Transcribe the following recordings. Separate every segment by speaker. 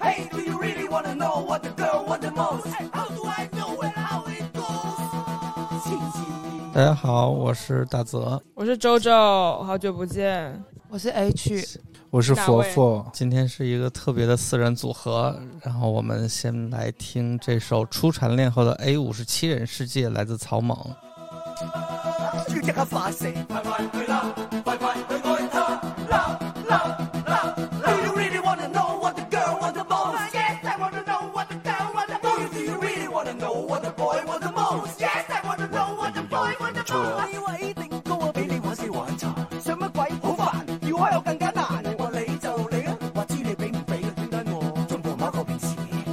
Speaker 1: Hey, do you really wanna know what the girl want the most? Hey, how do I know and how it goes? 亲亲
Speaker 2: 大家好，我是大泽，
Speaker 3: 我是周周，好久不见。
Speaker 4: 我是 H，
Speaker 2: 我是
Speaker 3: 哪位
Speaker 2: 佛。今天是一个特别的四人组合，然后我们先来听这首初蝉恋后的 A 五十七人世界，来自草蜢。
Speaker 1: 要即刻快死，快快去啦，快快去爱他啦啦啦啦。Do you really wanna know what the girl want the most? Yes, I wanna know what the girl want the most. Do you really wanna know what the boy want the most? Yes, I wanna know what the boy want the most. 以為一定高我比你玩是玩茶，想乜鬼好煩，要開口更加難。我你就你啊，話知你俾唔俾啊？點解我仲過某個平時？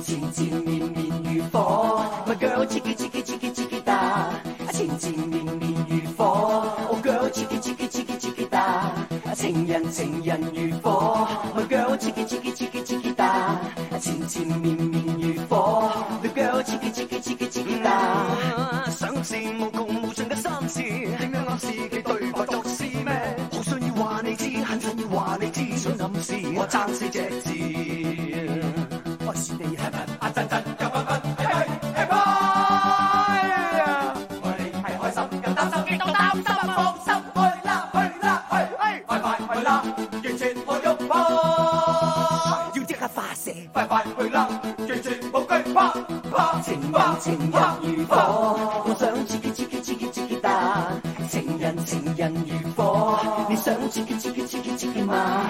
Speaker 1: 纏纏綿綿如火，My girl，切切切切切切切切打，纏纏綿綿如火，Oh girl，切切切切切切切切打，情人情人如火，My girl，切切切切切切切切打，纏纏綿綿如火，The girl，切切切切切切切切打，想似無窮無盡嘅心事，點樣暗示嘅對白作是咩？好想要話你知，很想要話你知，想暗示我爭四隻字。我是你係咪阿振振又笨笨，係咪係咪呀？我哋係開心又擔心，激動擔心放心去啦去啦去，快快去啦，完全冇肉怕，要即刻發射，快快去啦，完全冇懼怕，怕情人情人如火，我想自己自己自己自己打，情人情人如火，你想自己自己自己自己嗎？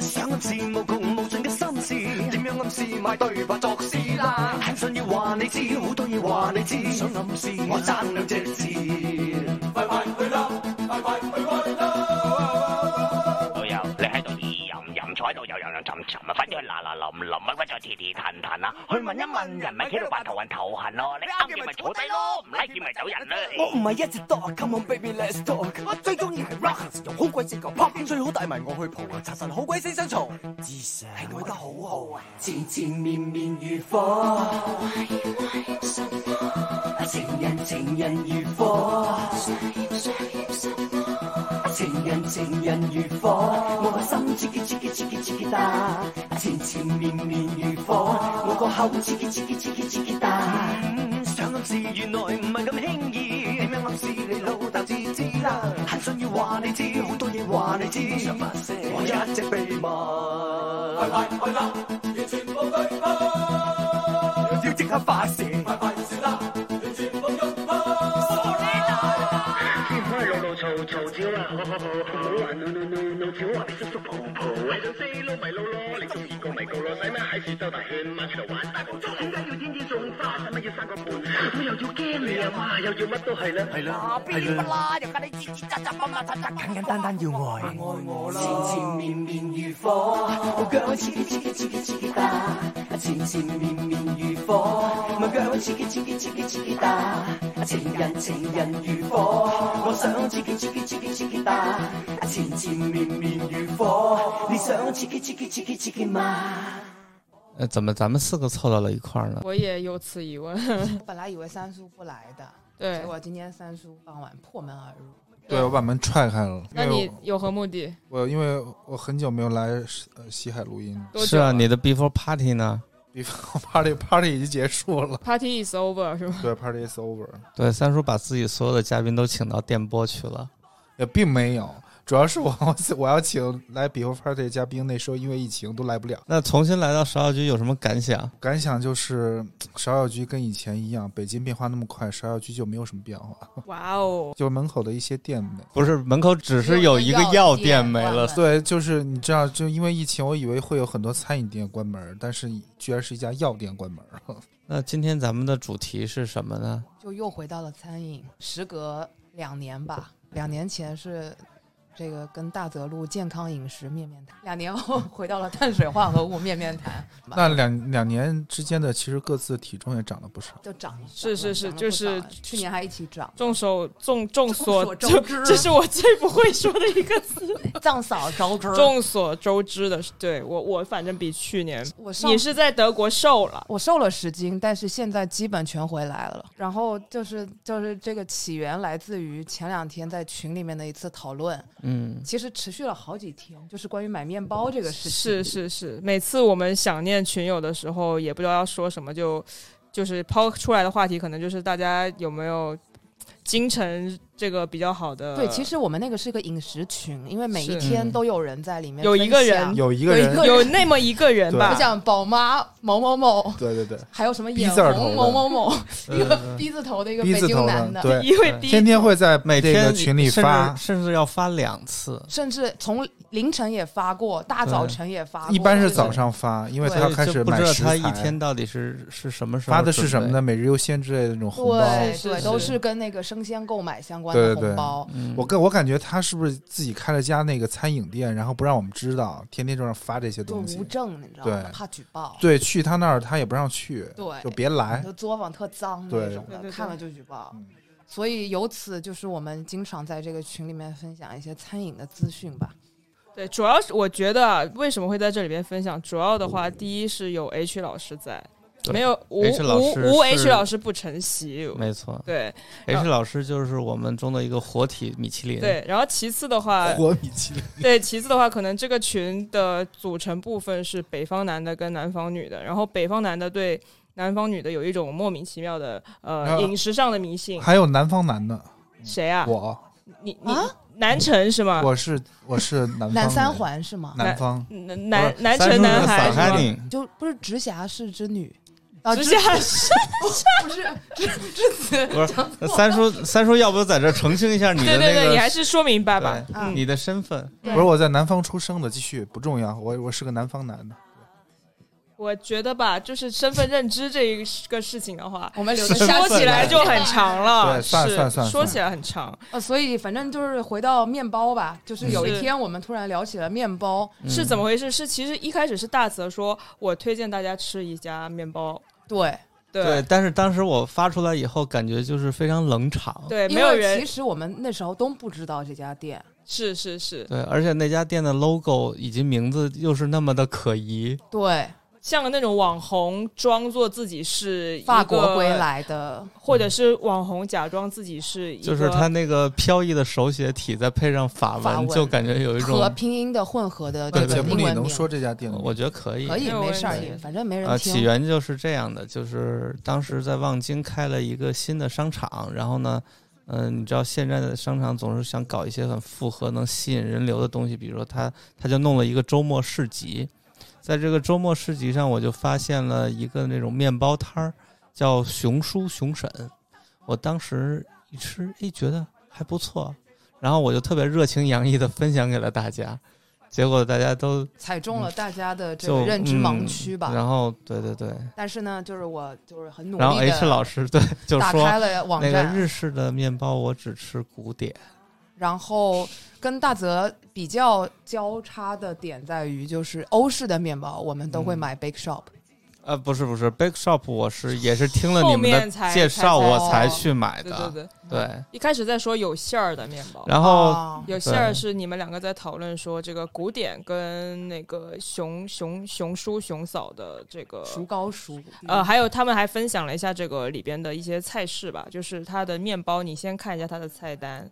Speaker 1: 想暗示無窮無盡嘅心事，點樣暗示埋對白作詩啦？很想要話你知，好多嘢話你知，想暗示我爭兩隻字。快快去啦，快快去愛啦！
Speaker 5: 老友，你喺度意淫淫，坐喺度又又又沉沉啊，快啲去嗱嗱淋淋，乜鬼再鐵鐵騰騰啊！去問一問人，咪企到白頭暈頭痕咯，你啱嘅咪坐低咯，唔 like 嘅咪走人啦。
Speaker 1: 我唔係一隻 dog，come on baby let's talk。我最中意係 rock，用好鬼死舊 pop，最好帶埋我去蒲啊，擦神好鬼死想嘈。自信係愛得好好啊，纏纏綿綿如火。啊情人情人如火，情人情人如火，我個心切切切切切切切打，纏纏綿綿如火，我個口切切切切切切切切打。想暗示原來唔係咁輕易，點樣暗示你老豆自知啦？很想要話你知，好多嘢話你知，想發泄我一直秘密。快快去啦，完全冇懼怕，要即刻發泄，快快笑啦，完全冇懼怕。
Speaker 5: 開老老嘈嘈照啊，好好好，唔好話 no no no no，只好話你叔叔抱抱喺度 say 撈咪撈咯，你中意高咪高咯，使咩喺處兜大圈，咪出嚟玩大暴走？點解要天天送花，使乜要生個伴？我又要驚你啊，哇，又要乜都係啦，係啦。
Speaker 1: 啊，噼里啪啦，又跟你吱吱喳喳，乜乜喳喳，簡簡單單要愛，愛我啦。纏纏綿綿如火，我腳刺激刺激刺激刺激打，纏纏綿綿如火，我腳刺激刺激刺激刺激打，情人情人如火，我想刺激刺激刺激刺激打，纏纏綿綿如火，你想刺激刺激刺激刺激嗎？
Speaker 2: 呃，怎么咱们四个凑到了一块儿呢？
Speaker 3: 我也有此疑问。
Speaker 4: 我本来以为三叔不来的，
Speaker 3: 对
Speaker 4: 结，果今天三叔傍晚破门而入。
Speaker 6: 对，我把门踹开了。
Speaker 3: 那
Speaker 6: 因为
Speaker 3: 你有何目的？
Speaker 6: 我因为我很久没有来呃西海录音了
Speaker 3: 多久
Speaker 2: 是啊，
Speaker 3: 了
Speaker 2: 你的 before party 呢？
Speaker 6: ，before party party 已经结束了。
Speaker 3: party is over 是 吗？
Speaker 6: 对，party is over，
Speaker 2: 对，三叔把自己所有的嘉宾都请到电波去了。
Speaker 6: 也并没有，主要是我我要请来 before party 的嘉宾，那时候因为疫情都来不了。
Speaker 2: 那重新来到十二局有什么感想？
Speaker 6: 感想就是芍药居跟以前一样，北京变化那么快，芍药居就没有什么变化，
Speaker 3: 哇哦，
Speaker 6: 就门口的一些店没。
Speaker 2: 不是门口只是有一个药店没了，
Speaker 6: 对，就是你知道，就因为疫情，我以为会有很多餐饮店关门，但是居然是一家药店关门。
Speaker 2: 那今天咱们的主题是什么呢？
Speaker 4: 就又回到了餐饮。时隔两年吧，两年前是这个跟大泽路健康饮食面面谈，两年后回到了碳水化合物面面谈，
Speaker 6: 那两两年之间的，其实各自体重也长了不少。
Speaker 4: 就涨了。
Speaker 3: 是是是
Speaker 4: 涨了不少了
Speaker 3: 就是。
Speaker 4: 去年还一起涨
Speaker 3: 众所众众所
Speaker 4: 众所周知
Speaker 3: 这是我最不会说的一个词。
Speaker 4: 藏嫂招之
Speaker 3: 众所周知的，对我我反正比去年，
Speaker 4: 我上
Speaker 3: 你是在德国瘦了，
Speaker 4: 我瘦了十斤，但是现在基本全回来了。然后就是就是这个起源来自于前两天在群里面的一次讨论，
Speaker 2: 嗯
Speaker 4: 其实持续了好几天，就是关于买面包这个事情。
Speaker 3: 是是是，每次我们想念群友的时候，也不知道要说什么，就就是抛出来的话题，可能就是大家有没有京城这个比较好的？
Speaker 4: 对，其实我们那个是个饮食群，因为每一
Speaker 3: 嗯是
Speaker 4: 天
Speaker 2: 嗯
Speaker 4: 都有人在里面
Speaker 3: 有
Speaker 4: 分享，
Speaker 3: 一个人
Speaker 6: 有一
Speaker 4: 啊有
Speaker 6: 个
Speaker 4: 一
Speaker 6: 人，
Speaker 4: 个
Speaker 3: 有那么一个人
Speaker 6: 对
Speaker 3: 吧
Speaker 4: 我，想宝妈某某某，
Speaker 6: 对对对，
Speaker 4: 还有什么眼
Speaker 6: 逼字儿头
Speaker 4: 红
Speaker 6: 的嗯
Speaker 4: 某某某，一个
Speaker 2: 呃
Speaker 4: B 字头的一个
Speaker 6: 逼
Speaker 4: 北
Speaker 6: 字
Speaker 4: 京
Speaker 6: 头
Speaker 4: 男的，
Speaker 6: 对，
Speaker 3: 因为第一
Speaker 6: 天天会在
Speaker 2: 每
Speaker 6: 这
Speaker 2: 天
Speaker 6: 个群里
Speaker 2: 甚至
Speaker 6: 发，
Speaker 2: 甚至要发两次。
Speaker 4: 甚至从凌晨也发过，大早晨也发
Speaker 6: 嗯
Speaker 4: 过。
Speaker 6: 一般是
Speaker 4: 就是
Speaker 6: 早上发，因为
Speaker 4: 对
Speaker 6: 他要开始
Speaker 2: 就不
Speaker 6: 买
Speaker 2: 知道
Speaker 6: 食
Speaker 2: 他
Speaker 6: 材。
Speaker 2: 一天到底是是什么时候
Speaker 6: 发的是什么
Speaker 2: 准
Speaker 6: 呢？每日优先之类的那种红包。
Speaker 4: 对
Speaker 3: 是
Speaker 4: 对，
Speaker 3: 是
Speaker 4: 都是跟那个生鲜购买相关
Speaker 6: 对
Speaker 4: 的
Speaker 6: 对对
Speaker 4: 红包
Speaker 2: 备？。嗯，
Speaker 6: 我跟我感觉他是不是自己开了家那个餐饮店，然后不让我们知道，天天就让发这些
Speaker 4: 就
Speaker 6: 东西
Speaker 4: 无。证，你知道吗
Speaker 6: 对？
Speaker 4: 怕举报。
Speaker 6: 对，去他那儿他也不让去，
Speaker 4: 对
Speaker 6: 就别来。
Speaker 4: 就作坊特脏
Speaker 6: 对
Speaker 4: 那种
Speaker 3: 对
Speaker 4: 的，
Speaker 3: 对对
Speaker 4: 看了就举报
Speaker 6: 嗯。
Speaker 4: 所以由此就是我们经常在这个群里面分享一些餐饮的资讯吧。
Speaker 3: 对，主要是我觉得啊为什么会在这里边分享，主要的话，第一是有 H 老师在，
Speaker 2: 对
Speaker 3: 没有无
Speaker 2: H 老
Speaker 3: 无
Speaker 2: 师
Speaker 3: 无
Speaker 2: 是
Speaker 3: H 老师不成席。
Speaker 2: 没错
Speaker 3: 对
Speaker 2: ，H 老师就是我们中的一个活体米其林。，
Speaker 3: 啊对，然后其次的话，
Speaker 6: 活米其林。
Speaker 3: 对，其次的话，可能这个群的组成部分是北方男的跟南方女的，然后北方男的对南方女的有一种莫名其妙的
Speaker 6: 啊
Speaker 3: 呃饮食上的迷信。
Speaker 6: 还有南方男的，
Speaker 3: 谁啊？
Speaker 6: 我
Speaker 3: 你你、南城是吗？
Speaker 6: 我是我是南方
Speaker 4: 南三
Speaker 6: 人，
Speaker 4: 环啊是吗？
Speaker 6: 南方
Speaker 3: 南南
Speaker 2: 不是三
Speaker 3: 南城
Speaker 2: 叔
Speaker 3: 男
Speaker 2: 是
Speaker 3: 孩
Speaker 2: 散开
Speaker 3: 是吗？
Speaker 2: 岭
Speaker 4: 就不是直辖市之女，啊，
Speaker 3: 直
Speaker 4: 直
Speaker 3: 辖市，
Speaker 4: 不是直直子
Speaker 2: 不是三叔，三叔，要不在这澄清一下你
Speaker 3: 对
Speaker 2: 的
Speaker 3: 对
Speaker 2: 那
Speaker 3: 对，
Speaker 2: 个
Speaker 3: 你还是说明白吧。
Speaker 2: 对
Speaker 4: 嗯，
Speaker 2: 你的身份。
Speaker 6: 不是我在南方出生的，继续不重要，我我是个南方男的。
Speaker 3: 我觉得吧，就是身份认知这一个事情的话
Speaker 4: 我们留着下
Speaker 3: 说
Speaker 4: 次
Speaker 3: 起来就很长了，
Speaker 6: 对算
Speaker 3: 是
Speaker 6: 算算
Speaker 3: 说起来很长。
Speaker 4: 呃，所以反正就是回到面包吧，就是有一
Speaker 3: 是
Speaker 4: 天我们突然聊起了面包，
Speaker 2: 嗯
Speaker 3: 是怎么回事？是其实一开始是大泽说，我推荐大家吃一家面包，
Speaker 4: 对，
Speaker 3: 对
Speaker 2: 对，但是当时我发出来以后，感觉就是非常冷场。
Speaker 3: 对，
Speaker 4: 因
Speaker 3: 没有
Speaker 4: 为其
Speaker 3: 人
Speaker 4: 实我们那时候都不知道这家店，
Speaker 3: 是是是，
Speaker 2: 对，而且那家店的 logo 以及名字又是那么的可疑。
Speaker 4: 对，
Speaker 3: 像那种网红装作自己是一
Speaker 4: 法
Speaker 3: 个
Speaker 4: 国归，来的，
Speaker 3: 或者是网红假装自己是一个
Speaker 2: 就是他那个飘逸的手写体，再配上法文，
Speaker 4: 法文
Speaker 2: 就感觉有一
Speaker 4: 和
Speaker 2: 种，
Speaker 4: 拼音的混合的
Speaker 2: 对
Speaker 4: 这
Speaker 6: 在
Speaker 4: 个
Speaker 6: 节
Speaker 4: 英
Speaker 6: 目
Speaker 4: 文
Speaker 6: 里
Speaker 4: 名，
Speaker 6: 能说这家店吗？
Speaker 2: 我觉得可以。
Speaker 4: 可以
Speaker 3: 没有
Speaker 4: 没
Speaker 3: 问
Speaker 4: 事儿，
Speaker 3: 题
Speaker 4: 也反正没
Speaker 2: 啊，
Speaker 4: 人
Speaker 2: 起
Speaker 4: 听。
Speaker 2: 源就是这样的，就是当时在望京开了一个新的商场，然后呢，嗯、你知道现在的商场总是想搞一些很复合、能吸引人流的东西，比如说他他就弄了一个周末市集，在这个周末市集上，我就发现了一个那种面包摊儿，叫熊叔熊婶，我当时一吃，哎，觉得还不错，然后我就特别热情洋溢的分享给了大家，结果大家都
Speaker 4: 踩中了大家的
Speaker 2: 嗯
Speaker 4: 这
Speaker 2: 就
Speaker 4: 个认知盲区
Speaker 2: 嗯
Speaker 4: 吧，
Speaker 2: 然后对对对。
Speaker 4: 但是呢，就是我就是很努
Speaker 2: 然后
Speaker 4: 力
Speaker 2: H
Speaker 4: 的
Speaker 2: 老师对，就
Speaker 4: 打
Speaker 2: 说
Speaker 4: 开了网
Speaker 2: 那个
Speaker 4: 站，
Speaker 2: 日式的面包我只吃古典，
Speaker 4: 然后跟大泽比较交叉的点在于，就是欧式的面包我们都会
Speaker 2: 嗯
Speaker 4: 买 Bake Shop，
Speaker 2: 呃，不是不是，Bake Shop 我是也是听了
Speaker 3: 后
Speaker 2: 你们
Speaker 3: 面
Speaker 2: 的
Speaker 3: 才
Speaker 2: 介
Speaker 3: 才
Speaker 2: 绍我才
Speaker 4: 才哦
Speaker 2: 去买
Speaker 3: 对
Speaker 2: 的
Speaker 3: 对，嗯对，
Speaker 2: 对。
Speaker 3: 一开始在说有馅儿的面包。
Speaker 2: 然后
Speaker 4: 啊
Speaker 3: 有馅儿
Speaker 2: 对
Speaker 3: 是你们两个在讨论说这个古典跟那个熊熊熊叔熊嫂的这个
Speaker 4: 孰高嗯孰低
Speaker 3: 呃，还有他们还分享了一下这个里边的一些菜式吧，就是它的面包，你先看一下它的菜单，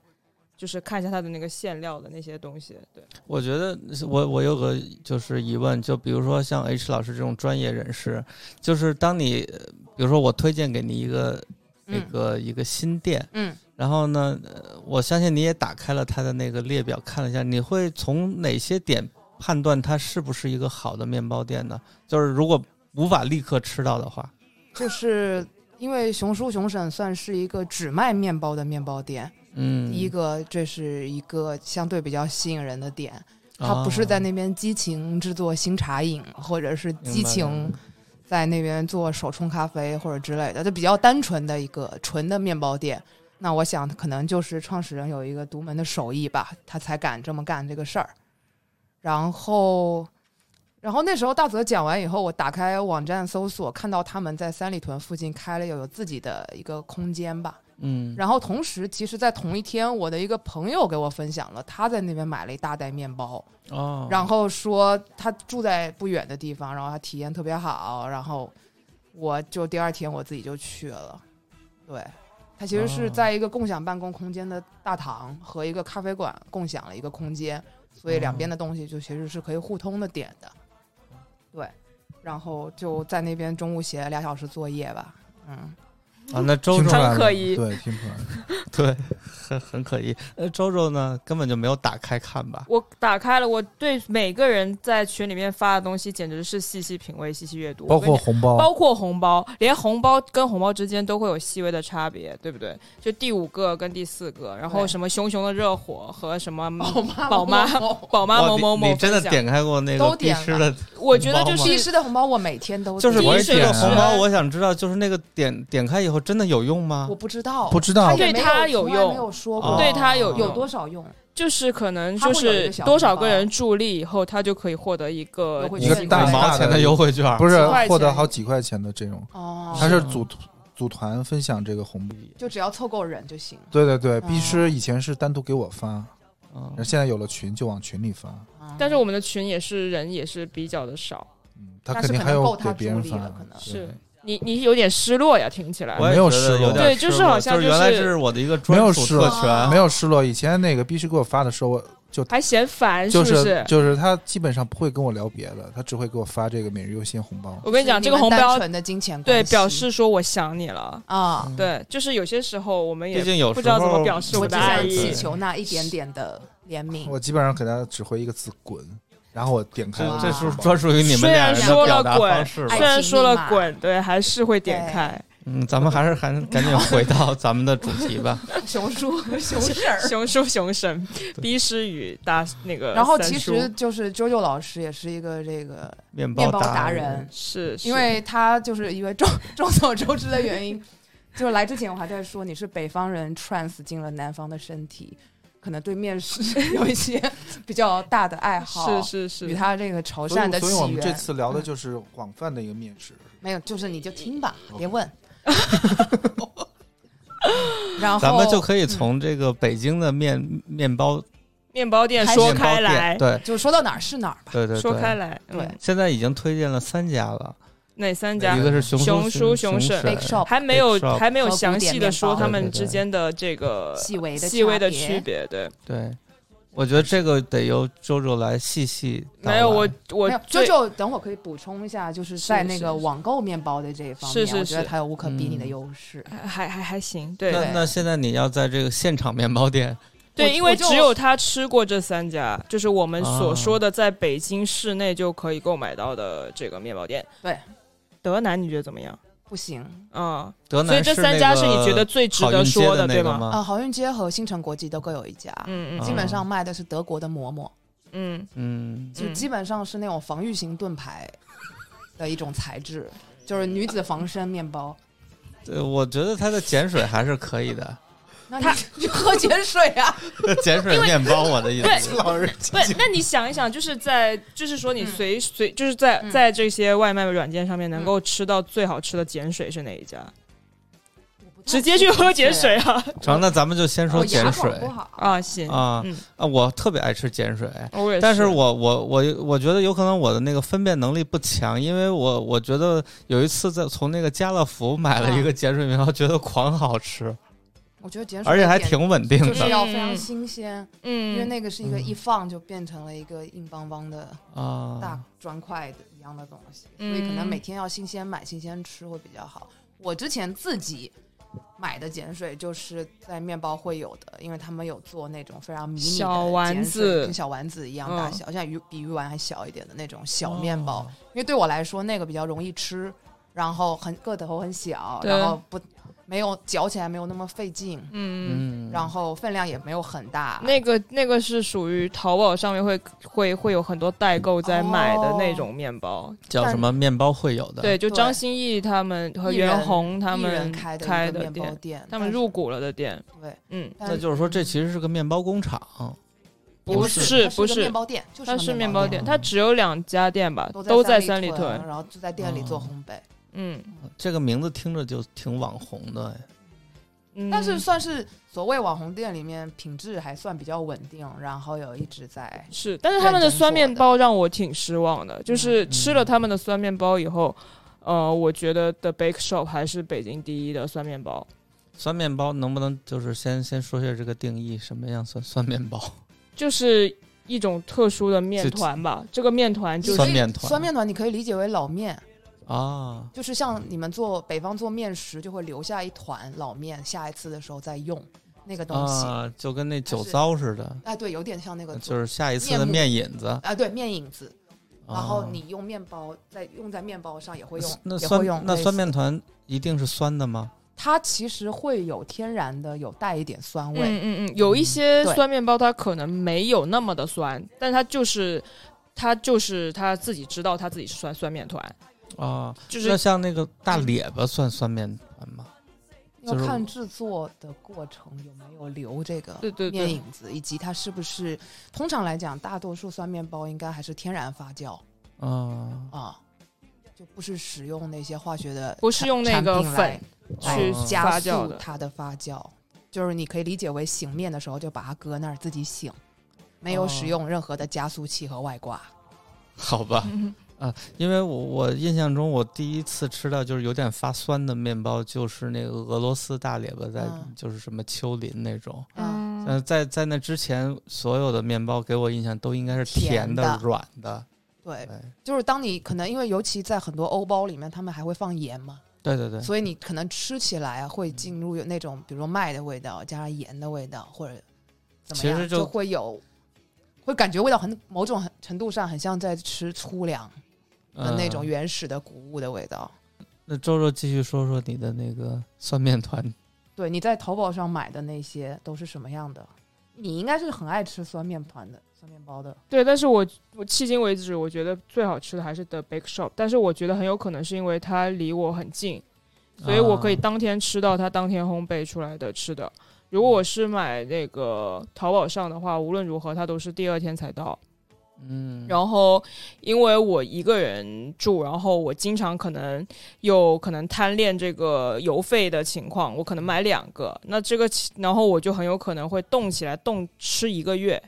Speaker 3: 就是看一下它的那个馅料的那些东西。对，
Speaker 2: 我觉得我我有个就是疑问，就比如说像 H 老师这种专业人士，就是当你呃比如说我推荐给你一个那
Speaker 4: 嗯
Speaker 2: 个一个新店，
Speaker 4: 嗯，
Speaker 2: 然后呢，呃我相信你也打开了它的那个列表看了一下，你会从哪些点判断它是不是一个好的面包店呢？就是如果无法立刻吃到的话，
Speaker 4: 就是因为熊叔熊婶算是一个只卖面包的面包店，
Speaker 2: 嗯，
Speaker 4: 第一个这是一个相对比较吸引人的点，
Speaker 2: 啊
Speaker 4: 它不是在那边激情制作新茶饮，或者是激
Speaker 2: 明
Speaker 4: 情在那边做手冲咖啡或者之类的，就比较单纯的一个纯的面包店。那我想，可能就是创始人有一个独门的手艺吧，他才敢这么干这个事儿。然后，然后那时候大泽讲完以后，我打开网站搜索，看到他们在三里屯附近开了有自己的一个空间吧。
Speaker 2: 嗯，
Speaker 4: 然后同时，其实，在同一天，我的一个朋友给我分享了，他在那边买了一大袋面包，
Speaker 2: 哦，
Speaker 4: 然后说他住在不远的地方，然后他体验特别好，然后我就第二天我自己就去了，对，它其实是
Speaker 2: 哦
Speaker 4: 在一个共享办公空间的大堂和一个咖啡馆共享了一个空间，所以两边的东西就其实是可以互通的点的。对，然后就在那边中午写了俩小时作业吧，嗯，
Speaker 2: 啊，那周
Speaker 6: 听
Speaker 2: 周
Speaker 6: 出来
Speaker 3: 很
Speaker 6: 了
Speaker 3: 可疑
Speaker 6: 对，听出来了。
Speaker 2: 对，很很可疑。呃，周周呢，根本就没有打开看吧？
Speaker 3: 我打开了，我对每个人在群里面发的东西简直是细细品味、细细阅读，
Speaker 6: 包
Speaker 3: 我跟
Speaker 6: 括
Speaker 3: 你
Speaker 6: 红包，
Speaker 3: 包括红包，连红包跟红包之间都会有细微的差别，对不对？就第五个跟第四个，然后
Speaker 4: 对
Speaker 3: 什么熊熊的热火和什么
Speaker 4: 宝妈
Speaker 3: 宝 妈 宝妈
Speaker 2: 哇
Speaker 3: 某
Speaker 2: 你
Speaker 3: 某某
Speaker 2: 哦你真的
Speaker 3: 分享
Speaker 2: 点开过那
Speaker 4: 都
Speaker 2: 个必
Speaker 4: 点
Speaker 2: 师
Speaker 4: 了
Speaker 2: 的？
Speaker 3: 我觉得就
Speaker 2: 红包
Speaker 4: 必
Speaker 3: 是
Speaker 4: 师的红包我每天都
Speaker 2: 就是
Speaker 3: 第一
Speaker 2: 我
Speaker 3: 是
Speaker 2: 这个
Speaker 3: 点
Speaker 2: 红
Speaker 3: 了
Speaker 2: 包，我想知道，就是那个点点开以后真的有用吗
Speaker 4: 我？不知道，
Speaker 6: 不知道
Speaker 4: 也没
Speaker 3: 对他有
Speaker 4: 有从来
Speaker 3: 用
Speaker 4: 没有说
Speaker 2: 哦
Speaker 4: 过
Speaker 3: 对他有
Speaker 4: 有多少用，
Speaker 3: 就是可能
Speaker 4: 它
Speaker 3: 就
Speaker 4: 会有一
Speaker 3: 是
Speaker 4: 个小
Speaker 3: 多少
Speaker 4: 红包
Speaker 3: 个人助力以后，他就可以获得一个
Speaker 4: 优惠
Speaker 6: 一个
Speaker 4: 券
Speaker 6: 大
Speaker 2: 五
Speaker 6: 大
Speaker 2: 毛
Speaker 6: 的
Speaker 2: 钱的优惠券儿，
Speaker 6: 不是
Speaker 3: 几块钱
Speaker 6: 获得好几块钱的这种，
Speaker 4: 哦，
Speaker 6: 他是组组团分享这个红包。
Speaker 4: 就只要凑够人就行，
Speaker 6: 对对对，
Speaker 4: 哦
Speaker 6: 必师以前是单独给我发，
Speaker 2: 嗯
Speaker 6: 然后现在有了群就往群里发，
Speaker 4: 啊
Speaker 3: 但是我们的群也是人也是比较的少，
Speaker 6: 嗯，他
Speaker 4: 但
Speaker 6: 肯
Speaker 4: 是
Speaker 6: 定
Speaker 4: 可
Speaker 6: 还
Speaker 4: 能
Speaker 6: 有
Speaker 4: 够
Speaker 6: 给
Speaker 4: 他
Speaker 6: 别
Speaker 4: 助
Speaker 6: 人
Speaker 4: 力
Speaker 6: 发
Speaker 4: 了可能，
Speaker 3: 是你你有点失落呀，听起来
Speaker 2: 我
Speaker 6: 没
Speaker 2: 也
Speaker 6: 有
Speaker 2: 觉
Speaker 6: 失
Speaker 2: 得
Speaker 6: 落
Speaker 2: 有点
Speaker 3: 对就是
Speaker 2: 失落
Speaker 3: 好像
Speaker 2: 就是
Speaker 3: 就
Speaker 2: 原来这
Speaker 3: 是
Speaker 2: 是我的一个
Speaker 6: 没
Speaker 2: 专
Speaker 6: 有
Speaker 2: 属
Speaker 6: 失
Speaker 2: 特
Speaker 6: 落
Speaker 2: 权，
Speaker 6: 没有失落。以前那个必师给我发的时候，
Speaker 3: 还嫌烦
Speaker 6: 就是
Speaker 3: 不是？
Speaker 6: 就是他基本上不会跟我聊别的，他只会给我发这个每日优先红包。
Speaker 3: 我跟你讲，
Speaker 4: 就
Speaker 3: 这个
Speaker 4: 是你
Speaker 3: 红
Speaker 4: 们单
Speaker 3: 包
Speaker 4: 纯的金钱
Speaker 3: 对
Speaker 4: 关系
Speaker 3: 表示说我想你了。
Speaker 4: 啊，
Speaker 6: 嗯
Speaker 3: 对，就是有些时候我们
Speaker 2: 嗯
Speaker 3: 也
Speaker 2: 毕竟有
Speaker 3: 不
Speaker 2: 时
Speaker 3: 知道怎么
Speaker 2: 候
Speaker 3: 表示
Speaker 4: 我
Speaker 3: 我
Speaker 4: 只
Speaker 3: 的爱
Speaker 4: 想
Speaker 3: 意
Speaker 4: 祈。求那一点点的怜悯。
Speaker 6: 我基本上给他只回一个字“滚”，然后我点开
Speaker 2: 这
Speaker 4: 哇
Speaker 6: 了
Speaker 2: 这是专属于你
Speaker 3: 虽
Speaker 2: 们俩
Speaker 3: 然
Speaker 2: 人的
Speaker 3: 说
Speaker 2: 表
Speaker 3: 了
Speaker 2: 达方
Speaker 3: 滚，哎
Speaker 2: 式
Speaker 3: 虽
Speaker 2: 吧
Speaker 4: 爱。
Speaker 3: 然说
Speaker 4: 情密
Speaker 3: 了
Speaker 4: 码
Speaker 3: 滚，对，还是会点开。
Speaker 2: 嗯，咱们还是还赶紧回到咱们的主题吧。
Speaker 4: 熊叔、熊婶 儿。
Speaker 3: 熊叔、熊神、逼诗雨、大那呃个三叔，
Speaker 4: 然后其实就是啾啾老师也是一个这个
Speaker 2: 面
Speaker 4: 面包
Speaker 2: 达
Speaker 4: 达人，，
Speaker 3: 是是
Speaker 4: 因为他就是因为众 众所周知的原因，就是来之前我还在说你是北方人 trans 进了南方的身体，可能对面食 有一些比较大的爱好，
Speaker 3: 是是是
Speaker 4: 与他这个潮
Speaker 6: 所以，
Speaker 4: 汕哦的
Speaker 6: 所以我
Speaker 4: 起
Speaker 6: 们这
Speaker 4: 源
Speaker 6: 次聊的就是广泛的一个面食。
Speaker 4: 没有，就是你就听吧，别问。然后
Speaker 2: 咱们就可以从这个北京的面面包
Speaker 3: 嗯面包店
Speaker 4: 开
Speaker 3: 说
Speaker 2: 面包
Speaker 3: 开
Speaker 2: 店
Speaker 3: 来，
Speaker 2: 对
Speaker 4: 就说到哪儿是哪儿吧，
Speaker 2: 对对
Speaker 3: 说开
Speaker 2: 对，
Speaker 3: 来，嗯
Speaker 4: 对，
Speaker 2: 现在已经推荐了三家了，
Speaker 3: 哪三家
Speaker 2: 一？个是熊
Speaker 3: 熊
Speaker 2: 叔
Speaker 3: 叔熊
Speaker 2: 婶
Speaker 3: 婶
Speaker 4: Bake Shop
Speaker 3: 还没有
Speaker 2: Bake Shop
Speaker 3: 还没有
Speaker 4: 和哦古
Speaker 3: 详
Speaker 4: 典
Speaker 3: 细的
Speaker 4: 面
Speaker 3: 说
Speaker 4: 包
Speaker 3: 他
Speaker 2: 对
Speaker 3: 们
Speaker 2: 对
Speaker 3: 之
Speaker 2: 对
Speaker 3: 间的这个
Speaker 4: 细微的
Speaker 3: 细微的
Speaker 4: 差别
Speaker 3: 区别，对。
Speaker 2: 对，我觉得这个得由周周来细细道来。
Speaker 3: 没有我我
Speaker 4: 没有，
Speaker 3: 最
Speaker 4: 舅舅，等会儿可以补充一下，就是在那个网购面包的这一方
Speaker 3: 是
Speaker 4: 面，
Speaker 3: 是
Speaker 4: 我觉得它有无可比拟的
Speaker 2: 嗯
Speaker 4: 优势。
Speaker 3: 还还还行，对
Speaker 2: 那那现在你要在这个现场面包店，
Speaker 3: 对，
Speaker 4: 我
Speaker 3: 因为
Speaker 4: 我就
Speaker 3: 只有他吃过这三家，就是我们所
Speaker 2: 啊
Speaker 3: 说的在北京市内就可以购买到的这个面包店。
Speaker 4: 对，
Speaker 3: 德南你觉得怎么样？
Speaker 4: 不行
Speaker 3: 嗯，
Speaker 2: 德
Speaker 3: 所以
Speaker 2: 南
Speaker 3: 这
Speaker 2: 是
Speaker 3: 三
Speaker 2: 那
Speaker 3: 家
Speaker 2: 个
Speaker 3: 是你觉得最值
Speaker 2: 好
Speaker 3: 得
Speaker 2: 运街
Speaker 3: 说
Speaker 2: 的
Speaker 3: 对
Speaker 2: 那个
Speaker 3: 吗？
Speaker 4: 啊！
Speaker 2: 吗？啊
Speaker 4: 好运街和新城国际都各有一家，
Speaker 3: 嗯
Speaker 4: 基
Speaker 3: 嗯
Speaker 4: 本上卖的是德国的馍馍，
Speaker 3: 嗯
Speaker 2: 嗯，
Speaker 4: 就基本上是那种防御型盾牌的一种材质，就是女子防身面包。
Speaker 2: 呃我觉得它的碱水还是可以 的，
Speaker 4: 那你你喝碱水啊？
Speaker 2: 碱水面包我的意思是。
Speaker 6: 老人
Speaker 3: 不，那你想一想，就是在就是说你
Speaker 4: 嗯
Speaker 3: 随随就是在
Speaker 4: 嗯
Speaker 3: 在这些外卖软件上面能够吃到最好吃的碱水是哪一家？直接去喝碱水啊！
Speaker 2: 成，那咱们就先
Speaker 4: 我
Speaker 2: 说
Speaker 4: 哦牙
Speaker 2: 碱
Speaker 4: 口
Speaker 2: 水
Speaker 4: 不好。
Speaker 3: 啊，行，
Speaker 2: 啊
Speaker 3: 嗯，
Speaker 2: 啊！我特别爱吃碱水，
Speaker 3: 我也
Speaker 2: 但是我我我我觉得有可能我的那个分辨能力不强，因为我我觉得有一次在从那个家乐福买了一
Speaker 3: 啊
Speaker 2: 个碱水面包，觉得狂好吃，
Speaker 4: 我觉得碱水
Speaker 2: 而且还
Speaker 4: 的点
Speaker 2: 挺稳定
Speaker 4: 就是
Speaker 2: 的
Speaker 4: 要非常新鲜，因为
Speaker 3: 嗯，
Speaker 4: 那个是一个
Speaker 2: 嗯
Speaker 4: 一放就变成了一个硬邦邦的大
Speaker 2: 啊。
Speaker 4: 砖块的一样的东西，所
Speaker 3: 嗯
Speaker 4: 以可能每天要新鲜买、新鲜吃会比较好。我之前自己买的碱水就是在面包会有的，因为他们有做那种非常迷你的
Speaker 3: 小丸
Speaker 4: 碱水
Speaker 3: 子
Speaker 4: 跟小丸子一样
Speaker 3: 嗯
Speaker 4: 大
Speaker 3: 哦
Speaker 4: 小，像鱼比鱼丸还小一点的那种小面包。因为对我来说那个比较容易吃，然后很个头很小，
Speaker 3: 对
Speaker 4: 然后不没有嚼起来没有那么费劲，
Speaker 3: 嗯。
Speaker 2: 嗯，
Speaker 4: 然后分量也没有很大。
Speaker 3: 那个那个是属于淘宝上面会会会有很多代购在买的那种面包，
Speaker 2: 叫什么面包会有的？
Speaker 3: 对，就
Speaker 4: 哦对
Speaker 3: 张歆艺他们和
Speaker 4: 一人
Speaker 3: 袁弘他
Speaker 4: 一人
Speaker 3: 们
Speaker 4: 开的
Speaker 3: 开
Speaker 4: 一个面包
Speaker 3: 店，
Speaker 4: 店，
Speaker 3: 他们
Speaker 4: 但是
Speaker 3: 入股了的店，
Speaker 4: 对，
Speaker 3: 嗯，
Speaker 4: 但
Speaker 2: 那就是说这其实是个面包工厂，
Speaker 3: 不
Speaker 4: 是
Speaker 3: 是
Speaker 4: 它
Speaker 3: 不
Speaker 4: 一个
Speaker 3: 是
Speaker 4: 面，包店，就是
Speaker 3: 它
Speaker 4: 个
Speaker 3: 是
Speaker 4: 面
Speaker 3: 面
Speaker 4: 包
Speaker 3: 包
Speaker 4: 店
Speaker 3: 店，它只有两家店吧，
Speaker 4: 都
Speaker 3: 都
Speaker 4: 在
Speaker 3: 在三里
Speaker 4: 屯
Speaker 3: 屯，，
Speaker 4: 然后就在店里做烘焙，
Speaker 3: 嗯
Speaker 2: 这个名字听着就挺网红的哎。
Speaker 3: 嗯，
Speaker 4: 但是算是所谓网红店里面品质还算比较稳定，然后有一直在。
Speaker 3: 是，但是他们的
Speaker 4: 认真
Speaker 3: 酸
Speaker 4: 做
Speaker 3: 面
Speaker 4: 的嗯
Speaker 3: 包让我挺失望的，就是吃了他们的酸面包以后，呃，我觉得 The Bake Shop 还是北京第一的酸面包，
Speaker 2: 酸面包能不能就是先先说一下这个定义，什么样算酸面包？
Speaker 3: 就是一种特殊的面团吧。这个面团就是
Speaker 2: 酸面团
Speaker 4: 酸面团你可以理解为老面，
Speaker 2: 啊，
Speaker 4: 就是像你们做北方做面食就会留下一团老面，下一次的时候再用那个东西。
Speaker 2: 啊，就跟那酒糟似的，
Speaker 4: 哎，对，有点像那个做，
Speaker 2: 就是下一次的面引子。
Speaker 4: 啊，对，面影子，
Speaker 3: 哦
Speaker 4: 然后
Speaker 2: 啊
Speaker 4: 你用面包再用在面包上也会用，
Speaker 2: 那
Speaker 4: 也
Speaker 2: 酸
Speaker 4: 会用
Speaker 2: 那
Speaker 4: 类
Speaker 2: 酸
Speaker 4: 似
Speaker 2: 面团一定是酸的吗？
Speaker 4: 它其实会有天然的有带一点酸
Speaker 3: 嗯
Speaker 4: 味，
Speaker 3: 嗯嗯，有一些
Speaker 4: 对
Speaker 3: 酸面包它可能没有那么的酸，但它就是它就是它自己知道它自己是酸酸面团，
Speaker 2: 啊，
Speaker 3: 就是
Speaker 2: 那像那个大
Speaker 4: 嗯
Speaker 2: 列巴算酸面团吗？
Speaker 4: 要
Speaker 2: 就是
Speaker 4: 看制作的过程有没有留这个
Speaker 3: 对对对
Speaker 4: 面影子，以及它是不是通常来讲，大多数酸面包应该还是天然发酵
Speaker 2: 啊，
Speaker 4: 啊，就不是使用那些化学的
Speaker 3: 不是用那个
Speaker 4: 产品来
Speaker 3: 粉去
Speaker 2: 哦
Speaker 4: 加
Speaker 3: 发酵
Speaker 4: 速
Speaker 3: 的。
Speaker 4: 它的发酵，就是你可以理解为醒面的时候就把它搁那儿自己醒，没有
Speaker 2: 哦
Speaker 4: 使用任何的加速器和外挂。
Speaker 2: 好 吧，啊，因为我我印象中我第一次吃到就是有点发酸的面包，就是那个俄罗斯大列巴在，
Speaker 4: 嗯
Speaker 2: 就是什么丘陵那种。
Speaker 4: 嗯，
Speaker 3: 嗯
Speaker 2: 嗯，在在那之前，所有的面包给我印象都应该是甜
Speaker 4: 甜的
Speaker 2: 软的。哎
Speaker 4: 对，
Speaker 2: 对，
Speaker 4: 就是当你可能因为尤其在很多欧包里面，他们还会放盐嘛，
Speaker 2: 对对对。
Speaker 4: 所以你可能吃起来会进入有那种，比如说麦的味道，加上盐的味道，或者怎么样，
Speaker 2: 其实就
Speaker 4: 就会有，会感觉味道很某种很程度上很像在吃粗粮的那种
Speaker 2: 嗯
Speaker 4: 原始的谷物的味道。
Speaker 2: 那周周继续说说你的那个酸面团。
Speaker 4: 对，你在淘宝上买的那些都是什么样的？你应该是很爱吃酸面团的酸面包的，
Speaker 3: 对，但是我我迄今为止，我觉得最好吃的还是 The Bake Shop，但是我觉得很有可能是因为它离我很近，所以我可以
Speaker 2: 啊
Speaker 3: 当天吃到它当天烘焙出来的吃的。如果我是买那个淘宝上的话，无论如何它都是第二天才到。
Speaker 2: 嗯，
Speaker 3: 然后因为我一个人住，然后我经常可能有可能贪恋这个邮费的情况，我可能买两个，那这个其然后我就很有可能会冻起来冻吃一个月，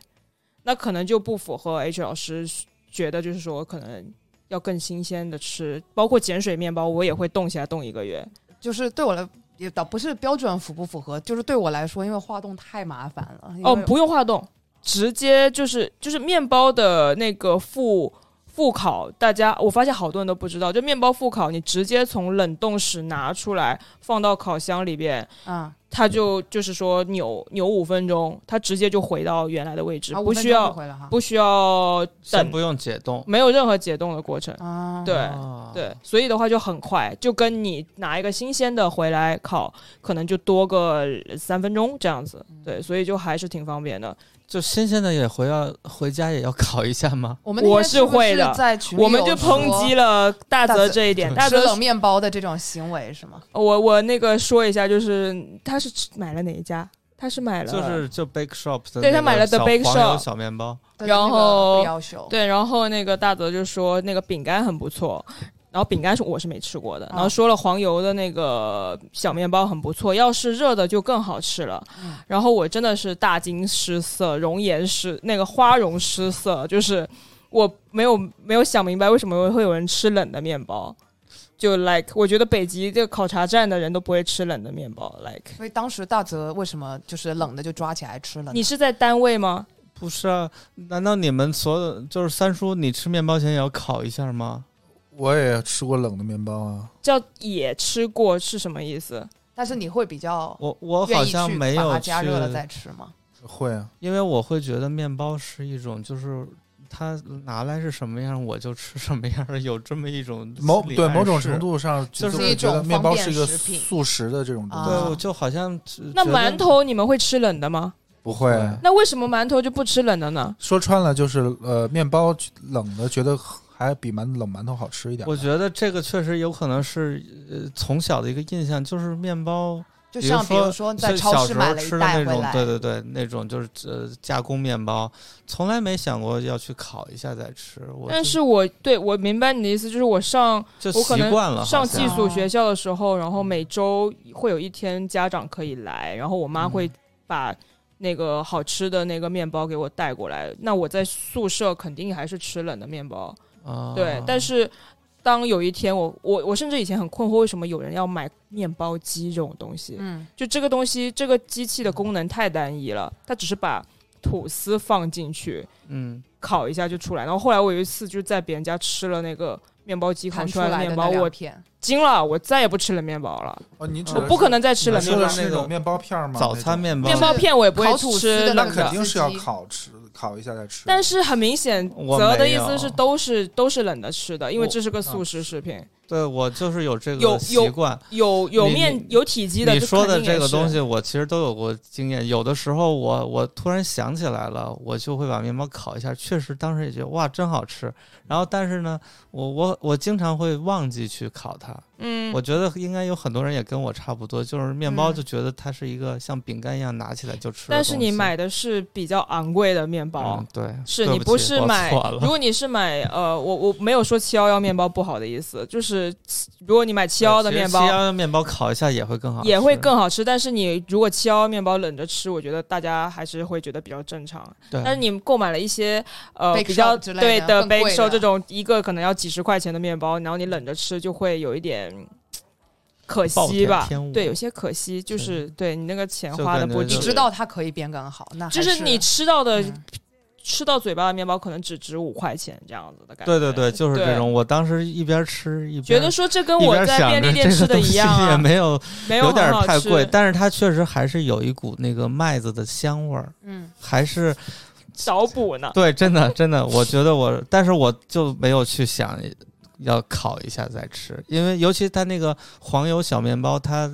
Speaker 3: 那可能就不符合 H 老师觉得就是说可能要更新鲜的吃，包括碱水面包我也会冻起来冻一个月。
Speaker 4: 就是对我来也倒不是标准符不符合，就是对我来说，因为化冻太麻烦了。因
Speaker 3: 哦，
Speaker 4: 为
Speaker 3: 不用化冻，直接就是就是面包的那个复复烤，大家我发现好多人都不知道，就面包复烤，你直接从冷冻室拿出来，放到烤箱里边，
Speaker 4: 啊，
Speaker 3: 它就就是说扭扭五分钟，它直接就回到原来的位置，
Speaker 4: 啊
Speaker 3: 不需要
Speaker 4: 回了哈，
Speaker 3: 不需要
Speaker 2: 先
Speaker 3: 等，
Speaker 2: 不用解冻。
Speaker 3: 没有任何解冻的过程，
Speaker 4: 啊，
Speaker 3: 对。
Speaker 2: 啊
Speaker 3: 对，所以的话就很快，就跟你拿一个新鲜的回来烤，可能就多个三分钟这样子。
Speaker 4: 嗯
Speaker 3: 对，所以就还是挺方便的。
Speaker 2: 就新鲜的也回要回家也要烤一下吗？
Speaker 4: 我们那
Speaker 3: 我
Speaker 4: 天
Speaker 3: 是
Speaker 4: 是不
Speaker 3: 会的
Speaker 4: 在群里
Speaker 3: 我们就
Speaker 4: 有说
Speaker 3: 抨击了大
Speaker 4: 大
Speaker 3: 泽
Speaker 4: 泽
Speaker 3: 这一点。大
Speaker 4: 吃
Speaker 3: 泽，
Speaker 4: 冷面包的这种行为是吗？
Speaker 3: 我我那个说一下，就是他是吃买了哪一家？他是买了，
Speaker 2: 就是就 bake shop 的，
Speaker 3: 对他买了 The Bake
Speaker 2: 黄油
Speaker 3: Shop
Speaker 2: 小面包，
Speaker 4: 但是
Speaker 3: 然
Speaker 4: 那个
Speaker 3: 后
Speaker 4: 不要求，
Speaker 3: 对。然后那个大泽就说那个饼干很不错，然后饼干是我是没吃过的，
Speaker 2: 啊
Speaker 3: 然后说了黄油的那个小面包很不错，要是热的就更好吃了。
Speaker 2: 嗯
Speaker 3: 然后我真的是大惊失色，容颜失那个花容失色，就是我没有没有想明白为什么会有人吃冷的面包。就 like，我觉得北极这个考察站的人都不会吃冷的面包。like，
Speaker 4: 所以当时大泽为什么就是冷的就抓起来吃了呢？
Speaker 3: 你是在单位吗？
Speaker 2: 不是啊？难道你们所有就是三叔，你吃面包前也要烤一下吗？
Speaker 6: 我也吃过冷的面包啊，
Speaker 3: 叫也吃过是什么意思？
Speaker 4: 但是你会比较
Speaker 2: 我我
Speaker 4: 哦愿
Speaker 2: 好
Speaker 4: 意去
Speaker 2: 像没
Speaker 4: 把
Speaker 2: 有
Speaker 4: 它
Speaker 2: 去，
Speaker 4: 加热了再吃吗？
Speaker 6: 会啊。
Speaker 2: 因为我会觉得面包是一种就是。它拿来是什么样，我就吃什么样，有这么一种
Speaker 6: 某
Speaker 2: 心理
Speaker 6: 对
Speaker 2: 暗
Speaker 6: 某种
Speaker 2: 示
Speaker 6: 程，度上，
Speaker 2: 就是
Speaker 6: 我觉得面包是一个
Speaker 4: 一种方便食品
Speaker 6: 速食的这种东
Speaker 2: 对，
Speaker 6: 西，
Speaker 4: 啊
Speaker 2: 我就好像只
Speaker 3: 那
Speaker 2: 觉得
Speaker 3: 馒头你们会吃冷的吗？
Speaker 6: 不会。啊
Speaker 2: 对
Speaker 3: 那为什么馒头就不吃冷的呢？
Speaker 6: 说穿了就是，呃，面包冷的觉得还比馒冷馒头好吃一点。
Speaker 2: 我觉得这个确实有可能是呃从小的一个印象，就是面包
Speaker 4: 就
Speaker 2: 比如
Speaker 4: 像比如
Speaker 2: 说
Speaker 4: 说
Speaker 2: 所
Speaker 4: 在
Speaker 2: 以
Speaker 4: 超
Speaker 2: 小时
Speaker 4: 市买
Speaker 2: 候
Speaker 4: 了一
Speaker 2: 吃的那
Speaker 4: 袋
Speaker 2: 种
Speaker 4: 回，来，
Speaker 2: 对对对，那种就是呃加工面包，从来没想过要去烤一下再吃。我
Speaker 3: 但是我对我明白你的意思，就是我上
Speaker 2: 就就
Speaker 3: 我可
Speaker 2: 习
Speaker 3: 能
Speaker 2: 惯了，
Speaker 3: 上
Speaker 2: 好像
Speaker 3: 寄宿学校的时候，然后每周会有一天家长可以来，然后我
Speaker 2: 嗯
Speaker 3: 妈会把那个好吃的那个面包给我带过来。那我在宿舍肯定还是吃冷的面包，
Speaker 2: 啊，
Speaker 3: 对。但是当有一天我我我甚至以前很困惑，为什么有人要买面包机这种东西？
Speaker 4: 嗯，
Speaker 3: 就这个东西，这个机器的功能太单一了，它只是把吐司放进去
Speaker 2: 嗯，
Speaker 3: 烤一下就出来。然后后来我有一次就在别人家吃了那个面包机烤
Speaker 4: 弹
Speaker 3: 出
Speaker 4: 出
Speaker 3: 来
Speaker 4: 来的
Speaker 3: 面包，
Speaker 4: 那
Speaker 3: 我
Speaker 4: 两嗯片，
Speaker 3: 惊了，我再也不吃冷面包了，
Speaker 6: 哦，您指
Speaker 3: 我
Speaker 6: 的
Speaker 3: 不
Speaker 6: 是
Speaker 3: 可能再
Speaker 2: 嗯
Speaker 3: 吃冷
Speaker 6: 你
Speaker 3: 面
Speaker 6: 说
Speaker 3: 包
Speaker 6: 的
Speaker 3: 了。
Speaker 6: 是那种面包片儿吗？
Speaker 2: 早餐面包
Speaker 3: 面包片我也不会
Speaker 4: 烤吐司
Speaker 3: 吃
Speaker 4: 的
Speaker 6: 那
Speaker 4: 那
Speaker 3: 冷
Speaker 6: 种，
Speaker 4: 个
Speaker 6: 肯定是要
Speaker 4: 司机
Speaker 6: 烤吃烤一下再吃。
Speaker 3: 但是很明显，
Speaker 2: 我
Speaker 3: 泽的
Speaker 2: 没
Speaker 3: 意
Speaker 2: 有
Speaker 3: 思是都是都是冷的吃的，因为
Speaker 2: 我嗯
Speaker 3: 这是个速食食品，
Speaker 2: 对我就是有这
Speaker 3: 有
Speaker 2: 个
Speaker 3: 有
Speaker 2: 习惯。
Speaker 3: 有有
Speaker 2: 你
Speaker 3: 面
Speaker 2: 你
Speaker 3: 有体积的。
Speaker 2: 你
Speaker 3: 就
Speaker 2: 说
Speaker 3: 肯
Speaker 2: 的
Speaker 3: 定也
Speaker 2: 这个
Speaker 3: 是
Speaker 2: 东西，我其实都有过经验。有的时候我我突然想起来了，我就会把面包烤一下，确实当时也觉得哇真好吃。然后但是呢，我我我经常会忘记去烤它。
Speaker 3: 嗯，
Speaker 2: 我觉得应该有很多人也跟我差不多，就是面包
Speaker 4: 嗯
Speaker 2: 就觉得它是一个像饼干一样拿起来就吃的
Speaker 3: 但
Speaker 2: 东西。
Speaker 3: 是你买的是比较昂贵的面包。
Speaker 2: 嗯，对，
Speaker 3: 是
Speaker 2: 对
Speaker 3: 你
Speaker 2: 不起
Speaker 3: 是
Speaker 2: 我
Speaker 3: 买
Speaker 2: 错，了
Speaker 3: 如果你是买呃，我我没有说七幺幺面包不好的意思，就是如果你买
Speaker 2: 呃
Speaker 3: 七幺幺的面
Speaker 2: 七幺
Speaker 3: 包
Speaker 2: 幺面包烤一下也会更好吃，
Speaker 3: 也会更好吃，但是你如果七幺幺面包冷着吃，我觉得大家还是会觉得比较正常。
Speaker 2: 对。
Speaker 3: 但是你购买了一些呃
Speaker 4: Bake
Speaker 3: 比较
Speaker 4: shop 之类的
Speaker 3: 对
Speaker 4: 更贵
Speaker 3: bake show
Speaker 4: 的
Speaker 3: 这种一个可能要几十块钱的面包，然后你冷着吃就会有一点嗯可
Speaker 2: 暴
Speaker 3: 惜
Speaker 2: 殄
Speaker 3: 吧
Speaker 2: 天物？
Speaker 3: 对，有些可惜，就是对你那个钱
Speaker 2: 就
Speaker 3: 花的
Speaker 2: 感觉
Speaker 3: 不
Speaker 2: 就
Speaker 3: 值。
Speaker 4: 你
Speaker 2: 是
Speaker 4: 知道它可以变更好，那还
Speaker 3: 就是你吃到的、
Speaker 4: 嗯
Speaker 3: 吃到嘴巴的面包可能只值五块钱这样子的感觉。
Speaker 2: 对对对，就是这
Speaker 3: 对
Speaker 2: 种。我当时一边吃一边
Speaker 3: 觉得说这跟
Speaker 2: 一
Speaker 3: 我
Speaker 2: 边
Speaker 3: 在
Speaker 2: 想
Speaker 3: 便利
Speaker 2: 着
Speaker 3: 店
Speaker 2: 这
Speaker 3: 吃
Speaker 2: 个
Speaker 3: 的
Speaker 2: 东
Speaker 3: 一
Speaker 2: 西
Speaker 3: 样、
Speaker 2: 也
Speaker 3: 啊，
Speaker 2: 没有
Speaker 3: 没
Speaker 2: 有点
Speaker 3: 很好
Speaker 2: 太
Speaker 3: 吃
Speaker 2: 贵，但是它确实还是有一股那个麦子的香味儿，
Speaker 4: 嗯，
Speaker 2: 还是
Speaker 3: 少补呢。
Speaker 2: 对，真的真的，我觉得我，但是我就没有去想要烤一下再吃，因为尤其它那个黄油小面包，它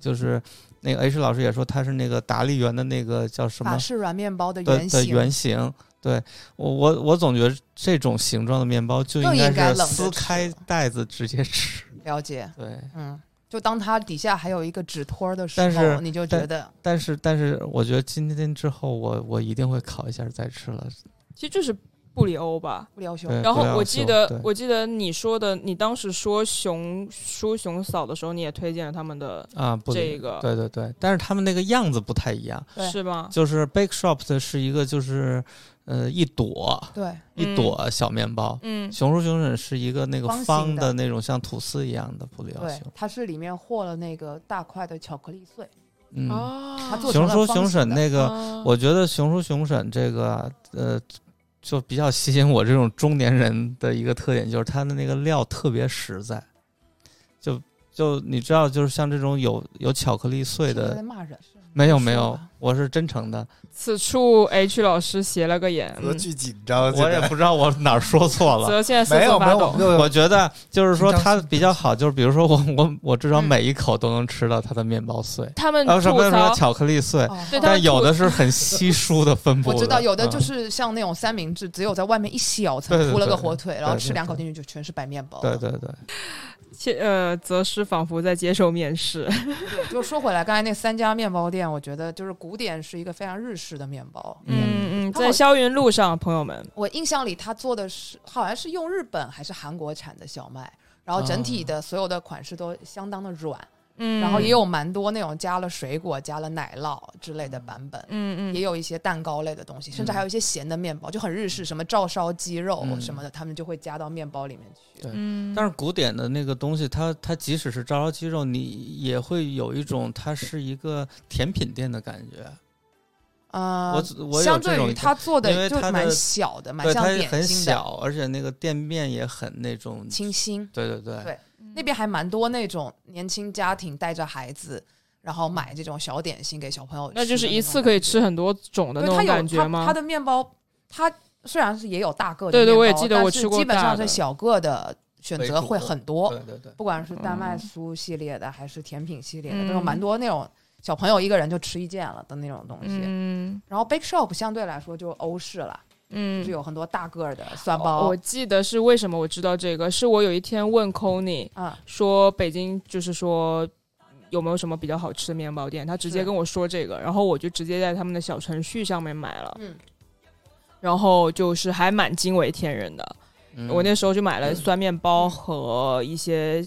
Speaker 2: 就是那个 H 老师也说它是那个达利园的那个叫什么
Speaker 4: 法式软面包的
Speaker 2: 的
Speaker 4: 呃原
Speaker 2: 的
Speaker 4: 型
Speaker 2: 原型。对我我我总觉得这种形状的面包就
Speaker 4: 更
Speaker 2: 应
Speaker 4: 应该
Speaker 2: 该
Speaker 4: 冷
Speaker 2: 是
Speaker 4: 着
Speaker 2: 撕
Speaker 4: 吃
Speaker 2: 开袋子直接 吃。
Speaker 4: 了解，
Speaker 2: 对，
Speaker 4: 嗯，就当它底下还有一个纸托的时
Speaker 2: 但是
Speaker 4: 候，你就觉得
Speaker 2: 但是但是我觉得今天之后我我一定会烤一下再吃了。
Speaker 3: 其实就是布里欧吧。
Speaker 4: 不料熊
Speaker 2: 对
Speaker 3: 然后
Speaker 2: 布料
Speaker 3: 我记
Speaker 2: 熊对
Speaker 3: 得，我记得你说的，你当时说熊叔熊嫂的时候，你也推荐了他们的，
Speaker 2: 啊，不
Speaker 3: 这
Speaker 2: 理
Speaker 3: 个
Speaker 2: 对对对，但是他们那个样子不太一样，
Speaker 4: 对
Speaker 3: 是吗？
Speaker 2: 就是 bake shop 的是一个就是呃一朵
Speaker 4: 对，
Speaker 2: 一朵小面包，
Speaker 3: 嗯，
Speaker 2: 熊出熊枕是一个那个
Speaker 4: 嗯方
Speaker 2: 方
Speaker 4: 形的
Speaker 2: 那种像吐司一样的布料
Speaker 4: 对
Speaker 2: 熊，，
Speaker 4: 它是里面和了那个大块的巧克力碎，
Speaker 2: 嗯，
Speaker 3: 哦，
Speaker 4: 它做成
Speaker 2: 熊出
Speaker 4: 了方
Speaker 2: 熊
Speaker 4: 形
Speaker 2: 枕
Speaker 4: 的
Speaker 2: 那个
Speaker 4: 嗯
Speaker 3: 啊
Speaker 2: 我觉得熊出熊枕这个呃。就比较吸引我这种中年人的一个特点，就是它的那个料特别实在，就就你知道，就是像这种有有巧克力碎
Speaker 4: 是不是
Speaker 2: 的
Speaker 4: 在，骂人，
Speaker 2: 没有
Speaker 4: 说
Speaker 2: 没有
Speaker 4: 吧，
Speaker 2: 我是真诚的，
Speaker 3: 此处 H 老师斜了个眼，
Speaker 6: 何
Speaker 3: 嗯
Speaker 6: 惧紧张，
Speaker 2: 我也不知道我哪儿说错了。
Speaker 3: 泽现在瑟
Speaker 6: 没有
Speaker 3: 瑟
Speaker 6: 没
Speaker 3: 发
Speaker 6: 有，我
Speaker 3: 抖
Speaker 6: 们。就
Speaker 2: 我觉得就是说它比较好，就是比如说我 我我至少
Speaker 4: 嗯
Speaker 2: 每一口都能吃到它的面包碎，啊
Speaker 3: 他们
Speaker 2: 然后呃什
Speaker 3: 吐
Speaker 2: 么什么
Speaker 3: 槽，
Speaker 2: 巧克力碎，
Speaker 4: 哦
Speaker 3: 对
Speaker 4: 好
Speaker 3: 它
Speaker 2: 但有的是很稀疏的分布
Speaker 4: 我
Speaker 2: 的。
Speaker 4: 知道，有的就
Speaker 2: 嗯
Speaker 4: 是像那种三明治，只有在外面一小层
Speaker 2: 对对
Speaker 4: 铺了个
Speaker 2: 对
Speaker 4: 火腿，然后
Speaker 2: 对
Speaker 4: 吃
Speaker 2: 对
Speaker 4: 两口
Speaker 2: 对
Speaker 4: 进去就全是白面包了。
Speaker 2: 对对对，
Speaker 3: 切呃，泽师仿佛在接受面试。
Speaker 4: 对，就说回来，刚才那三家面包店，我觉得就是古典是一个非常日式的面包。
Speaker 3: 嗯嗯，
Speaker 4: 它
Speaker 3: 在
Speaker 4: 好
Speaker 3: 霄云路上，朋友们，
Speaker 4: 我印象里，他做的是好像是用日本还是韩国产的小麦，然后整
Speaker 2: 哦
Speaker 4: 体的所有的款式都相当的软，
Speaker 3: 嗯，
Speaker 4: 然后也，有蛮多那种加了水果、加了奶酪之类的版本，
Speaker 3: 嗯
Speaker 4: 也
Speaker 3: 嗯，
Speaker 4: 有一些蛋糕类的东西，甚至还有一些咸的面包，就很日式，什么照烧鸡肉
Speaker 2: 嗯
Speaker 4: 什么的，他们就会加到面包里面去。
Speaker 3: 嗯，
Speaker 2: 但是古典的那个东西，它它即使是照烧鸡肉，你也会有一种它是一个甜品店的感觉。
Speaker 4: 啊、
Speaker 2: 我我有
Speaker 4: 相
Speaker 2: 这
Speaker 4: 对
Speaker 2: 种
Speaker 4: 于它做
Speaker 2: 因为
Speaker 4: 的就
Speaker 2: 它的
Speaker 4: 蛮小的，蛮
Speaker 2: 对
Speaker 4: 像
Speaker 2: 它
Speaker 4: 点
Speaker 2: 很
Speaker 4: 心的，
Speaker 2: 小，而且那个店面也很那种
Speaker 4: 清新。
Speaker 2: 对对对
Speaker 4: 对
Speaker 3: 嗯
Speaker 4: 那边还蛮多那种年轻家庭带着孩子，然后买这种小点心给小朋友吃的
Speaker 3: 那
Speaker 4: 那
Speaker 3: 就是一次
Speaker 4: 种
Speaker 3: 可以吃很多种的
Speaker 4: 感
Speaker 3: 那
Speaker 4: 觉，对，
Speaker 3: 种
Speaker 4: 它
Speaker 3: 感
Speaker 4: 有
Speaker 3: 觉
Speaker 4: 它
Speaker 3: 吗？
Speaker 4: 它的面包，它虽然是也有大个的
Speaker 3: 对对
Speaker 4: 面包
Speaker 3: 我也记得
Speaker 4: 但
Speaker 3: 我
Speaker 4: 是
Speaker 3: 吃过
Speaker 4: 基本
Speaker 3: 大
Speaker 4: 上
Speaker 3: 的
Speaker 4: 是小个的选
Speaker 2: 为
Speaker 4: 择
Speaker 2: 主
Speaker 4: 会
Speaker 2: 的
Speaker 4: 很多
Speaker 2: 对，对对，
Speaker 4: 不管是丹麦酥系列的，还是甜品系列的，这种
Speaker 3: 嗯
Speaker 4: 蛮多那种小朋友一个人就吃一件了的那种东西。
Speaker 3: 嗯
Speaker 4: 然后 bake shop 相对来说就欧式了，就
Speaker 3: 嗯。
Speaker 4: 有很多大个儿的蒜
Speaker 3: 哦
Speaker 4: 包
Speaker 3: 我，记得是为什么我知道这个，是我有一天问 Kony
Speaker 4: 嗯，
Speaker 3: 说北京就是说有没有什么比较好吃的面包店，他直接
Speaker 4: 是
Speaker 3: 跟我说这个，然后我就直接在他们的小程序上面买了，
Speaker 4: 嗯，
Speaker 3: 然后就是还蛮惊为天人的，
Speaker 2: 嗯
Speaker 3: 我那时候就买了酸面包和一些，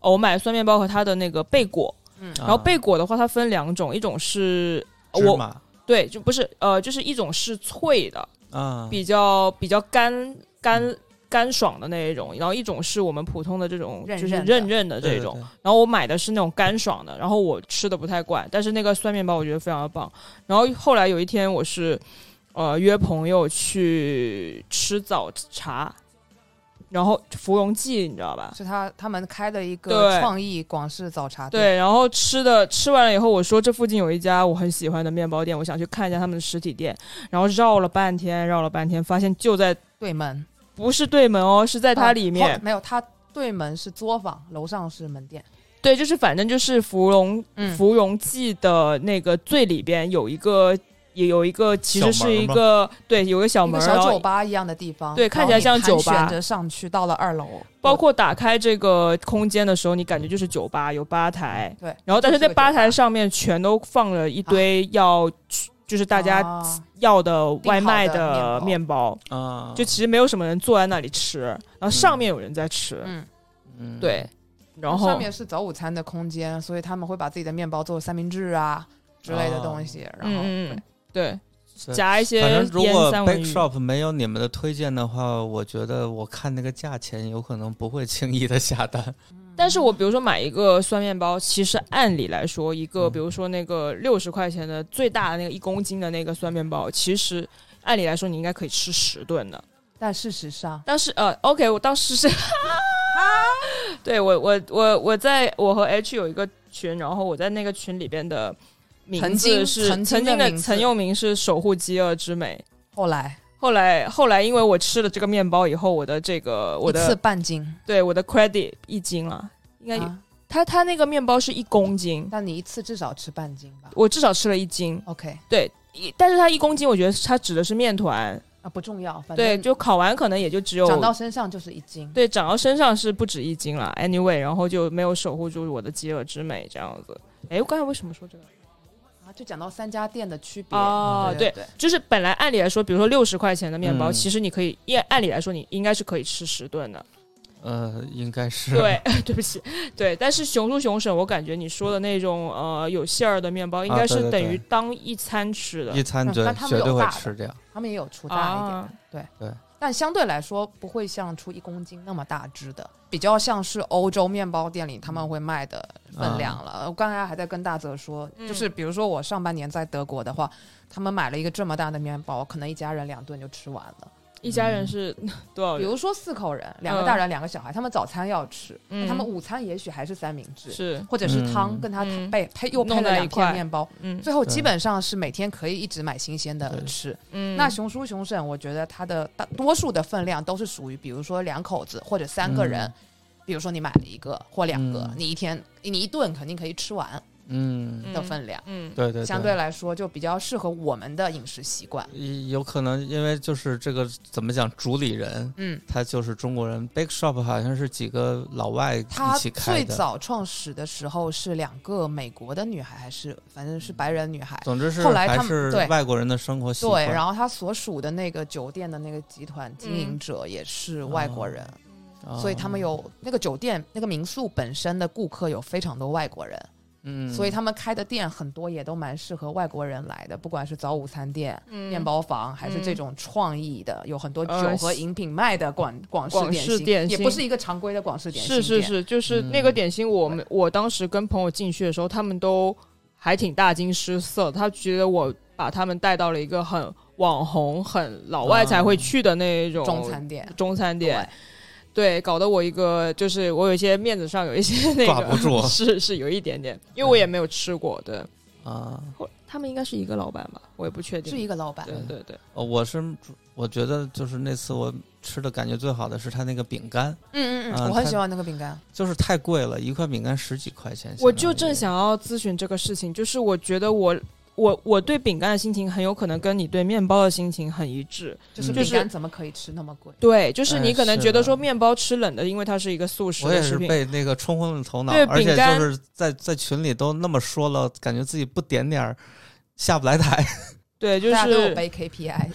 Speaker 3: 哦，我买了酸面包和它的那个贝果。
Speaker 4: 嗯
Speaker 3: 然后贝果的话，它分两种，一种是
Speaker 2: 啊芝
Speaker 3: 我
Speaker 2: 麻
Speaker 3: 对，就不是呃，就是一种是脆的，
Speaker 2: 啊
Speaker 3: 比较比较干干干爽的那一种，然后一种是我们普通的这种
Speaker 4: 韧
Speaker 3: 就是
Speaker 4: 韧的
Speaker 3: 韧韧的这种，然后我买的是那种干爽的，然后我吃的不太惯，但是那个酸面包我觉得非常的棒。然后后来有一天我是呃约朋友去吃早茶，然后芙蓉记你知道吧？
Speaker 4: 是他他们开的一个
Speaker 3: 对
Speaker 4: 创意广式早茶店，
Speaker 3: 对，然后吃的吃完了以后，我说这附近有一家我很喜欢的面包店，我想去看一下他们的实体店。然后绕了半天，绕了半天，发现就在
Speaker 4: 对门，
Speaker 3: 不是对门哦，是在它里面。
Speaker 4: 哦没有，它对门是作坊，楼上是门店。
Speaker 3: 对，就是反正就是芙蓉、
Speaker 4: 嗯
Speaker 3: 芙蓉记的那个最里边有一个，也有一个，其实
Speaker 6: 小
Speaker 3: 是
Speaker 6: 门儿
Speaker 3: 一
Speaker 6: 吗
Speaker 3: 个对，有一个小
Speaker 4: 一
Speaker 3: 门
Speaker 4: 个
Speaker 3: 儿，
Speaker 4: 小
Speaker 3: 然
Speaker 4: 酒
Speaker 3: 后
Speaker 4: 吧一样的地方，
Speaker 3: 对
Speaker 4: 然后
Speaker 3: 看起来
Speaker 4: 你
Speaker 3: 像酒
Speaker 4: 盘
Speaker 3: 吧
Speaker 4: 旋着上去到了二楼，
Speaker 3: 包括打开这个空间的时候，你感觉就是酒吧有吧台，
Speaker 4: 对，
Speaker 3: 然后但是
Speaker 4: 就
Speaker 3: 在
Speaker 4: 是个
Speaker 3: 吧台
Speaker 4: 酒吧
Speaker 3: 上面全都放了一堆要去，就是大家
Speaker 4: 啊
Speaker 3: 要的
Speaker 4: 订
Speaker 3: 外
Speaker 4: 好
Speaker 3: 卖
Speaker 4: 的面包
Speaker 3: 面
Speaker 4: 嗯
Speaker 3: 包，
Speaker 2: 啊，
Speaker 3: 就其实没有什么人坐在那里吃，然后上面有人在吃，
Speaker 4: 嗯，
Speaker 2: 嗯
Speaker 3: 对，然后
Speaker 4: 上面是早午餐的空间，所以他们会把自己的面包做三明治啊之类的
Speaker 2: 哦
Speaker 4: 东西，然后
Speaker 3: 嗯嗯嗯，对，
Speaker 2: 对
Speaker 3: 夹一些
Speaker 2: 反正如
Speaker 3: 腌
Speaker 2: 果
Speaker 3: 三
Speaker 2: Bake
Speaker 3: 文鱼。
Speaker 2: Shop 没有你们的推荐的话，我觉得我看那个价钱，有可能不会轻易的下单。
Speaker 3: 但是我比如说买一个酸面包，其实按理来说，一个
Speaker 2: 嗯
Speaker 3: 比如说那个六十块钱的最大的那个一公斤的那个酸面包，其实按理来说你应该可以吃十顿的。
Speaker 4: 但事实上，
Speaker 3: 但是呃，OK，我当时是，
Speaker 4: 啊
Speaker 3: 对我我我我在我和 H 有一个群，然后我在那个群里边的名
Speaker 4: 曾经
Speaker 3: 字是
Speaker 4: 曾经
Speaker 3: 曾经
Speaker 4: 的
Speaker 3: 的
Speaker 4: 名字
Speaker 3: 曾用名是守护饥饿之美。
Speaker 4: 后来
Speaker 3: 后来，后来，因为我吃了这个面包以后，我的这个我
Speaker 4: 一次
Speaker 3: 的
Speaker 4: 半斤，
Speaker 3: 对我的 credit 一斤了，应该有、
Speaker 4: 啊
Speaker 3: 他他那个面包是一公斤，
Speaker 4: 但你一次至少吃半斤吧
Speaker 3: 我至少吃了一斤，
Speaker 4: ？OK
Speaker 3: 对，一但是它一公斤，我觉得它指的是面团，
Speaker 4: 啊，不重要，反
Speaker 3: 对，
Speaker 4: 正
Speaker 3: 就烤完可能也就只有
Speaker 4: 长到身上就是一斤。
Speaker 3: 对长到身上是不止一斤了，anyway，然后就没有守护住我的饥饿之美这样子。哎，我刚才为什么说这个？
Speaker 4: 啊，就讲到三家店的区别
Speaker 3: 哦
Speaker 4: 嗯对对，
Speaker 3: 就是本来按理来说，比如说六十块钱的面包，
Speaker 2: 嗯
Speaker 3: 其实你可以，按按理来说你应该是可以吃十顿的。
Speaker 2: 呃，应该 是
Speaker 3: 对， 对不起，对。但是熊出熊婶，我感觉你说的那种呃有馅儿的面包，应该
Speaker 2: 啊对
Speaker 3: 是
Speaker 2: 对
Speaker 3: 等
Speaker 2: 对
Speaker 3: 于当一餐吃的。
Speaker 2: 一餐绝
Speaker 4: 那他们
Speaker 2: 绝对
Speaker 4: 有
Speaker 2: 会
Speaker 4: 大的
Speaker 2: 吃掉。
Speaker 4: 他们也有出大一点的
Speaker 3: 啊，
Speaker 4: 但相对来说不会像出一公斤那么大只的，比较像是欧洲面包店里他们会卖的分量了。我刚才还在跟大泽说，
Speaker 3: 嗯
Speaker 4: 就是比如说我上半年在德国的话，他们买了一个这么大的面包，可能一家人两顿就吃完了。
Speaker 3: 一家
Speaker 2: 嗯
Speaker 3: 人是多少
Speaker 4: 比
Speaker 3: 人？
Speaker 4: 如说四口人，两个大人，两个小孩，他们早餐要吃，
Speaker 3: 嗯
Speaker 4: 他们午餐也许还是三明治，
Speaker 3: 是，
Speaker 4: 或者是汤，
Speaker 2: 嗯
Speaker 4: 跟他
Speaker 3: 嗯
Speaker 4: 配配又配
Speaker 3: 弄
Speaker 4: 了
Speaker 3: 在
Speaker 4: 两
Speaker 3: 一块
Speaker 4: 片面包，
Speaker 3: 嗯
Speaker 4: 最后
Speaker 2: 对
Speaker 4: 基本上是每天可以一直买新鲜的
Speaker 2: 对
Speaker 4: 吃。
Speaker 3: 嗯，
Speaker 4: 那熊叔熊婶，我觉得它的大多数的分量都是属于，比如说两口子或者三个人，
Speaker 2: 嗯
Speaker 4: 比如说你买了一个或两个，
Speaker 2: 嗯
Speaker 4: 你一天你一顿肯定可以吃完
Speaker 2: 嗯，
Speaker 4: 的分量，
Speaker 3: 嗯，
Speaker 2: 对对，
Speaker 4: 相对来说就比较适合我们的饮食习惯。
Speaker 2: 一有可能因为就是这个怎么讲，主理人
Speaker 4: 嗯，
Speaker 2: 他就是中国人，Bake Shop 好像是几个老外一
Speaker 4: 他
Speaker 2: 起开
Speaker 4: 最
Speaker 2: 的。
Speaker 4: 早创始的时候是两个美国的女孩，还是反正是白人女孩。
Speaker 2: 总之是
Speaker 4: 后来
Speaker 2: 还
Speaker 4: 他们
Speaker 2: 是
Speaker 4: 对
Speaker 2: 外国人的生活习惯。
Speaker 4: 对，然后他所属的那个酒店的那个集
Speaker 2: 嗯
Speaker 4: 团经营者也是外国人，
Speaker 2: 啊
Speaker 4: 所以他们有那个酒店、那个民宿本身的顾客有非常多外国人。
Speaker 2: 嗯，
Speaker 4: 所以他们开的店很多也都蛮适合外国人来的，不管是早午餐店、
Speaker 3: 嗯
Speaker 4: 面包房，还是这
Speaker 3: 嗯
Speaker 4: 种创意的，有很多酒
Speaker 3: 呃
Speaker 4: 和饮品卖的广广
Speaker 3: 嗯
Speaker 4: 式
Speaker 3: 广
Speaker 4: 点
Speaker 3: 式
Speaker 4: 心，
Speaker 3: 点
Speaker 4: 也
Speaker 3: 心
Speaker 4: 不是一个常规的广式点心
Speaker 3: 是是
Speaker 4: 店，
Speaker 3: 是，就是
Speaker 2: 嗯
Speaker 3: 那个点心，我们我当时跟朋友进去的时候，他们都还挺大惊失色，他觉得我把他们带到了一个很网红、很老
Speaker 2: 啊
Speaker 3: 外才会去的那种
Speaker 4: 中餐店。
Speaker 3: 中餐店。对，搞得我一个就是我有一些面子上有 一些那个
Speaker 2: 挂不住
Speaker 3: 是是有一点点，因为我也没有吃过。对，
Speaker 2: 啊，
Speaker 3: 后他们应该是一个老板吧，我也不确定。
Speaker 4: 是一个老板
Speaker 3: 对对对，
Speaker 2: 呃我是我觉得就是那次我吃的感觉最好的是他那个饼干，
Speaker 4: 嗯嗯
Speaker 2: 啊
Speaker 4: 嗯，我很
Speaker 2: 他
Speaker 4: 喜欢那个饼干，
Speaker 2: 就是太贵了，一块饼干十几块钱。相
Speaker 3: 我
Speaker 2: 当
Speaker 3: 就
Speaker 2: 于
Speaker 3: 正想要咨询这个事情，就是我觉得我我我对饼干的心情很有可能跟你对面包的心情很一致。
Speaker 4: 就是
Speaker 2: 就
Speaker 4: 饼干
Speaker 3: 嗯是
Speaker 4: 怎么可以吃那么贵？
Speaker 3: 对，就是
Speaker 2: 哎
Speaker 3: 你可能
Speaker 2: 是
Speaker 3: 觉得
Speaker 2: 的
Speaker 3: 说面包吃冷的，因为它是一个速食
Speaker 2: 我也
Speaker 3: 的
Speaker 2: 是
Speaker 3: 食品。
Speaker 2: 被那个冲昏了头脑
Speaker 3: 对，
Speaker 2: 而且
Speaker 3: 饼干
Speaker 2: 就是在在群里都那么说了，感觉自己不点点儿下不来台，
Speaker 3: 对，就
Speaker 4: 大家都有
Speaker 3: 是
Speaker 4: 背 KPI，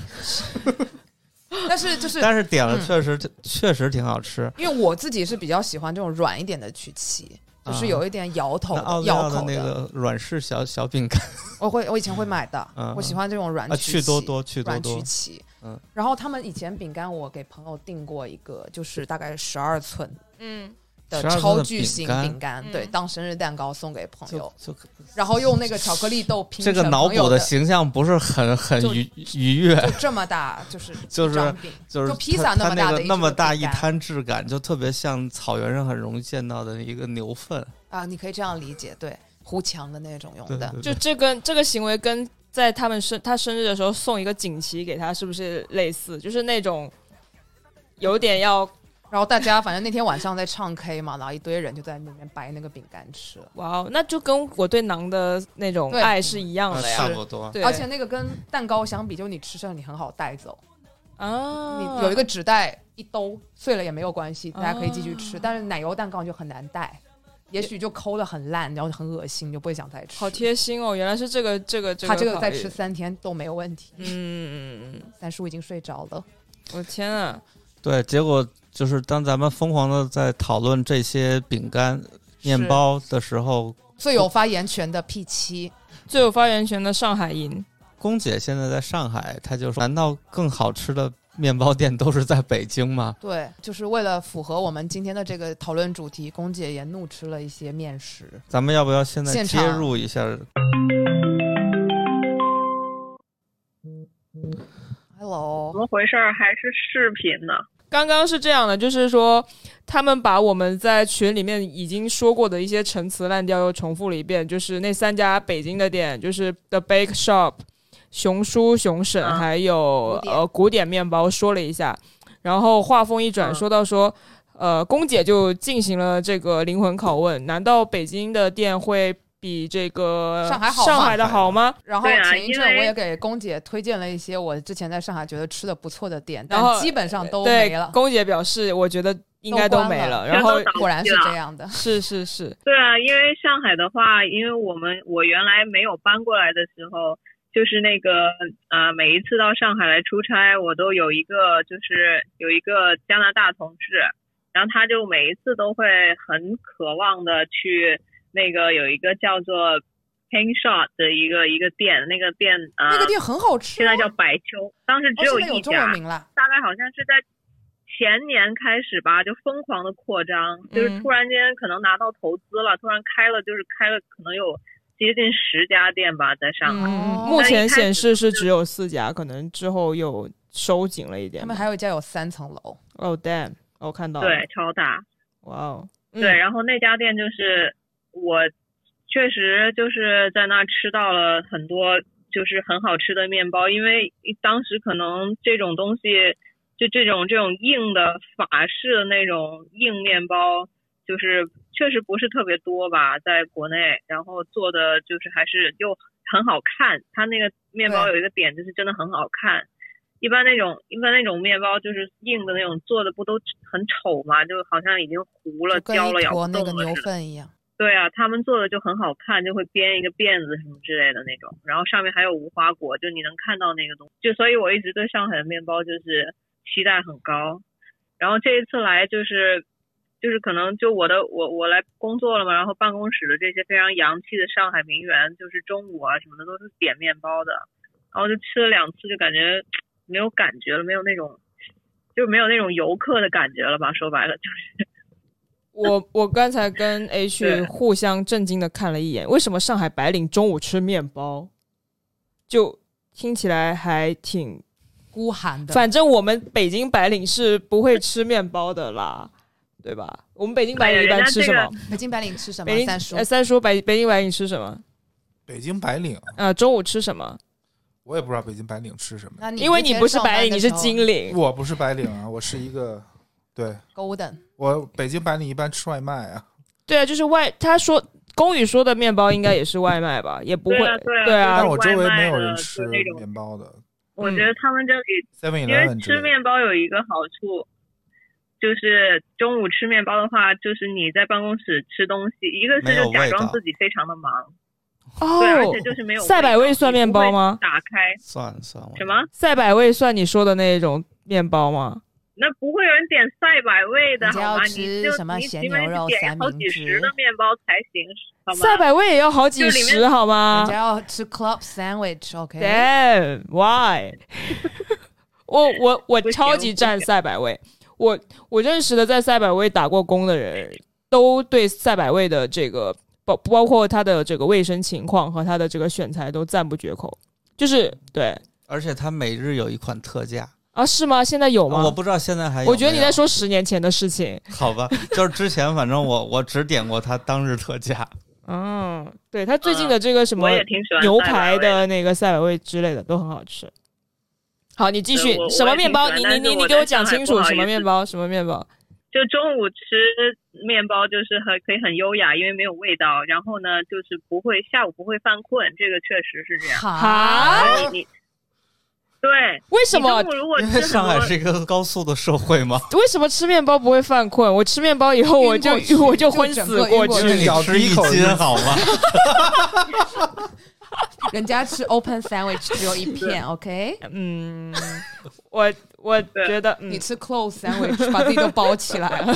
Speaker 4: 但是就是
Speaker 2: 但是点了
Speaker 4: 嗯
Speaker 2: 确实、确实挺好吃。
Speaker 4: 因为我自己是比较喜欢这种软一点的曲奇，就是
Speaker 2: 啊
Speaker 4: 有一点摇头
Speaker 2: 那
Speaker 4: 的、
Speaker 2: 奥利
Speaker 4: 咬
Speaker 2: 奥的
Speaker 4: 口
Speaker 2: 那个软式小小饼干
Speaker 4: 我会我以前会买的，
Speaker 2: 嗯
Speaker 4: 我喜欢这种软
Speaker 2: 啊，
Speaker 4: 曲
Speaker 2: 趣
Speaker 4: 奇
Speaker 2: 多多趣多
Speaker 4: 软曲
Speaker 2: 多，
Speaker 4: 奇，
Speaker 2: 嗯，
Speaker 4: 然后他们以前饼干我给朋友订过一个，就是大概十二寸
Speaker 3: 嗯，
Speaker 4: 的
Speaker 2: 12寸的
Speaker 4: 超巨型
Speaker 2: 饼干
Speaker 4: 饼干，对，
Speaker 3: 嗯
Speaker 4: 当生日蛋糕送给朋友
Speaker 2: 就，就
Speaker 4: 然后用那个巧克力豆拼
Speaker 2: 这个
Speaker 4: 成
Speaker 2: 脑
Speaker 4: 朋友
Speaker 2: 补
Speaker 4: 的
Speaker 2: 的形象不是很很
Speaker 4: 就
Speaker 2: 愉愉悦，
Speaker 4: 就这么大，就是
Speaker 2: 就是
Speaker 4: 一张饼
Speaker 2: 就是
Speaker 4: 就披萨
Speaker 2: 它
Speaker 4: 那么
Speaker 2: 它
Speaker 4: 大
Speaker 2: 那
Speaker 4: 的
Speaker 2: 个
Speaker 4: 一
Speaker 2: 那么
Speaker 4: 只
Speaker 2: 大
Speaker 4: 饼
Speaker 2: 一
Speaker 4: 干
Speaker 2: 滩质感，就特别像草原上很容易见到的一个牛粪。
Speaker 4: 啊，你可以这样理解，对，糊墙的那种用
Speaker 2: 对，
Speaker 4: 的，
Speaker 2: 对
Speaker 3: 就
Speaker 2: 对
Speaker 3: 这跟这个行为跟在他们生他生日的时候送一个锦旗给他是不是类似？就是那种有点要
Speaker 4: 然后大家反正那天晚上在唱 K 嘛，然后一堆人就在那边掰那个饼干吃，
Speaker 3: 哇哦，那就跟我对馕的那种
Speaker 4: 对
Speaker 3: 爱是一样
Speaker 2: 啊
Speaker 3: 的
Speaker 2: 差
Speaker 3: 呀。
Speaker 2: 不多。
Speaker 3: 对，
Speaker 4: 而且那个跟蛋糕相比，就你吃剩你很好带走，
Speaker 3: 啊，
Speaker 4: 你有一个纸袋一兜碎了也没有关系，
Speaker 3: 啊
Speaker 4: 大家可以继续吃。但是奶油蛋糕就很难带，也许就抠的很烂，然后就很恶心，就不会想再吃。
Speaker 3: 好贴心哦，原来是这个这个这个
Speaker 4: 他这个
Speaker 3: 考
Speaker 4: 再
Speaker 3: 虑
Speaker 4: 吃三天都没有问题。
Speaker 3: 嗯，
Speaker 4: 三叔已经睡着了，
Speaker 3: 我天啊，
Speaker 2: 对，结果就是当咱们疯狂的在讨论这些饼干、面包的时候，
Speaker 4: 最有发言权的 P 七，
Speaker 3: 最有发言权的上海银，
Speaker 2: 龚姐现在在上海，她就说：“难道更好吃的面包店都是在北京吗
Speaker 4: 对，就是为了符合我们今天的这个讨论主题，龚姐也怒吃了一些面食。？”
Speaker 2: 咱们要不要现在
Speaker 4: 现
Speaker 2: 接
Speaker 4: 场
Speaker 2: 入一下？
Speaker 7: 怎
Speaker 4: Hello，
Speaker 7: 么回事儿？还是视频呢？
Speaker 3: 刚刚是这样的，就是说他们把我们在群里面已经说过的一些陈词滥调又重复了一遍，就是那三家北京的店，就是 The Bake Shop、熊叔、熊婶，
Speaker 7: 啊
Speaker 3: 还有
Speaker 4: 古典
Speaker 3: 呃古典面包，说了一下，然后话锋一转，
Speaker 7: 嗯
Speaker 3: 说到说。呃，龚姐就进行了这个灵魂拷问：难道北京的店会比这个
Speaker 4: 上海好吗
Speaker 3: 上海的好吗？
Speaker 4: 然后
Speaker 7: 对啊
Speaker 4: 前一阵
Speaker 7: 因为
Speaker 4: 我也给龚姐推荐了一些我之前在上海觉得吃的不错的店，
Speaker 3: 然后
Speaker 4: 但基本上都
Speaker 3: 对
Speaker 4: 没，了。
Speaker 3: 龚姐表示，我觉得应该
Speaker 4: 都
Speaker 3: 都
Speaker 4: 关
Speaker 3: 没
Speaker 4: 了
Speaker 3: 然后
Speaker 7: 全都倒闭
Speaker 4: 果然是
Speaker 7: 了
Speaker 4: 这样的。
Speaker 3: 是是是，
Speaker 7: 对啊，因为上海的话，因为我们我原来没有搬过来的时候，就是那个呃，每一次到上海来出差，我都有一个就是有一个加拿大同事，然后他就每一次都会很渴望的去那个有一个叫做 Pink Shot 的一个一个店，那个店呃，
Speaker 4: 那个店很好吃
Speaker 7: 现
Speaker 4: 啊、
Speaker 7: 在叫百秋，当时只
Speaker 4: 哦，现在有
Speaker 7: 一
Speaker 4: 中
Speaker 7: 家
Speaker 4: 文，名了。
Speaker 7: 大概好像是在前年开始吧，就疯狂的扩张，就是
Speaker 3: 嗯
Speaker 7: 突然间可能拿到投资了，突然开了，就是开了可能有接近十家店吧，在上海。
Speaker 4: 哦
Speaker 3: 嗯，目前显示是
Speaker 7: 那一开始就是
Speaker 3: 只有四家，可能之后又收紧了一点
Speaker 4: 他。们还有一家有三层楼，
Speaker 3: 哦、damn，我看到了，
Speaker 7: 对，，超大。
Speaker 3: 哇哦，嗯
Speaker 7: 对，然后那家店就是我确实就是在那儿吃到了很多就是很好吃的面包，因为当时可能这种东西就这种这种硬的法式的那种硬面包，就是确实不是特别多吧，在国内，然后做的就是还是又很好看，它那个面包
Speaker 4: 对
Speaker 7: 有一个点就是真的很好看。一般那种一般那种面包就是硬的那种做的不都很丑嘛，就好像已经糊了、
Speaker 4: 就跟
Speaker 7: 焦了、
Speaker 4: 一
Speaker 7: 咬
Speaker 4: 坨
Speaker 7: 不
Speaker 4: 那个
Speaker 7: 动了
Speaker 4: 牛
Speaker 7: 似的。
Speaker 4: 粪一样。
Speaker 7: 对啊，他们做的就很好看，就会编一个辫子什么之类的那种，然后上面还有无花果，就你能看到那个东西。就所以我一直对上海的面包就是期待很高，然后这一次来就是就是可能就我的我我来工作了嘛，然后办公室的这些非常洋气的上海名媛，就是中午啊什么的都是点面包的，然后就吃了两次就感觉没有感觉了，没有那种就没有那种游客的感觉了吧？说白了就是。
Speaker 3: 我我刚才 跟 H
Speaker 7: 对
Speaker 3: 互相震惊的看了一眼，为什么上海白领中午吃面包？就听起来还挺，
Speaker 4: 孤寒的，
Speaker 3: 反正我们北京白领是不会吃面包的啦，对吧？我们北京白领一
Speaker 7: 哎呀人
Speaker 3: 般
Speaker 7: 家
Speaker 3: 吃什
Speaker 7: 这个
Speaker 3: 么？
Speaker 4: 北京白领吃什
Speaker 3: 北
Speaker 4: 么？
Speaker 3: 京
Speaker 4: 三叔
Speaker 3: 哎，三叔，北北京白领吃什么？
Speaker 6: 北京白领，
Speaker 3: 啊、中午吃什么？
Speaker 6: 我也不知道北京白领吃什么。
Speaker 4: 那你
Speaker 3: 因为你不是白领，你是
Speaker 4: 领
Speaker 3: 金领。
Speaker 6: 我不是白领
Speaker 2: 嗯
Speaker 6: 啊，我是一个，对
Speaker 4: Golden，
Speaker 6: 我北京白领一般吃外卖啊。
Speaker 3: 对啊，就是外，他说龚宇说的面包应该也是外卖吧，也不会
Speaker 7: 对啊对啊
Speaker 3: 对
Speaker 7: 对
Speaker 3: 啊
Speaker 7: 啊
Speaker 6: 但我周围没有人吃
Speaker 7: 外卖的就那种
Speaker 6: 面包的
Speaker 7: 我觉得他们这里
Speaker 6: ，Seven
Speaker 7: 因为
Speaker 6: Eleven 之
Speaker 7: 吃
Speaker 6: 类的。
Speaker 7: 面包有一个好处，就是中午吃面包的话，就是你在办公室吃东西，一个
Speaker 2: 没
Speaker 7: 是
Speaker 2: 有
Speaker 7: 就假
Speaker 2: 味道
Speaker 7: 装自己非常的忙，
Speaker 3: 哦
Speaker 7: 对，而且就是没有
Speaker 3: 赛百
Speaker 7: 味
Speaker 3: 味
Speaker 7: 道
Speaker 3: 算
Speaker 7: 你
Speaker 3: 面
Speaker 7: 不会
Speaker 3: 包吗？
Speaker 7: 打开
Speaker 2: 算了算了，
Speaker 7: 什么？
Speaker 3: 赛百味算你说的那种面包吗？
Speaker 7: 那不会有人点赛百味的
Speaker 4: 你就要
Speaker 7: 好吗？
Speaker 4: 吃
Speaker 7: 你就
Speaker 4: 什么
Speaker 7: 你
Speaker 4: 咸
Speaker 7: 起码
Speaker 4: 牛
Speaker 7: 得
Speaker 4: 肉三
Speaker 7: 点好
Speaker 4: 明
Speaker 7: 几
Speaker 4: 治
Speaker 7: 十的面包才行，好吗？
Speaker 3: 赛百味也要好几
Speaker 7: 就里
Speaker 3: 十
Speaker 7: 面
Speaker 3: 好
Speaker 4: 人
Speaker 3: 吗
Speaker 4: 家要吃 Club Sandwich，OK？
Speaker 3: ？Damn why？ 我我我
Speaker 7: 不行
Speaker 3: 超级
Speaker 7: 不
Speaker 3: 站
Speaker 7: 行
Speaker 3: 赛百味，我我认识的在赛百味打过工的人，都对赛百味的这个包包括它的这个卫生情况和它的这个选材都赞不绝口。就是对
Speaker 2: 而且它每日有一款特价，
Speaker 3: 啊，是吗？现在有吗？
Speaker 2: 我不知道现在还有没有。
Speaker 3: 我觉得你在说十年前的事情。
Speaker 2: 好吧，就是之前反正我我只点过它当日特价，
Speaker 3: 嗯，对，它最近的这个什么
Speaker 7: 我也挺喜欢
Speaker 3: 牛
Speaker 7: 赛百
Speaker 3: 排
Speaker 7: 味
Speaker 3: 的那个赛百味之类的都很好吃。好，你继续
Speaker 7: 对我
Speaker 3: 什么面包？
Speaker 7: 我也
Speaker 3: 你
Speaker 7: 挺喜欢
Speaker 3: 你你
Speaker 7: 但是
Speaker 3: 你
Speaker 7: 我
Speaker 3: 给我
Speaker 7: 在
Speaker 3: 讲
Speaker 7: 上海
Speaker 3: 清
Speaker 7: 不
Speaker 3: 楚
Speaker 7: 好
Speaker 3: 什么
Speaker 7: 意思
Speaker 3: 面包？什么面包？
Speaker 7: 就中午吃面包就是很可以很优雅，因为没有味道。然后呢，就是不会下午不会犯困，这个确实是这样。
Speaker 3: 啊？
Speaker 7: 你你对，
Speaker 3: 为什
Speaker 7: 你中
Speaker 3: 么？
Speaker 7: 午如果吃
Speaker 2: 因为
Speaker 7: 很
Speaker 2: 上海
Speaker 7: 多
Speaker 2: 是一个高速的社会 嘛，
Speaker 3: 为什么吃面包不会犯困？我吃面包以后，
Speaker 4: 晕
Speaker 3: 我就
Speaker 4: 过去
Speaker 3: 我就
Speaker 4: 就
Speaker 3: 昏
Speaker 4: 整
Speaker 3: 死
Speaker 4: 个
Speaker 3: 过
Speaker 4: 晕过
Speaker 3: 去
Speaker 4: 去。
Speaker 2: 你
Speaker 6: 咬
Speaker 2: 吃
Speaker 6: 第
Speaker 2: 一
Speaker 6: 一口
Speaker 2: 斤
Speaker 6: 就
Speaker 2: 好吗？
Speaker 8: 人家吃 open sandwich 只有一片，OK？
Speaker 3: 嗯，我我觉得，嗯
Speaker 8: 你，吃 close sandwich 把自己都包起来 了，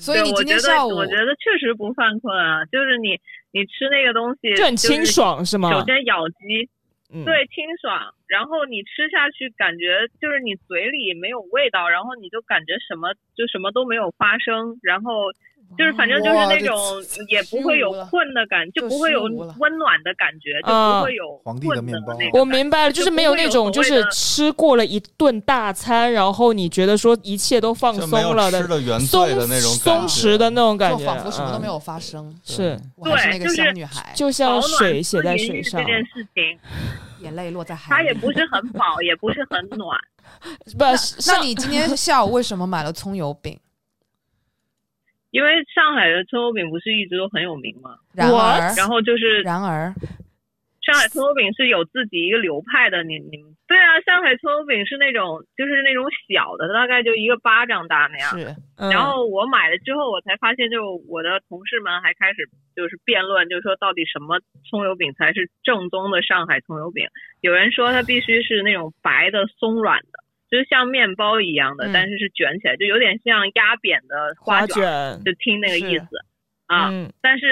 Speaker 8: 所以
Speaker 7: 对，
Speaker 8: 你
Speaker 7: 我
Speaker 8: 今
Speaker 7: 觉
Speaker 8: 天
Speaker 7: 得
Speaker 8: 下午
Speaker 7: 我觉得确实不犯困啊，就是你你吃那个东西
Speaker 3: 这很清。
Speaker 7: 就是
Speaker 3: 爽是吗
Speaker 7: 首？先咬肌，
Speaker 3: 嗯，
Speaker 7: 对，清爽。然后你吃下去，感觉就是你嘴里没有味道，然后你就感觉什么就什么都没有发生，然后就是反正就是
Speaker 6: 哇
Speaker 7: 那
Speaker 6: 这
Speaker 7: 种也不会有
Speaker 8: 虚无了
Speaker 7: 困的感，就
Speaker 8: 就
Speaker 7: 不会有
Speaker 8: 虚无了
Speaker 7: 温暖的感觉，就
Speaker 3: 啊
Speaker 7: 不会有
Speaker 6: 皇帝的
Speaker 7: 困
Speaker 6: 面包
Speaker 7: 那
Speaker 6: 啊
Speaker 7: 种
Speaker 3: 我
Speaker 7: 感觉
Speaker 3: 明白了，就
Speaker 7: 就是
Speaker 3: 没有那种
Speaker 7: 不
Speaker 3: 就
Speaker 7: 会有所谓
Speaker 3: 是
Speaker 7: 的
Speaker 3: 吃过了一顿大餐，然后你觉得说一切都放
Speaker 2: 就没
Speaker 3: 松
Speaker 2: 有
Speaker 3: 了
Speaker 2: 吃
Speaker 3: 的
Speaker 2: 的原
Speaker 3: 松
Speaker 2: 罪的那种
Speaker 8: 觉
Speaker 2: 感
Speaker 3: 松弛的那种感
Speaker 4: 就
Speaker 3: 觉，
Speaker 4: 仿佛什么都没
Speaker 3: 嗯，
Speaker 4: 有发生。
Speaker 3: 是
Speaker 4: 我还是那
Speaker 7: 对
Speaker 4: 个
Speaker 7: 就是
Speaker 4: 小女孩，
Speaker 3: 就
Speaker 7: 保
Speaker 3: 像
Speaker 7: 暖
Speaker 3: 水
Speaker 7: 思
Speaker 3: 写在
Speaker 7: 淫
Speaker 3: 水
Speaker 7: 欲
Speaker 3: 上
Speaker 7: 这，件事情，
Speaker 8: 眼泪落在海
Speaker 7: 它
Speaker 8: 里。
Speaker 7: 也不是很饱，也不是很暖。
Speaker 3: 不，
Speaker 4: 那
Speaker 3: 上
Speaker 4: 你今天下午为什么买了葱油 饼？
Speaker 7: 因为上海的葱油饼不是一直都很有名嘛，
Speaker 4: 然而，
Speaker 7: 然后就是
Speaker 4: 然而，
Speaker 7: 上海葱油饼是有自己一个流派的，你你们对啊，上海葱油饼是那种就是那种小的，大概就一个巴掌大那样。
Speaker 4: 是
Speaker 3: 嗯
Speaker 7: 然后我买了之后，我才发现，就我的同事们还开始就是辩论，就是说到底什么葱油饼才是正宗的上海葱油饼？有人说它必须是那种白的、松软的，就是像面包一样的
Speaker 4: 嗯，
Speaker 7: 但是是卷起来，就有点像压扁的
Speaker 3: 花
Speaker 7: 卷儿，
Speaker 3: 卷，
Speaker 7: 就听那个意
Speaker 4: 是
Speaker 7: 思啊。
Speaker 3: 嗯
Speaker 7: 但是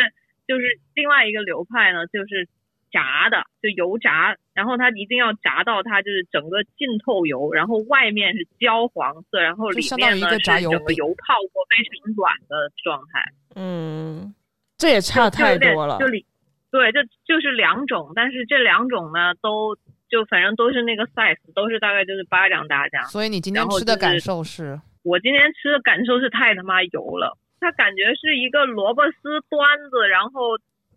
Speaker 7: 就是另外一个流派呢，就是炸的，就油炸，然后它一定要炸到它就是整个浸透油，然后外面是焦黄色，然后
Speaker 4: 就
Speaker 7: 里
Speaker 4: 相当于
Speaker 7: 面
Speaker 4: 一
Speaker 7: 呢
Speaker 4: 个
Speaker 7: 是
Speaker 4: 炸油
Speaker 7: 整个
Speaker 4: 饼
Speaker 7: 油泡过非常软的状态，
Speaker 3: 嗯，这也差
Speaker 7: 就有
Speaker 3: 太
Speaker 7: 点
Speaker 3: 多了
Speaker 7: 就，里对，就就是两种，但是这两种呢都就反正都是那个 size，都是大概就是巴掌大这样。
Speaker 4: 所以你今天
Speaker 7: 然后
Speaker 4: 吃的
Speaker 7: 就是
Speaker 4: 感受是，
Speaker 7: 我今天吃的感受是太他妈油了，它感觉是一个萝卜丝端子，然后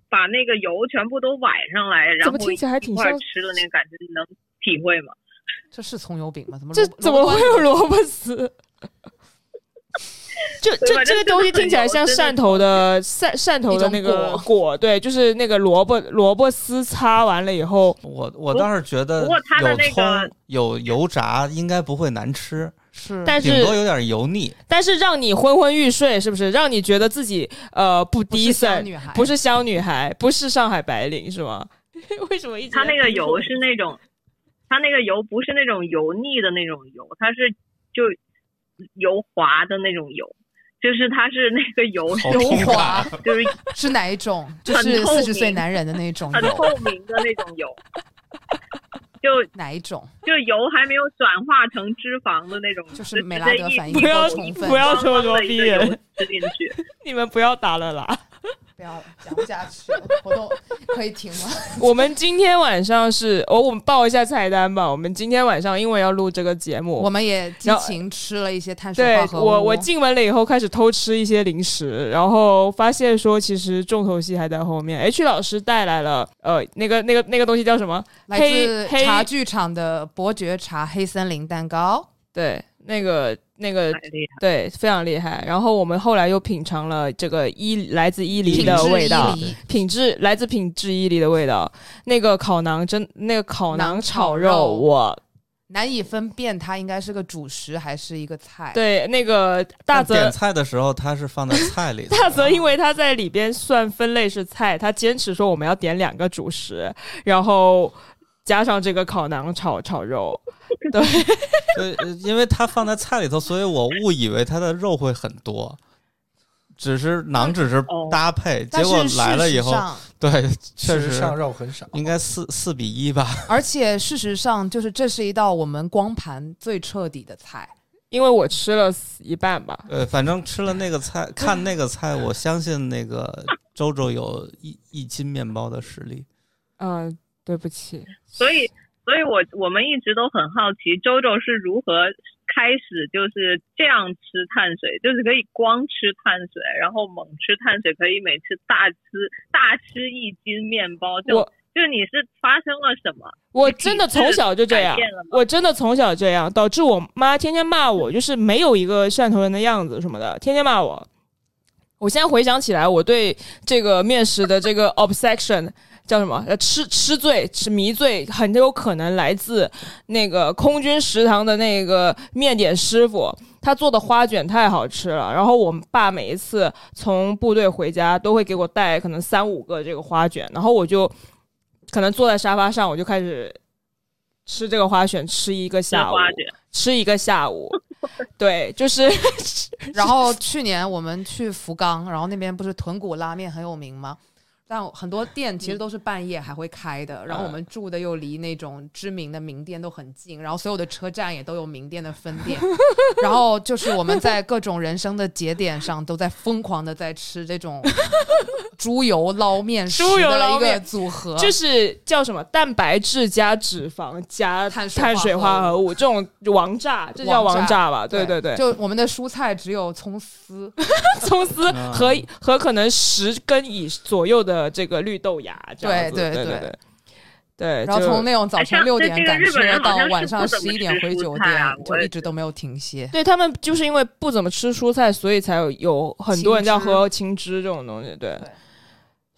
Speaker 7: 把那个油全部都崴上来，然
Speaker 3: 怎
Speaker 7: 后
Speaker 3: 么听起来还挺
Speaker 7: 一块
Speaker 3: 像
Speaker 7: 吃的那个感觉，你能体会吗？
Speaker 4: 这是葱油饼吗？怎么
Speaker 3: 这
Speaker 4: 萝卜
Speaker 3: 怎么会？
Speaker 4: 萝
Speaker 3: 有
Speaker 4: 卜
Speaker 3: 萝卜丝？就
Speaker 7: 对
Speaker 3: 这
Speaker 7: 吧
Speaker 3: 这个
Speaker 7: 这
Speaker 3: 东西
Speaker 7: 真的
Speaker 3: 听
Speaker 7: 很
Speaker 3: 起来
Speaker 7: 油
Speaker 3: 像
Speaker 7: 真的
Speaker 3: 汕头的汕汕头的那
Speaker 4: 一
Speaker 3: 个
Speaker 4: 种
Speaker 3: 果，对，就是那个萝卜萝卜丝擦完了以后，
Speaker 2: 我我倒是觉得
Speaker 7: 不过它的
Speaker 2: 有
Speaker 7: 那个
Speaker 2: 葱有油炸应该不会难吃，
Speaker 4: 是，
Speaker 3: 但
Speaker 2: 顶
Speaker 3: 是
Speaker 2: 多有点油腻。
Speaker 3: 但是让你昏昏欲睡，是不是？让你觉得自己呃不
Speaker 4: 不是小
Speaker 3: decent，
Speaker 4: 女孩，
Speaker 3: 不是香女孩，不是上海白领，是 吗？为什么一直
Speaker 7: 它那 个油
Speaker 3: 是
Speaker 7: 是那种，它那个油不是那种油腻的那种油，它是就油滑的那种油，就是它是那个油
Speaker 2: 好
Speaker 7: 油
Speaker 2: 痛
Speaker 4: 油滑
Speaker 7: 就是
Speaker 4: 是哪一种？就
Speaker 7: 很
Speaker 4: 是
Speaker 7: 透
Speaker 4: 四
Speaker 7: 明
Speaker 4: 十岁男人的那种
Speaker 7: 很透
Speaker 4: 油，
Speaker 7: 明的那种油，就
Speaker 4: 哪一种？
Speaker 7: 就油还没有转化成脂肪的那种，
Speaker 4: 就是
Speaker 7: 直
Speaker 4: 美拉德
Speaker 7: 接一
Speaker 4: 反应
Speaker 7: 一
Speaker 3: 不要
Speaker 7: 口一
Speaker 4: 不
Speaker 7: 股
Speaker 3: 要
Speaker 7: 汪
Speaker 3: 这么
Speaker 7: 汪
Speaker 3: 多
Speaker 7: 的一个
Speaker 3: 逼人
Speaker 7: 油吃进去。
Speaker 3: 你们不要打了啦！
Speaker 4: 不要讲不下去了，活 动可以停吗？
Speaker 3: 我们今天晚上是，哦，我们报一下菜单吧。我们今天晚上因为要录这个节目，
Speaker 4: 我们也激
Speaker 3: 然后
Speaker 4: 情吃了一些碳水
Speaker 3: 对
Speaker 4: 化合物。
Speaker 3: 我我进门了以后开始偷吃一些零食，然后发现说其实重头戏还在后面。H 老师带来了呃那个那个那个东西叫什么？
Speaker 4: 来自
Speaker 3: 黑黑
Speaker 4: 茶剧场的伯爵茶黑森林蛋糕，
Speaker 3: 对，那个那个
Speaker 7: 太厉害了！
Speaker 3: 对，非常厉害。然后我们后来又品尝了这个伊来自伊
Speaker 2: 品
Speaker 3: 犁
Speaker 4: 品
Speaker 3: 的
Speaker 4: 质
Speaker 3: 味道
Speaker 4: 伊，犁
Speaker 3: 品质来自品质伊犁的味道。那个烤馕真，那个烤
Speaker 4: 馕
Speaker 3: 馕炒
Speaker 4: 炒
Speaker 3: 肉，
Speaker 4: 肉
Speaker 3: 我
Speaker 4: 难以分辨它应该是个主食还是一个菜。，
Speaker 3: 对那个大
Speaker 2: 但点
Speaker 3: 泽。
Speaker 2: 菜的时候它是放在菜里的，
Speaker 3: 大泽因为他在里边算分类是菜，他坚持说我们要点两个主食，然后加上这个烤馕炒炒肉，
Speaker 2: 对，呃因为它放在菜里头，所以我误以为它的肉会很多。只是馕只是
Speaker 7: 哦
Speaker 2: 搭配，
Speaker 4: 但
Speaker 2: 结果
Speaker 4: 是
Speaker 2: 来了
Speaker 4: 事
Speaker 2: 以
Speaker 4: 实
Speaker 2: 后，
Speaker 4: 上，
Speaker 2: 对，确
Speaker 6: 事实上肉很少。
Speaker 2: 应该四四比一吧。
Speaker 4: 而且事实上就是这是一道我们光盘最彻底的菜。
Speaker 3: 因为我吃了一半吧，
Speaker 2: 呃，反正吃了那个菜，看那个菜，我相信那个周周有一一斤面包的实力。
Speaker 3: 嗯、对不起，
Speaker 7: 所以，所以我我们一直都很好奇，周周是如何开始就是这样吃碳水，就是可以光吃碳水，然后猛吃碳水，可以每次大吃大吃一斤面包，就
Speaker 3: 我
Speaker 7: 就你是发生了什么？
Speaker 3: 我真的从小就这样
Speaker 7: 改变了吗，
Speaker 3: 我真的从小这样，导致我妈天天骂我，就是没有一个汕头人的样子什么的，天天骂我。我现在回想起来，我对这个面食的这个 obsession 叫什么？呃，吃吃醉、吃迷醉，很有可能来自那个空军食堂的那个面点师傅，他做的花卷太好吃了。然后我爸每一次从部队回家，都会给我带可能三五个这个花卷，然后我就可能坐在沙发上，我就开始吃这个花卷，吃一个
Speaker 7: 吃
Speaker 3: 下午，
Speaker 7: 花卷，
Speaker 3: 吃一个下午。 对，就是
Speaker 4: 然后去年我们去福冈，然后那边不是豚骨拉面很有名吗？但很多店其实都是半夜还会
Speaker 3: 嗯
Speaker 4: 开的，然后我们住的又离那种知名的名店都很近，然后所有的车站也都有名店的分 店，然后就是我们在各种人生的节点上都在疯狂的在吃 这种猪油捞面食
Speaker 3: 猪油
Speaker 4: 的
Speaker 3: 捞
Speaker 4: 一个
Speaker 3: 面
Speaker 4: 组合，
Speaker 3: 就是叫什么蛋白质加脂肪加
Speaker 4: 碳水化合物
Speaker 3: 碳水化合物这种王炸，这叫王炸吧？对对对，
Speaker 4: 就我们的蔬菜只有葱丝，
Speaker 3: 葱丝和
Speaker 4: 嗯
Speaker 3: 和可能十根以左右的这个绿豆芽，这样子
Speaker 4: 对对
Speaker 3: 对
Speaker 4: 对
Speaker 3: 对对，
Speaker 4: 然后
Speaker 3: 就
Speaker 4: 从那种早晨
Speaker 7: 哎像
Speaker 4: 六
Speaker 7: 这
Speaker 4: 点
Speaker 7: 这个
Speaker 4: 赶
Speaker 7: 日本
Speaker 4: 车
Speaker 7: 人好
Speaker 4: 到
Speaker 7: 像是
Speaker 4: 晚
Speaker 7: 不
Speaker 4: 上
Speaker 7: 怎
Speaker 4: 十
Speaker 7: 么
Speaker 4: 一点
Speaker 7: 吃
Speaker 4: 回
Speaker 7: 蔬
Speaker 4: 酒
Speaker 7: 菜
Speaker 4: 店
Speaker 7: 啊，
Speaker 4: 就
Speaker 7: 我
Speaker 4: 一
Speaker 7: 也
Speaker 4: 直都没有停歇。
Speaker 3: 对他们就是因为不怎么吃蔬菜，所以才有有很多人在喝青汁这种东西。对，
Speaker 2: 啊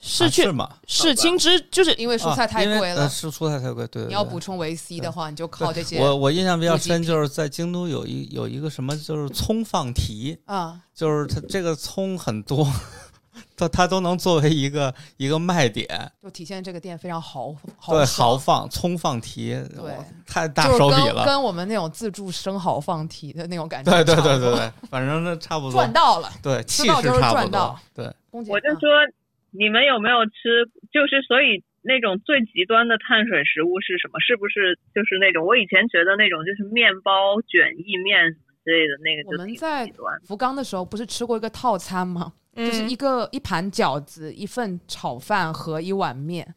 Speaker 3: 是去
Speaker 2: 是吗？
Speaker 3: 是青汁，就是
Speaker 4: 因为蔬菜太
Speaker 2: 啊因为
Speaker 4: 贵
Speaker 2: 呃
Speaker 4: 了，
Speaker 2: 是蔬菜太贵。对对对，
Speaker 4: 你要补充维 C 的话，你就靠这些
Speaker 2: 我我印象比较深，
Speaker 4: 补给品
Speaker 2: 就是在京都有一有一个什么，就是葱放题，
Speaker 4: 啊。
Speaker 2: 就是它这个葱很多，它它都能作为一个一个卖点，
Speaker 4: 就体现这个店非常豪豪
Speaker 2: 对，
Speaker 4: 爽
Speaker 2: 豪放葱放题，
Speaker 4: 对
Speaker 2: 哇，太大
Speaker 4: 就是
Speaker 2: 手笔
Speaker 4: 跟
Speaker 2: 了，
Speaker 4: 跟我们那种自助生蚝放题的那种感觉差
Speaker 2: 对
Speaker 4: 不多，
Speaker 2: 对对对对，反正那差不多
Speaker 4: 赚，到了。
Speaker 2: 对，气
Speaker 4: 到
Speaker 2: 势
Speaker 4: 就是
Speaker 2: 差
Speaker 4: 赚
Speaker 2: 不多
Speaker 4: 到，
Speaker 2: 对，
Speaker 4: 公姐
Speaker 7: 我就
Speaker 4: 嗯
Speaker 7: 说你们有没有吃？就是所以那种最极端的碳水食物是什么？是不是就是那种我以前觉得那种就是面包卷意面什么之类的那个
Speaker 4: 我
Speaker 7: 就
Speaker 4: 们
Speaker 7: 挺
Speaker 4: 在
Speaker 7: 极端。
Speaker 4: 福冈的时候不是吃过一个套餐吗？
Speaker 3: 嗯
Speaker 4: 就是一个一盘饺子、一份炒饭和一碗面，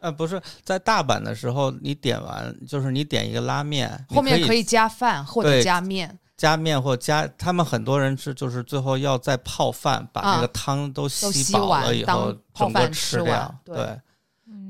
Speaker 2: 呃，不是在大阪的时候，你点完就是你点一个拉面，你
Speaker 4: 后面
Speaker 2: 可
Speaker 4: 可以加饭或者
Speaker 2: 对
Speaker 4: 加面。
Speaker 2: 加面或加，他们很多人是就是最后要再泡饭，把
Speaker 4: 啊
Speaker 2: 那个汤都
Speaker 4: 都吸
Speaker 2: 吸饱了
Speaker 4: 完
Speaker 2: 以
Speaker 4: 当
Speaker 2: 后，
Speaker 4: 泡
Speaker 2: 整个
Speaker 4: 饭吃
Speaker 2: 吃
Speaker 4: 完
Speaker 2: 掉。
Speaker 4: 对嗯
Speaker 2: 对，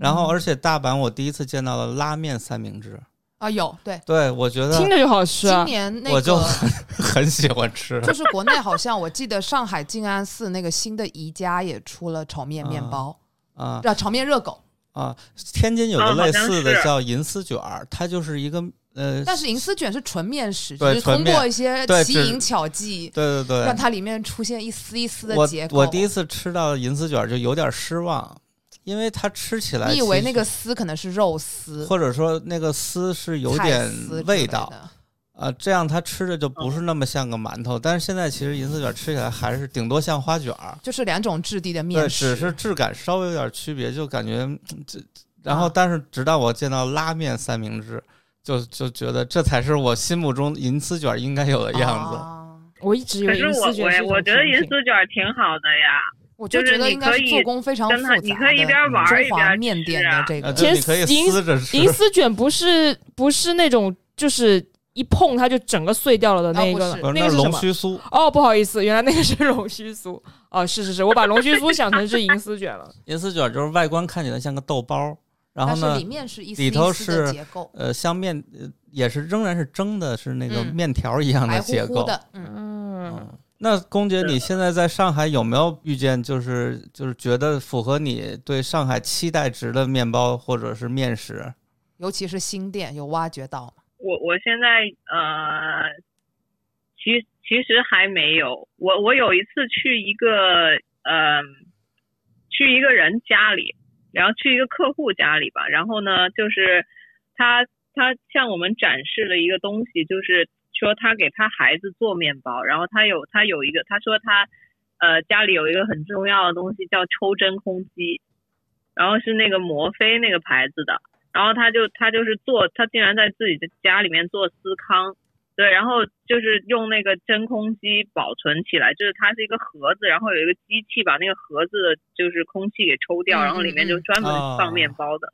Speaker 2: 然后而且大阪我第一次见到了拉面三明治，
Speaker 4: 啊，有对，
Speaker 2: 对我觉得
Speaker 3: 听着就好吃
Speaker 4: 今
Speaker 3: 啊。
Speaker 4: 年那
Speaker 2: 我就
Speaker 4: 个
Speaker 2: 很很喜欢 吃。
Speaker 4: 就是国内好像我记得上海静安寺那个新的宜家也出了炒面面包，
Speaker 2: 啊
Speaker 4: 啊，炒面热狗，
Speaker 2: 啊！天津有个
Speaker 7: 啊好
Speaker 2: 类
Speaker 7: 像
Speaker 2: 似的
Speaker 7: 是
Speaker 2: 叫银丝卷儿，它就是一个呃，
Speaker 4: 但是银丝卷是纯面食，
Speaker 2: 对
Speaker 4: 只是通
Speaker 2: 纯面
Speaker 4: 过一些
Speaker 2: 对
Speaker 4: 奇
Speaker 2: 只
Speaker 4: 淫巧技，
Speaker 2: 对对对，
Speaker 4: 让它里面出现一丝一丝的
Speaker 2: 我
Speaker 4: 结构。
Speaker 2: 我第一次吃到银丝卷儿就有点失望，因为它吃起来
Speaker 4: 你以为
Speaker 2: 其
Speaker 4: 那
Speaker 2: 实
Speaker 4: 个丝可能是肉丝，
Speaker 2: 或者说那个丝是有
Speaker 4: 菜
Speaker 2: 点
Speaker 4: 丝之
Speaker 2: 味
Speaker 4: 类
Speaker 2: 道
Speaker 4: 的，
Speaker 2: 啊，这样它吃着就
Speaker 7: 嗯
Speaker 2: 不是那么像个馒头。但是现在其实银丝卷吃起来还是顶多像花卷儿，
Speaker 4: 就是两种质地的
Speaker 2: 对，
Speaker 4: 面食，
Speaker 2: 只是质感稍微有点区别，就感觉嗯这。然后
Speaker 4: 啊，
Speaker 2: 但是直到我见到拉面三明治，就就觉得这才是我心目中银丝卷应该有的样子。
Speaker 4: 啊
Speaker 3: 我一直以
Speaker 7: 可
Speaker 3: 为
Speaker 7: 是
Speaker 3: 银丝卷是一
Speaker 7: 我
Speaker 3: 种
Speaker 7: 我我觉得
Speaker 3: 甜
Speaker 7: 银
Speaker 3: 品
Speaker 7: 丝卷儿挺好的呀。
Speaker 4: 我就
Speaker 7: 就是
Speaker 4: 觉得
Speaker 7: 你
Speaker 4: 应该
Speaker 7: 可
Speaker 4: 是
Speaker 7: 以
Speaker 4: 做工非常复
Speaker 7: 跟它
Speaker 4: 杂的，嗯
Speaker 7: 你可以一边玩儿
Speaker 4: 中
Speaker 7: 一边
Speaker 4: 华
Speaker 7: 吃
Speaker 4: 面店的
Speaker 7: 啊
Speaker 4: 这
Speaker 2: 啊，
Speaker 4: 个，
Speaker 2: 就
Speaker 3: 其
Speaker 2: 你
Speaker 3: 实
Speaker 2: 可以
Speaker 3: 银
Speaker 2: 撕着吃，
Speaker 3: 银丝卷不是不是那种就是一碰它就整个碎掉了的那一个，
Speaker 4: 啊不
Speaker 2: 不是
Speaker 3: 那个
Speaker 2: 呃那
Speaker 3: 是什
Speaker 2: 龙
Speaker 3: 么？
Speaker 2: 须酥。
Speaker 3: 哦，不好意思，原来那个是龙须酥。哦，是是是，我把龙须酥想成是银丝卷了。
Speaker 2: 银丝卷就是外观看起来像个豆包儿，然后
Speaker 4: 但
Speaker 2: 呢
Speaker 4: 是里，面是一丝
Speaker 2: 里头
Speaker 4: 一丝的
Speaker 2: 是
Speaker 4: 结构，
Speaker 2: 呃，像面呃也是仍然是蒸的，是那个
Speaker 4: 嗯
Speaker 2: 面条一样
Speaker 4: 白
Speaker 2: 的
Speaker 4: 乎
Speaker 2: 结构。
Speaker 4: 乎的，嗯。
Speaker 3: 嗯，
Speaker 2: 嗯，那龚姐，你现在在上海有没有遇见就是就是觉得符合你对上海期待值的面包或者是面食？
Speaker 4: 尤其是新店有挖掘到吗？
Speaker 7: 我我现在呃，其其实还没有。我我有一次去一个呃，去一个人家里，然后去一个客户家里吧。然后呢，就是他他向我们展示了一个东西，就是说他给他孩子做面包，然后他有他有一个，他说他呃家里有一个很重要的东西叫抽真空机，然后是那个摩飞那个牌子的，然后他就他就是做他竟然在自己的家里面做司康，对，然后就是用那个真空机保存起来，就是它是一个盒子，然后有一个机器把那个盒子的就是空气给抽
Speaker 3: 嗯
Speaker 7: 掉，然后里面就专门
Speaker 2: 哦
Speaker 7: 放面包的，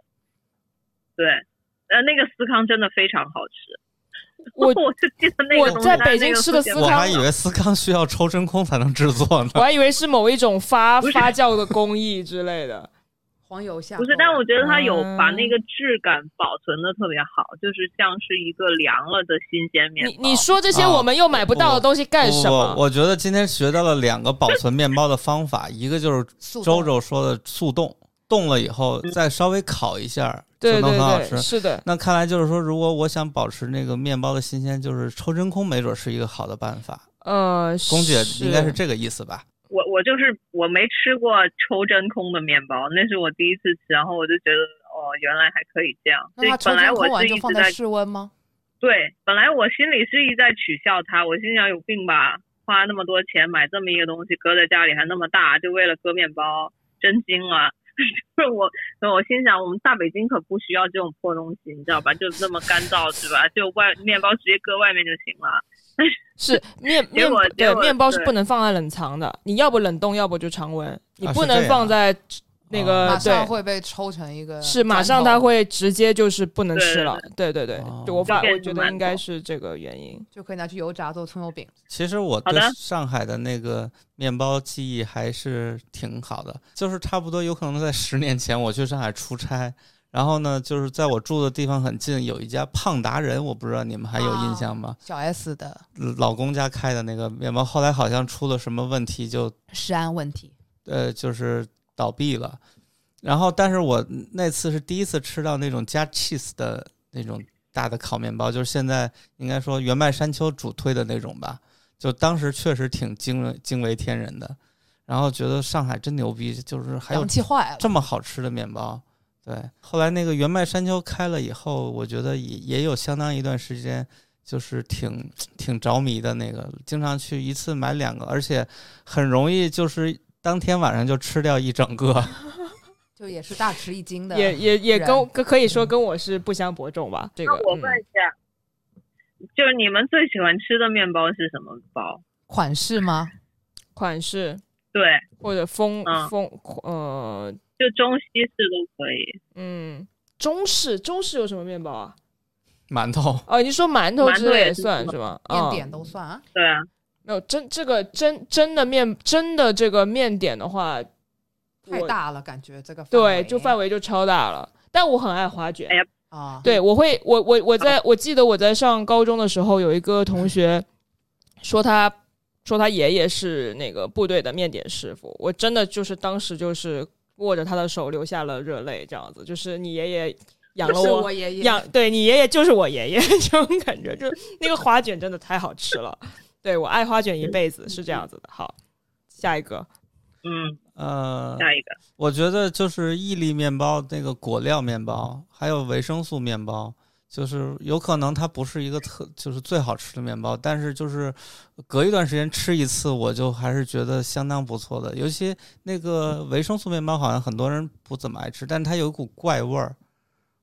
Speaker 7: 对，呃那个司康真的非常好吃。
Speaker 3: 我
Speaker 7: 我就记得那个
Speaker 3: 我
Speaker 7: 东西
Speaker 3: 在
Speaker 7: 它
Speaker 3: 北
Speaker 7: 那
Speaker 3: 京
Speaker 7: 个
Speaker 3: 吃
Speaker 7: 附
Speaker 3: 的
Speaker 7: 近
Speaker 3: 司
Speaker 2: 我
Speaker 3: 康
Speaker 2: 还以为思康需要抽真空才能制作呢。
Speaker 3: 我还以为是某一种发发酵的工艺之类的。
Speaker 8: 黄油下
Speaker 7: 不是，但我觉得它有把
Speaker 3: 嗯
Speaker 7: 那个质感保存的特别好，就是像是一个凉了的新鲜面
Speaker 3: 你
Speaker 7: 包。
Speaker 3: 你说这些我们又买不到的东西干
Speaker 2: 啊
Speaker 3: 什
Speaker 2: 不不不
Speaker 3: 么？
Speaker 2: 我觉得今天学到了两个保存面包的方法，一个就是
Speaker 8: 速
Speaker 2: 周
Speaker 8: 冻
Speaker 2: 周说的速冻，冻了以后再稍微烤一下，
Speaker 3: 对
Speaker 2: 就能
Speaker 3: 对
Speaker 2: 很好
Speaker 3: 对，
Speaker 2: 吃。
Speaker 3: 是的。
Speaker 2: 那看来就是说，如果我想保持那个面包的新鲜，就是抽真空，没准是一个好的办法。
Speaker 3: 呃，
Speaker 2: 龚姐应该是
Speaker 3: 是
Speaker 2: 这个意思吧？
Speaker 7: 我我就是我没吃过抽真空的面包，那是我第一次吃，然后我就觉得哦，原来还可以这样。
Speaker 4: 那它
Speaker 7: 对，
Speaker 4: 抽
Speaker 7: 本来
Speaker 4: 真
Speaker 7: 我
Speaker 4: 空完
Speaker 7: 是
Speaker 4: 就
Speaker 7: 一
Speaker 4: 放
Speaker 7: 直
Speaker 4: 在
Speaker 7: 在
Speaker 4: 室温吗？
Speaker 7: 对，本来我心里是一直在取笑他，我心想有病吧，花那么多钱买这么一个东西，搁在家里还那么大，就为了割面包，真惊了。 就是我，我心想，我们大北京可不需要这种破东西，你知道吧？就这么干燥是吧？就外面包直接搁外面就行了。
Speaker 3: 是面面
Speaker 7: 结果结
Speaker 3: 对
Speaker 7: 果
Speaker 3: 面包是
Speaker 7: 对
Speaker 3: 不能放在冷藏的，你要不冷冻，要不就常温，你
Speaker 2: 啊哦
Speaker 3: 不
Speaker 2: 是这
Speaker 3: 能
Speaker 2: 样
Speaker 3: 放在那
Speaker 4: 马
Speaker 3: 个
Speaker 4: 上
Speaker 3: 呃对，
Speaker 4: 会被抽成一个
Speaker 3: 是马
Speaker 4: 砖
Speaker 3: 上
Speaker 4: 头
Speaker 3: 它会直接就是不能
Speaker 7: 对
Speaker 3: 吃
Speaker 7: 对
Speaker 3: 了。对对对
Speaker 2: 哦，
Speaker 3: 就我发
Speaker 7: 就变
Speaker 3: 我觉
Speaker 7: 成
Speaker 3: 得
Speaker 7: 馒
Speaker 3: 应该
Speaker 7: 头
Speaker 3: 是这个原因。
Speaker 4: 就可以拿去油炸做葱油饼。
Speaker 2: 其实我对
Speaker 7: 好的
Speaker 2: 上海的那个面包记忆还是挺好的，就是差不多有可能在十年前我去上海出差，然后呢，就是在我住的地方很近有一家胖达人，我不知道你们还有
Speaker 7: 哦
Speaker 2: 印象吗？
Speaker 4: 小 S 的
Speaker 2: 老公家开的那个面包，后来好像出了什么问题就，
Speaker 4: 食安问题，
Speaker 2: 呃就是倒闭了。然后，但是我那次是第一次吃到那种加 cheese 的那种大的烤面包，就是现在应该说原麦山丘主推的那种吧。就当时确实挺惊人惊为天人的，然后觉得上海真牛逼，就是还有
Speaker 4: 洋气坏了。
Speaker 2: 这么好吃的面包。对，后来那个原麦山丘开了以后，我觉得也也有相当一段时间，就是挺挺着迷的那个，经常去一次买两个，而且很容易就是当天晚上就吃掉一整个。
Speaker 4: 就也是大吃一惊的，
Speaker 3: 也也也
Speaker 4: 人嗯
Speaker 3: 跟可可以说跟我是不相伯仲吧。这个
Speaker 7: 那我
Speaker 3: 嗯
Speaker 7: 问一下，就是你们最喜欢吃的面包是什么包？
Speaker 4: 款式吗？
Speaker 3: 款式
Speaker 7: 对，
Speaker 3: 或者风
Speaker 7: 嗯
Speaker 3: 风呃
Speaker 7: 就中西式都可以。
Speaker 3: 嗯中式中式有什么面包啊？
Speaker 2: 馒头，
Speaker 3: 哦，你说馒头
Speaker 7: 馒
Speaker 3: 之
Speaker 7: 头
Speaker 3: 类
Speaker 7: 也
Speaker 3: 也
Speaker 7: 是
Speaker 3: 算
Speaker 7: 吗
Speaker 3: 是吧？
Speaker 4: 面
Speaker 3: 啊
Speaker 4: 点都算啊，
Speaker 7: 对啊，
Speaker 3: 没有真这个真真的面真的这个面点的话，
Speaker 4: 太
Speaker 3: 我
Speaker 4: 大了，感觉这个
Speaker 3: 对，就范
Speaker 4: 围
Speaker 3: 围就超大了。但我很爱花卷
Speaker 7: 哎，呀
Speaker 4: 啊，，
Speaker 3: 对我会我我我在我记得我在上高中的时候，有一个同学说他说他爷爷是那个部队的面点师傅，我真的就是当时就是握着他的手流下了热泪，这样子就是你爷爷养了
Speaker 8: 是
Speaker 3: 我。
Speaker 8: 我爷爷
Speaker 3: 养对你爷爷就是我爷爷 这种感觉，就那个花卷真的太好吃了。对我爱花卷一辈子是这样子的。好，下一个
Speaker 7: 嗯，
Speaker 2: 呃，
Speaker 3: 啊
Speaker 7: 下一个。
Speaker 2: 我觉得就是意粒面包那个果料面包，还有维生素面包，就是有可能它不是一个特就是最好吃的面包，但是就是隔一段时间吃一次，我就还是觉得相当不错的。尤其那个维生素面包，好像很多人不怎么爱吃，但是它有一股怪味儿，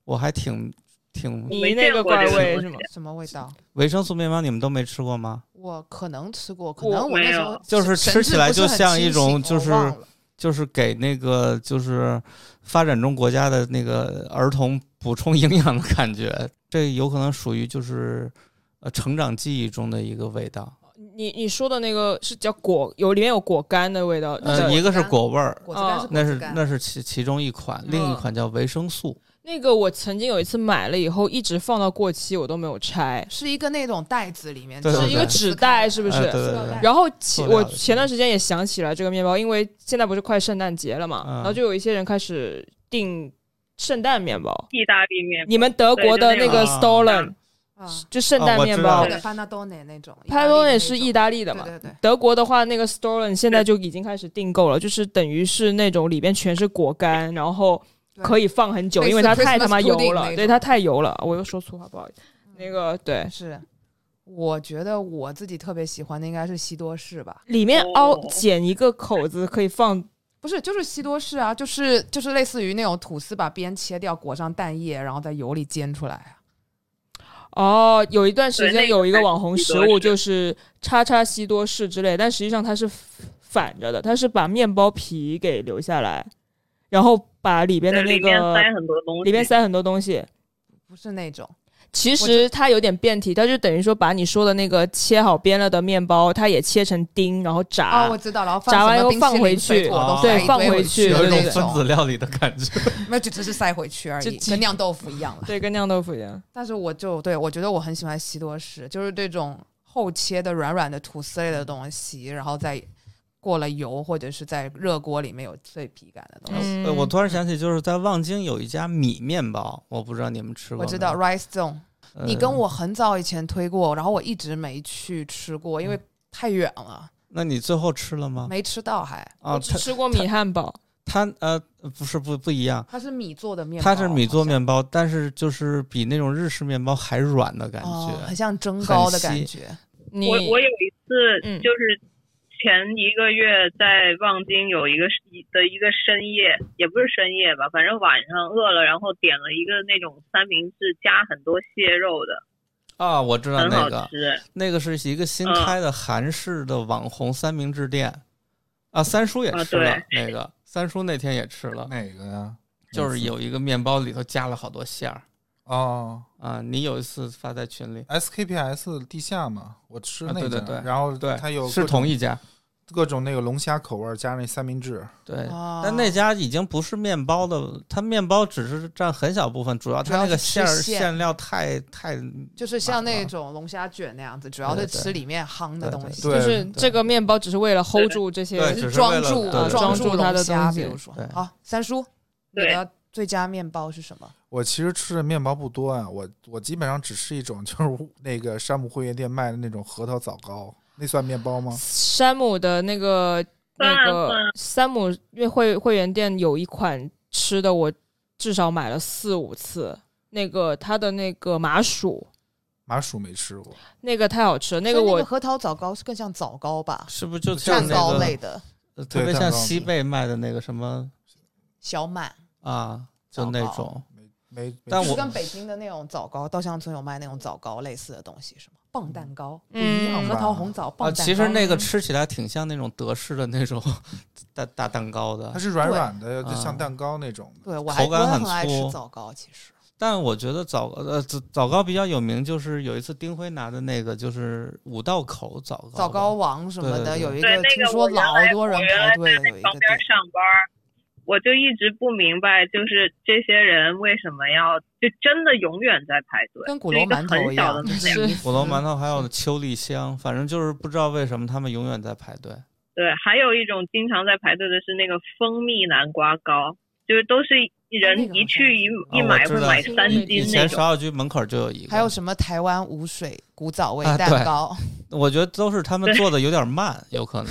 Speaker 2: 我还挺挺
Speaker 3: 你
Speaker 7: 没
Speaker 3: 那
Speaker 7: 见
Speaker 3: 个
Speaker 7: 过
Speaker 3: 怪
Speaker 7: 这个
Speaker 3: 味
Speaker 7: 东
Speaker 3: 是吗？
Speaker 4: 什么味道？
Speaker 2: 维生素面包，你们都没吃过吗？
Speaker 4: 我可能吃过，可
Speaker 3: 我
Speaker 4: 能我那
Speaker 7: 没
Speaker 4: 时
Speaker 7: 有
Speaker 4: 候
Speaker 2: 就是
Speaker 4: 神
Speaker 2: 吃
Speaker 4: 志
Speaker 2: 起来
Speaker 4: 不是
Speaker 2: 就
Speaker 4: 很
Speaker 2: 像一
Speaker 4: 清
Speaker 2: 种
Speaker 4: 醒
Speaker 2: 就
Speaker 4: 我
Speaker 2: 是
Speaker 4: 忘了
Speaker 2: 就是给那个就是发展中国家的那个儿童补充营养的感觉，这有可能属于就是呃成长记忆中的一个味道。
Speaker 4: 哦
Speaker 3: 你你说的那个是叫果有里面有果干的味道，
Speaker 2: 呃，
Speaker 3: 对
Speaker 2: 一个是果味儿，
Speaker 4: 果子干
Speaker 3: 哦
Speaker 4: 是果
Speaker 2: 那
Speaker 4: 子
Speaker 2: 是
Speaker 4: 干嗯
Speaker 2: 那是其其中一款，另一款叫维生素。
Speaker 3: 那个我曾经有一次买了以后，一直放到过期，我都没有拆，
Speaker 4: 是一个那种袋子里面，
Speaker 2: 对对
Speaker 3: 是一个
Speaker 2: 对
Speaker 3: 纸袋，是不
Speaker 2: 呃
Speaker 3: 是？
Speaker 2: 对对
Speaker 4: 哎
Speaker 2: 对。
Speaker 3: 然后其
Speaker 2: 塑料
Speaker 3: 我
Speaker 2: 的
Speaker 3: 前段时间也想起来这个面包，因为现在不是快圣诞节了嘛，
Speaker 2: 嗯
Speaker 3: 然后就有一些人开始订圣诞面包。
Speaker 7: 意大利面包
Speaker 3: 你们德国的那个
Speaker 2: 对就那种
Speaker 3: Stollen
Speaker 4: 啊，
Speaker 3: 就圣诞面包
Speaker 2: 哦我
Speaker 4: 那
Speaker 2: 知
Speaker 4: 个 panadone 那种
Speaker 3: p a d o n 是意
Speaker 4: 大
Speaker 3: 大利
Speaker 4: 利
Speaker 3: 的
Speaker 4: 的那
Speaker 3: 嘛？
Speaker 4: 种对对对，
Speaker 3: 德国的话，那个 Stollen 现在就已经开始订购了，就是等于是那种里边全是果干，然后
Speaker 4: 对
Speaker 3: 可以放很久，
Speaker 4: 类似
Speaker 3: 因为它太
Speaker 4: Christmas
Speaker 3: 他妈油
Speaker 4: pudding 那
Speaker 3: 了，
Speaker 4: 种
Speaker 3: 对它太油了，我又说粗话，不好意思。那个对，
Speaker 4: 是。我觉得我自己特别喜欢的应该是西多士吧，
Speaker 3: 里面凹
Speaker 7: 哦
Speaker 3: 剪一个口子可以放，
Speaker 4: 不是，就是西多士啊，就是就是类似于那种吐司，把边切掉，裹上蛋液，然后在油里煎出来啊。
Speaker 3: 哦，有一段时
Speaker 7: 对
Speaker 3: 间
Speaker 7: 那个
Speaker 3: 有一个
Speaker 7: 才
Speaker 3: 网红
Speaker 7: 是
Speaker 3: 食
Speaker 7: 西多
Speaker 3: 物
Speaker 7: 士
Speaker 3: 就是叉叉西多士之类，但实际上它是反着的，它是把面包皮给留下来，然后把里边的
Speaker 7: 对，
Speaker 3: 那
Speaker 7: 里面
Speaker 3: 个
Speaker 7: 塞很多东西，
Speaker 3: 里边塞很多东西。
Speaker 4: 不是那种，
Speaker 3: 其实它有点变体，它就等于说把你说的那个切好边了的面包，它也切成丁，然后炸。
Speaker 4: 啊，我知道了，然后放
Speaker 3: 炸完以
Speaker 4: 什么
Speaker 3: 后
Speaker 4: 冰淇
Speaker 3: 放
Speaker 4: 淋
Speaker 3: 回去
Speaker 4: 水果都
Speaker 2: 哦
Speaker 4: 塞
Speaker 3: 对
Speaker 4: 一堆
Speaker 3: 放回去
Speaker 4: 去
Speaker 2: 有
Speaker 4: 的
Speaker 2: 一种
Speaker 4: 那
Speaker 2: 分子料理的感觉。
Speaker 4: 没有，就只是塞回去而
Speaker 3: 就
Speaker 4: 已，
Speaker 3: 几
Speaker 4: 跟酿豆腐一样了。
Speaker 3: 对，跟酿豆腐一 样。
Speaker 4: 但是我就对我觉得我很喜欢西多士，就是这种厚切的软软的吐司
Speaker 2: 嗯
Speaker 4: 类的东西，然后再过了油或者是在热锅里面有脆皮感的东西。
Speaker 3: 嗯
Speaker 2: 呃我突然想起，就是在望京有一家米面包，我不知道你们吃过没
Speaker 4: 我
Speaker 2: 有。
Speaker 4: 知道 Rice Zone，
Speaker 2: 呃，
Speaker 4: 你跟我很早以前推过，然后我一直没去吃过，因
Speaker 2: 嗯
Speaker 4: 为太远了，
Speaker 2: 那你最后吃了吗？
Speaker 4: 没吃到还。
Speaker 2: 啊，
Speaker 3: 只
Speaker 2: 它
Speaker 3: 吃过米汉堡，
Speaker 2: 它呃不是不不一样，
Speaker 4: 它是米做的面包，
Speaker 2: 它是米做面包，但是就是比那种日式面包还软的感
Speaker 4: 好像，哦，
Speaker 2: 觉
Speaker 4: 很。像蒸糕的感
Speaker 2: 很
Speaker 4: 觉。
Speaker 3: 你
Speaker 7: 我我有一
Speaker 3: 嗯
Speaker 7: 次就是前一个月在望京有一个一的一个深夜，也不是深夜吧，反正晚上饿了，然后点了一个那种三明治加很多蟹肉的，
Speaker 2: 啊，我知道
Speaker 7: 很好
Speaker 2: 那个，
Speaker 7: 吃。
Speaker 2: 那个是一个新
Speaker 7: 嗯
Speaker 2: 开的韩式的网红三明治店，啊，三叔也
Speaker 7: 啊
Speaker 2: 吃了
Speaker 7: 对
Speaker 2: 那个，三叔那天也吃了，
Speaker 6: 哪个呀？
Speaker 2: 就是有一个面包里头加了好多馅儿
Speaker 6: 哦
Speaker 2: 啊，你有一次发在群
Speaker 4: 嗯
Speaker 2: 里，
Speaker 6: ，SKPS 地下嘛，我吃
Speaker 2: 啊
Speaker 6: 那
Speaker 2: 对
Speaker 6: 个，
Speaker 2: 对对
Speaker 6: 然后
Speaker 2: 对，
Speaker 6: 它有
Speaker 2: 是
Speaker 6: 各
Speaker 2: 同
Speaker 6: 种
Speaker 2: 一家，
Speaker 6: 各种那个龙虾口味儿加那三明治，
Speaker 2: 对，
Speaker 4: 哦
Speaker 2: 但那家已经不是面包的，它面包只是占很小部分，主要
Speaker 4: 主
Speaker 2: 它
Speaker 4: 要
Speaker 2: 那个
Speaker 4: 是吃
Speaker 2: 馅儿
Speaker 4: 馅
Speaker 2: 馅料太太
Speaker 4: 就是像
Speaker 2: 麻
Speaker 4: 那
Speaker 2: 辣
Speaker 4: 种龙虾卷那样子，主要
Speaker 2: 对
Speaker 4: 是
Speaker 2: 对对
Speaker 4: 吃里面夯的东西，
Speaker 6: 对
Speaker 3: 就是
Speaker 2: 对
Speaker 3: 这个面包只是为了 hold 住这些
Speaker 2: 对
Speaker 4: 就
Speaker 2: 只
Speaker 4: 是
Speaker 2: 是
Speaker 4: 装
Speaker 2: 为了
Speaker 4: 住
Speaker 2: 对对对
Speaker 4: 装住龙虾，
Speaker 3: 装住它的东西
Speaker 4: 比如说
Speaker 2: 对。
Speaker 4: 好，三叔，你
Speaker 7: 对
Speaker 4: 的最佳面包是什么？
Speaker 6: 我其实吃的面包不多啊，我我基本上只吃一种， 就是那个山姆会员店卖的那种核桃枣糕，那算面包吗？
Speaker 3: 山姆的那个
Speaker 7: 算
Speaker 3: 那个
Speaker 7: 算
Speaker 3: 山姆因为会会员店有一款吃的，我至少买了四五次。那个它的那个麻薯，
Speaker 6: 麻薯没吃过，
Speaker 3: 那个太好吃了，那个
Speaker 4: 所以
Speaker 3: 我
Speaker 4: 核桃枣糕是更像枣糕吧，
Speaker 2: 是不是就像
Speaker 4: 蛋
Speaker 2: 那
Speaker 4: 糕
Speaker 2: 个
Speaker 4: 类的
Speaker 2: 呃特别
Speaker 6: 对
Speaker 2: 像
Speaker 6: 蛋糕
Speaker 2: 西贝卖的那个什么
Speaker 4: 小满，
Speaker 2: 啊，就那
Speaker 4: 糟糕
Speaker 2: 种啊
Speaker 6: 没。没
Speaker 2: 但
Speaker 4: 就
Speaker 2: 我
Speaker 4: 是跟北京的那种枣糕，稻香村有卖那种枣糕类似的东西，是吗？棒蛋糕不一样，
Speaker 3: 嗯
Speaker 4: 核桃红枣棒
Speaker 2: 啊，
Speaker 4: 蛋糕。
Speaker 2: 其实那个吃起来挺像那种德式的那种大大蛋糕
Speaker 6: 它
Speaker 2: 的，
Speaker 6: 是软软的，
Speaker 2: 对
Speaker 6: 就像
Speaker 2: 嗯
Speaker 6: 蛋糕那种的。
Speaker 4: 对我还
Speaker 2: 口感
Speaker 4: 我也
Speaker 2: 很
Speaker 4: 很爱吃
Speaker 2: 粗
Speaker 4: 枣糕，其实
Speaker 2: 但我觉得枣呃枣枣糕比较有名，就是有一次丁辉拿的那个就是五道口枣糕吧，
Speaker 4: 枣糕王什么
Speaker 2: 对对
Speaker 4: 的
Speaker 2: 对
Speaker 4: 有一
Speaker 7: 对
Speaker 4: 个，
Speaker 7: 那
Speaker 4: 听
Speaker 7: 个我
Speaker 4: 说
Speaker 7: 原来
Speaker 4: 老多人
Speaker 7: 我原来
Speaker 4: 排队
Speaker 7: 在
Speaker 4: 了，有一个
Speaker 7: 旁边
Speaker 4: 店。
Speaker 7: 上班儿，我就一直不明白，就是这些人为什么要就真的永远在排队，
Speaker 4: 跟鼓
Speaker 7: 就
Speaker 4: 楼
Speaker 7: 一个
Speaker 4: 馒头
Speaker 7: 很
Speaker 4: 一
Speaker 7: 小
Speaker 4: 样
Speaker 7: 的，
Speaker 4: 就是
Speaker 7: 量
Speaker 4: 一
Speaker 2: 鼓楼
Speaker 4: 丝
Speaker 2: 馒头还有秋丽香，反正就是不知道为什么他们永远在排队。
Speaker 7: 对，还有一种经常在排队的是那个蜂蜜南瓜糕，就是都是
Speaker 4: 那个
Speaker 7: 人
Speaker 4: 好哦
Speaker 7: 一去一、一
Speaker 2: 啊
Speaker 7: 买
Speaker 2: 我知
Speaker 7: 会
Speaker 2: 道
Speaker 7: 买
Speaker 3: 听
Speaker 7: 三
Speaker 3: 过
Speaker 2: 以
Speaker 7: 斤那
Speaker 2: 前芍
Speaker 7: 种。
Speaker 2: 药居门口就有一个，
Speaker 4: 还有什么台湾无水古早味
Speaker 2: 啊对
Speaker 4: 蛋糕？
Speaker 2: 我觉得都是他们
Speaker 7: 对
Speaker 2: 做的有点慢，有可能。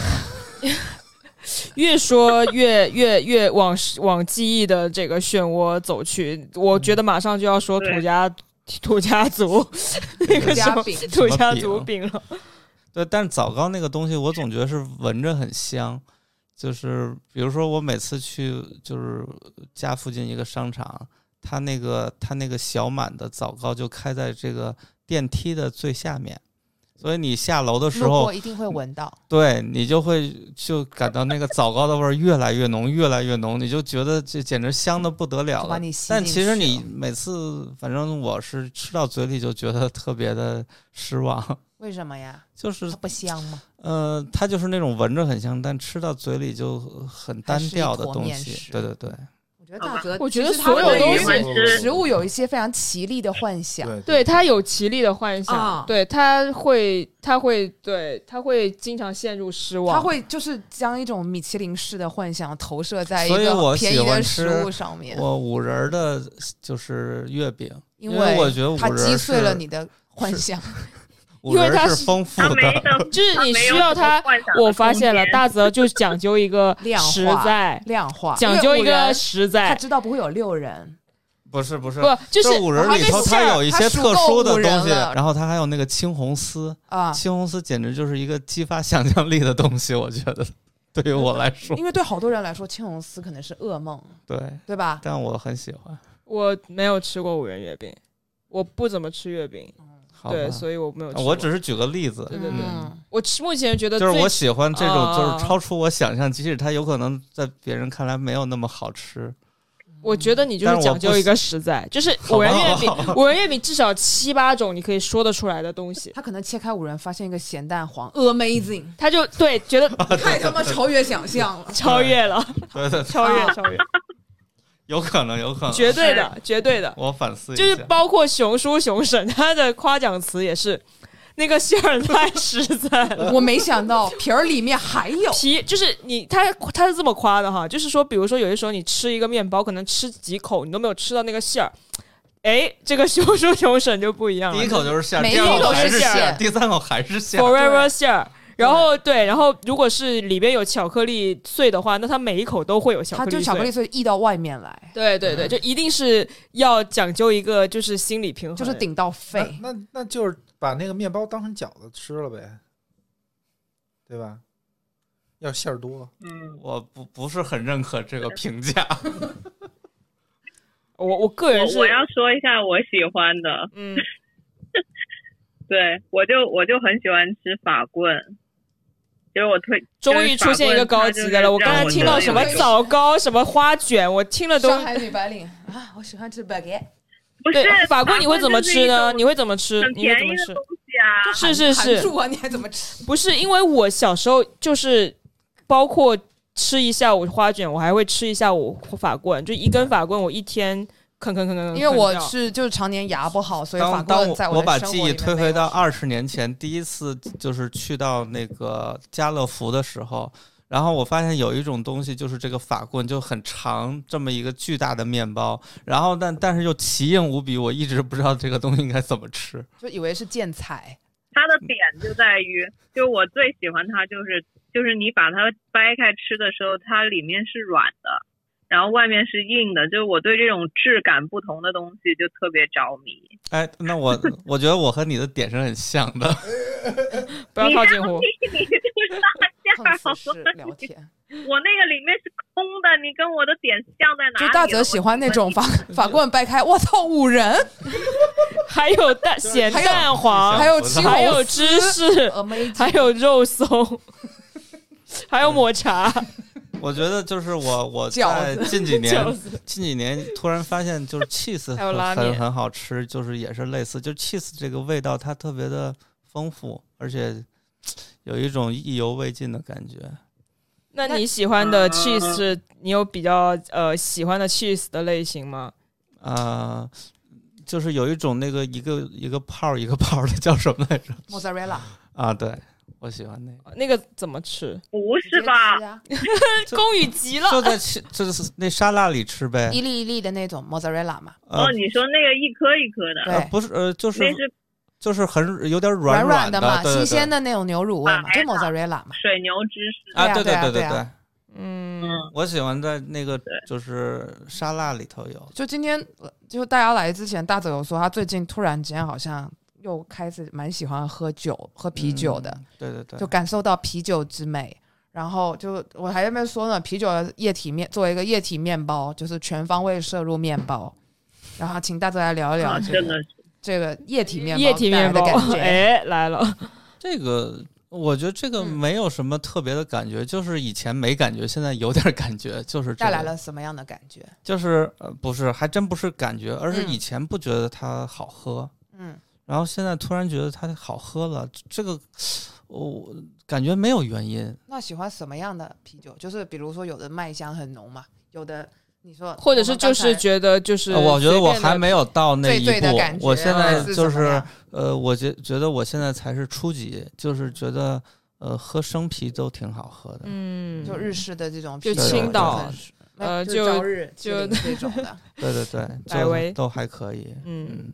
Speaker 3: 越说越越越往往记忆的这个漩涡走去。我觉得马上就要说
Speaker 7: 对
Speaker 3: 土家土家族 那个什么
Speaker 4: 嗯土家饼
Speaker 3: 土
Speaker 2: 什么
Speaker 3: 家
Speaker 2: 饼啊
Speaker 3: 族饼了。
Speaker 2: 对，但是枣糕那个东西，我总觉得是闻着很香。就是比如说，我每次去就是家附近一个商场，它那个它那个小满的枣糕就开在这个电梯的最下面，所以你下楼的时
Speaker 4: 路
Speaker 2: 候
Speaker 4: 过，一定会闻到。
Speaker 2: 对你就会就感到那个枣糕的味儿越来越浓，越来越浓，你就觉得这简直香的不得了
Speaker 4: 就把
Speaker 2: 了
Speaker 4: 你。吸
Speaker 2: 但
Speaker 4: 进
Speaker 2: 其实
Speaker 4: 去
Speaker 2: 你
Speaker 4: 了
Speaker 2: 每次，反正我是吃到嘴里就觉得特别的失望，
Speaker 4: 为什么呀？
Speaker 2: 就是
Speaker 4: 它不香吗？
Speaker 2: 呃，它就是那种闻着很香，但吃到嘴里就很单调的东
Speaker 4: 还是一坨面
Speaker 2: 西。
Speaker 4: 食
Speaker 2: 对对对，
Speaker 4: 我觉得
Speaker 7: 好
Speaker 4: 大
Speaker 7: 吧
Speaker 4: 泽，
Speaker 3: 我觉得
Speaker 4: 其实他
Speaker 3: 所有
Speaker 4: 对
Speaker 3: 东
Speaker 4: 于
Speaker 3: 西
Speaker 7: 是
Speaker 4: 食物有一些非常奇丽的幻想。
Speaker 6: 对
Speaker 3: 对他有奇丽的幻想，
Speaker 4: 啊
Speaker 3: 对他会，他会，对他会经常陷入失望。
Speaker 4: 他会就是将一种米其林式的幻想投射在一
Speaker 2: 所以
Speaker 4: 个
Speaker 2: 我
Speaker 4: 便宜
Speaker 2: 喜欢
Speaker 4: 的
Speaker 2: 吃
Speaker 4: 食物上面，
Speaker 2: 我五仁儿的就是月饼，因
Speaker 4: 为
Speaker 2: 我觉得五
Speaker 4: 它
Speaker 2: 仁
Speaker 4: 击
Speaker 2: 儿
Speaker 4: 碎了
Speaker 2: 是
Speaker 4: 你的幻想。
Speaker 2: 五
Speaker 3: 因为
Speaker 2: 仁
Speaker 3: 它
Speaker 2: 儿
Speaker 3: 是
Speaker 2: 是丰富
Speaker 7: 他没
Speaker 2: 的。
Speaker 7: 的，
Speaker 3: 就是你
Speaker 7: 没
Speaker 3: 需
Speaker 7: 有
Speaker 3: 要
Speaker 7: 什么
Speaker 3: 他
Speaker 7: 幻想，的
Speaker 3: 我发
Speaker 7: 空
Speaker 3: 现了，
Speaker 7: 间
Speaker 3: 大泽就讲究一个
Speaker 4: 量化
Speaker 3: 实在，
Speaker 4: 量化
Speaker 3: 讲究一个实
Speaker 4: 他
Speaker 3: 在。
Speaker 4: 知道不会有六人，
Speaker 2: 不是不是
Speaker 3: 不，就
Speaker 2: 这
Speaker 3: 是
Speaker 2: 五仁里头
Speaker 4: 我还没信
Speaker 2: 它
Speaker 4: 儿
Speaker 2: 有一些
Speaker 4: 它数
Speaker 2: 特
Speaker 4: 够
Speaker 2: 殊
Speaker 4: 五
Speaker 2: 的
Speaker 4: 仁
Speaker 2: 东西，
Speaker 4: 了
Speaker 2: 然后它还有那个青红丝，
Speaker 4: 啊，
Speaker 2: 青红丝简直就是一个激发想象力的东西，我觉得对于我来说，
Speaker 4: 因为对好多人来说，青红丝可能是噩梦，
Speaker 2: 对，
Speaker 4: 对吧？
Speaker 2: 但我很喜欢。
Speaker 3: 我没有吃过五仁月饼，我不怎么吃月饼，
Speaker 2: 好
Speaker 3: 对，
Speaker 2: 吧
Speaker 3: 所以我没有吃过。
Speaker 2: 我只是举个例子，
Speaker 3: 对对对
Speaker 2: 嗯
Speaker 3: 我吃目前觉得
Speaker 2: 就是
Speaker 3: 最
Speaker 2: 我喜欢这种，就
Speaker 3: 啊
Speaker 2: 是超出我想象，即使它有可能在别人看来没有那么好吃。
Speaker 3: 我觉得你就
Speaker 2: 但
Speaker 3: 是
Speaker 2: 是我
Speaker 3: 讲
Speaker 2: 不
Speaker 3: 究
Speaker 2: 喜
Speaker 3: 一个实在，就是
Speaker 2: 好
Speaker 3: 五仁
Speaker 2: 吧
Speaker 3: 月
Speaker 2: 好吧
Speaker 3: 饼，五仁月饼至少七八种你可以说得出来的东西，
Speaker 4: 他可能切开五仁，发现一个咸蛋黄，amazing，
Speaker 3: 他就对觉得
Speaker 4: 太他妈超越想象了。
Speaker 3: 超越了，
Speaker 2: 对对，对
Speaker 3: 超越超越，
Speaker 2: 有可能，有可能。
Speaker 3: 绝对的绝对的，
Speaker 2: 我反思一下，
Speaker 3: 就是包括熊叔熊婶他的夸奖词也是，那个馅儿太实在了。
Speaker 4: 我没想到皮儿里面还有，
Speaker 3: 皮就是你，他他是这么夸的哈，就是说，比如说有些时候你吃一个面包，可能吃几口你都没有吃到那个馅儿，哎，这个熊 叔熊婶就不一样
Speaker 2: 第
Speaker 3: 了
Speaker 2: 一口就是馅儿，
Speaker 4: 每
Speaker 2: 第二
Speaker 4: 一口
Speaker 2: 口还
Speaker 4: 是
Speaker 2: 是
Speaker 4: 馅儿哎
Speaker 2: 馅儿，第三口还是馅儿。
Speaker 3: ，forever 馅儿。然后对，然后如果是里边有巧克力碎的话，那它每一口都会 有巧克
Speaker 4: 它
Speaker 3: 力
Speaker 4: 就
Speaker 3: 碎。
Speaker 4: 巧克力碎溢到外面来，
Speaker 3: 对对对，就一定是要讲究一个就是心理平衡，
Speaker 4: 就是顶到肺。
Speaker 6: 那那那就是把那个面包当成饺子吃了呗，对吧？要馅儿多，
Speaker 7: 嗯，
Speaker 2: 我不不是很认可这个评价，
Speaker 3: 我我个人是
Speaker 7: 我我要说一下我喜欢的，
Speaker 3: 嗯，
Speaker 7: 对我就我就很喜欢吃法棍，就是我推
Speaker 3: 终于出现一个高级的了。我刚才听到什么枣糕、什么花卷，我听了都
Speaker 4: 上海女白领啊，我喜欢吃 baguette，
Speaker 7: 不是
Speaker 3: 对，法棍你会怎么吃呢？你
Speaker 7: 会
Speaker 3: 会怎么吃？
Speaker 7: 很
Speaker 3: 你会
Speaker 7: 便
Speaker 3: 怎么
Speaker 7: 宜的
Speaker 3: 吃
Speaker 7: 东？西啊，
Speaker 3: 是是
Speaker 4: 含
Speaker 3: 是
Speaker 4: 住，啊，你还怎么吃？
Speaker 3: 不是因为我小时候就是包括吃一下我花卷，我还会吃一下我法棍，就一根法棍我一天啃啃啃啃啃
Speaker 4: 因为我
Speaker 3: 掉
Speaker 4: 是就是常年牙不好，所以法
Speaker 2: 嗯当当
Speaker 4: 棍
Speaker 2: 我
Speaker 4: 在
Speaker 2: 我
Speaker 4: 的
Speaker 2: 把
Speaker 4: 生
Speaker 2: 记
Speaker 4: 活
Speaker 2: 忆
Speaker 4: 里面
Speaker 2: 推
Speaker 4: 没
Speaker 2: 回
Speaker 4: 有
Speaker 2: 到二十年前，第一次就是去到那个家乐福的时候，然后我发现有一种东西，就是这个法棍就很长，这么一个巨大的面包，然后但但是又奇硬无比，我一直不知道这个东西应该怎么吃。
Speaker 4: 就以为是建 材，
Speaker 7: 它的点就在于，就我最喜欢它就是就是你把它掰开吃的时候，它里面是软的，然后外面是硬的，就是我对这种质感不同的东西就特别着迷。
Speaker 2: 哎，那 我我觉得我和你的点是很像的，
Speaker 3: 不要靠近
Speaker 7: 你
Speaker 3: 我。
Speaker 7: 你就是大
Speaker 4: 碰
Speaker 7: 馅
Speaker 4: 瓷
Speaker 7: 儿，
Speaker 4: 式聊天，
Speaker 7: 我那个里面是空的，你跟我的点像在 哪里
Speaker 4: 就
Speaker 7: 了？
Speaker 4: 大泽喜欢那种 法法棍掰开，我操，五 仁，
Speaker 3: 还有蛋咸
Speaker 4: 还有
Speaker 3: 蛋黄，
Speaker 4: 还有
Speaker 2: 我
Speaker 4: 青
Speaker 3: 还
Speaker 4: 红
Speaker 3: 有芝士，
Speaker 4: amazing，
Speaker 3: 还有肉松，还有抹茶。
Speaker 2: 我觉得就是 我我
Speaker 4: 饺
Speaker 2: 在
Speaker 4: 子
Speaker 2: 近几年
Speaker 3: 饺子
Speaker 2: 近几年突然发现，就是 cheese
Speaker 3: 还有拉
Speaker 2: 很很
Speaker 3: 面
Speaker 2: 很好吃，就是也是类似，就 cheese 这个味道它特别的丰富，而且有一种意犹未尽的感觉。
Speaker 3: 那你喜欢的 cheese 是你有比较呃喜欢的 cheese 的类型吗？
Speaker 2: 啊、就是有一种那个一个一个泡儿一个泡儿的 叫什么来着？
Speaker 4: mozzarella，
Speaker 2: 啊，对我喜欢那个，
Speaker 3: 那个怎么吃？
Speaker 7: 不
Speaker 4: 直接
Speaker 7: 是吧
Speaker 4: 吃？啊
Speaker 2: 就
Speaker 3: 公宇急了，
Speaker 2: 就在吃就是那沙拉里吃呗
Speaker 4: 一。粒一粒的那种 mozzarella 嘛，
Speaker 2: 呃
Speaker 7: 哦，，你说那个一颗一颗的，
Speaker 4: 对
Speaker 2: 呃不是呃，就
Speaker 7: 那
Speaker 2: 是
Speaker 7: 是
Speaker 2: 就是很有点
Speaker 4: 软
Speaker 2: 软
Speaker 4: 的
Speaker 2: 的
Speaker 4: 嘛，
Speaker 2: 对对
Speaker 4: 新鲜
Speaker 2: 对
Speaker 4: 的那种牛乳味
Speaker 7: 啊
Speaker 4: 嘛，
Speaker 7: 哎
Speaker 4: 就 mozzarella 嘛，
Speaker 7: 水牛芝士。
Speaker 4: 对
Speaker 2: 啊，
Speaker 4: 啊
Speaker 2: 对
Speaker 4: 对啊
Speaker 2: 对
Speaker 4: 对
Speaker 2: 对
Speaker 4: 啊
Speaker 2: 对。
Speaker 3: 嗯，
Speaker 7: 嗯，
Speaker 2: 我喜欢在那个就是沙拉里头有，
Speaker 4: 就今天，呃就大家来之前，大泽有说他最近突然间好像又开始蛮喜欢喝酒、喝啤酒的，
Speaker 2: 嗯对对对，
Speaker 4: 就感受到啤酒之美。然后就我还在那边说呢，啤酒的液体面作为一个液体面包，就是全方位摄入面包。然后请大泽来聊一聊
Speaker 7: 啊，
Speaker 4: 这
Speaker 7: 真的
Speaker 4: 个
Speaker 7: 是。
Speaker 4: 这个嗯液体面包
Speaker 3: 液体面包
Speaker 4: 带来的，感 觉。
Speaker 3: 哎，来了，
Speaker 2: 这个我觉得这
Speaker 4: 嗯
Speaker 2: 个没有什么特别的感觉，就是以前没感觉，现在有点感觉，就是这
Speaker 4: 带
Speaker 2: 个
Speaker 4: 来了什么样的感觉？
Speaker 2: 就是呃不是还真不是感觉，而是
Speaker 4: 嗯
Speaker 2: 以前不觉得它好喝，
Speaker 4: 嗯，
Speaker 2: 然后现在突然觉得它好喝了，这个我、感觉没有原因，
Speaker 4: 那喜欢什么样的啤酒？就是比如说，有的麦香很浓嘛，有的你说，
Speaker 3: 或者是就是
Speaker 4: 觉。
Speaker 3: 觉得就是，
Speaker 2: 呃我觉得我还没有到那
Speaker 4: 醉
Speaker 2: 一
Speaker 4: 醉的感
Speaker 2: 步，我
Speaker 4: 觉
Speaker 2: 现在就
Speaker 4: 是怎么
Speaker 2: 是
Speaker 4: 样
Speaker 2: 呃，我觉觉得我现在才是初级，就是觉得呃喝生啤都挺好喝的，
Speaker 3: 嗯，
Speaker 4: 就日式的这种
Speaker 3: 就
Speaker 4: 啤酒
Speaker 2: 青
Speaker 4: 很
Speaker 2: 岛
Speaker 4: 很
Speaker 3: 呃
Speaker 4: 就
Speaker 3: 就
Speaker 4: 朝日
Speaker 3: 就
Speaker 4: 吉林这种的，
Speaker 2: 对对对，
Speaker 3: 百
Speaker 2: 就
Speaker 3: 威
Speaker 2: 都还可以，
Speaker 3: 嗯
Speaker 2: 嗯，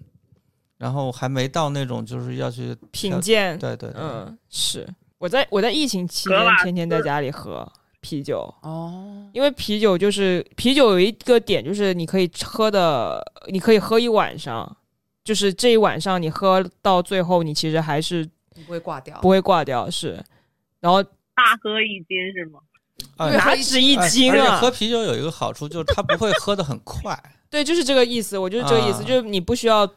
Speaker 2: 然后还没到那种就是要去
Speaker 3: 品鉴，
Speaker 2: 对对对，
Speaker 3: 嗯嗯，是我在我在疫情期间
Speaker 7: 格瓦斯
Speaker 3: 天天在家里喝，啤酒，
Speaker 4: 哦，
Speaker 3: 因为啤酒就是啤酒有一个点，就是你可以喝的，你可以喝一晚上，就是这一晚上你喝到最后，你其实还是
Speaker 4: 你不会挂掉，
Speaker 3: 不会挂掉，是。然后
Speaker 7: 大喝一斤是吗？
Speaker 2: 哎
Speaker 4: 对
Speaker 3: 哪止一斤
Speaker 2: 而且
Speaker 3: 啊
Speaker 2: 喝？啤酒有一个好处就是它不会喝的很 快，
Speaker 3: 对，就是这个意思，我就是这个意思，
Speaker 2: 啊
Speaker 3: 就是你不需要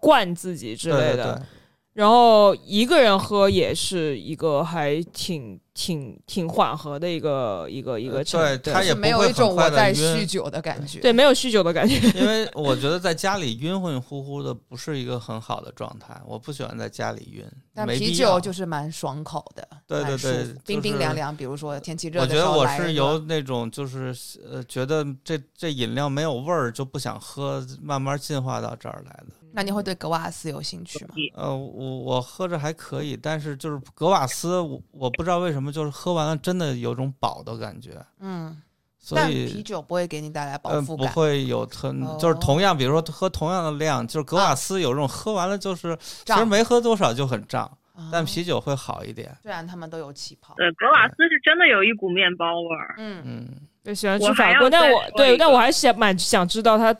Speaker 3: 灌自己之
Speaker 2: 对
Speaker 3: 类的。
Speaker 2: 对对，
Speaker 3: 然后一个人喝也是一个还挺挺挺缓和的一个一个一个程
Speaker 2: 呃对
Speaker 3: 度
Speaker 2: 它也
Speaker 4: 没
Speaker 2: 不
Speaker 4: 有
Speaker 2: 会
Speaker 4: 一种
Speaker 2: 很快
Speaker 4: 我
Speaker 2: 地
Speaker 4: 在
Speaker 2: 晕
Speaker 4: 酗酒的感觉。
Speaker 3: 对没有酗酒的感觉。
Speaker 2: 因为我觉得在家里晕混乎乎的不是一个很好的状态，我不喜欢在家里晕。
Speaker 4: 但
Speaker 2: 没
Speaker 4: 啤
Speaker 2: 必要
Speaker 4: 酒就是蛮爽口的，
Speaker 2: 对对
Speaker 4: 蛮舒
Speaker 2: 对
Speaker 4: 服
Speaker 2: 就
Speaker 4: 冰冰
Speaker 2: 是
Speaker 4: 凉凉。比如说天气热
Speaker 2: 我
Speaker 4: 的
Speaker 2: 觉
Speaker 4: 时
Speaker 2: 得
Speaker 4: 候
Speaker 2: 我
Speaker 4: 来
Speaker 2: 是
Speaker 4: 一
Speaker 2: 由
Speaker 4: 个
Speaker 2: 那种就是呃觉得这这饮料没有味儿就不想喝，慢慢进化到这儿来的。
Speaker 4: 那你会对格瓦斯有兴趣吗？
Speaker 7: 嗯
Speaker 2: 呃，我我喝着还可以，但是就是格瓦斯，我我不知道为什么就是喝完了真的有种饱的感觉，
Speaker 4: 嗯，
Speaker 2: 所
Speaker 4: 但啤
Speaker 2: 以
Speaker 4: 酒不会给你带来饱
Speaker 2: 嗯、
Speaker 4: 腹
Speaker 2: 不
Speaker 4: 感。
Speaker 2: 会有特就是
Speaker 4: 哦啊
Speaker 2: 同样，比如说喝同样的量，就是格瓦斯有种喝完了就是其实
Speaker 4: 胀
Speaker 2: 没喝多少就很胀，但
Speaker 4: 啊
Speaker 2: 啤酒会好一点。
Speaker 4: 虽然他们都有气泡，
Speaker 7: 对，格瓦斯是真的有一股面包味儿。
Speaker 4: 嗯，
Speaker 2: 嗯，
Speaker 3: 对，喜欢
Speaker 7: 我
Speaker 3: 吃
Speaker 7: 还
Speaker 3: 法
Speaker 7: 要
Speaker 3: 棍，但
Speaker 7: 再
Speaker 3: 我
Speaker 7: 说
Speaker 3: 对，
Speaker 7: 一
Speaker 3: 但
Speaker 7: 个
Speaker 3: 我还想蛮想知道它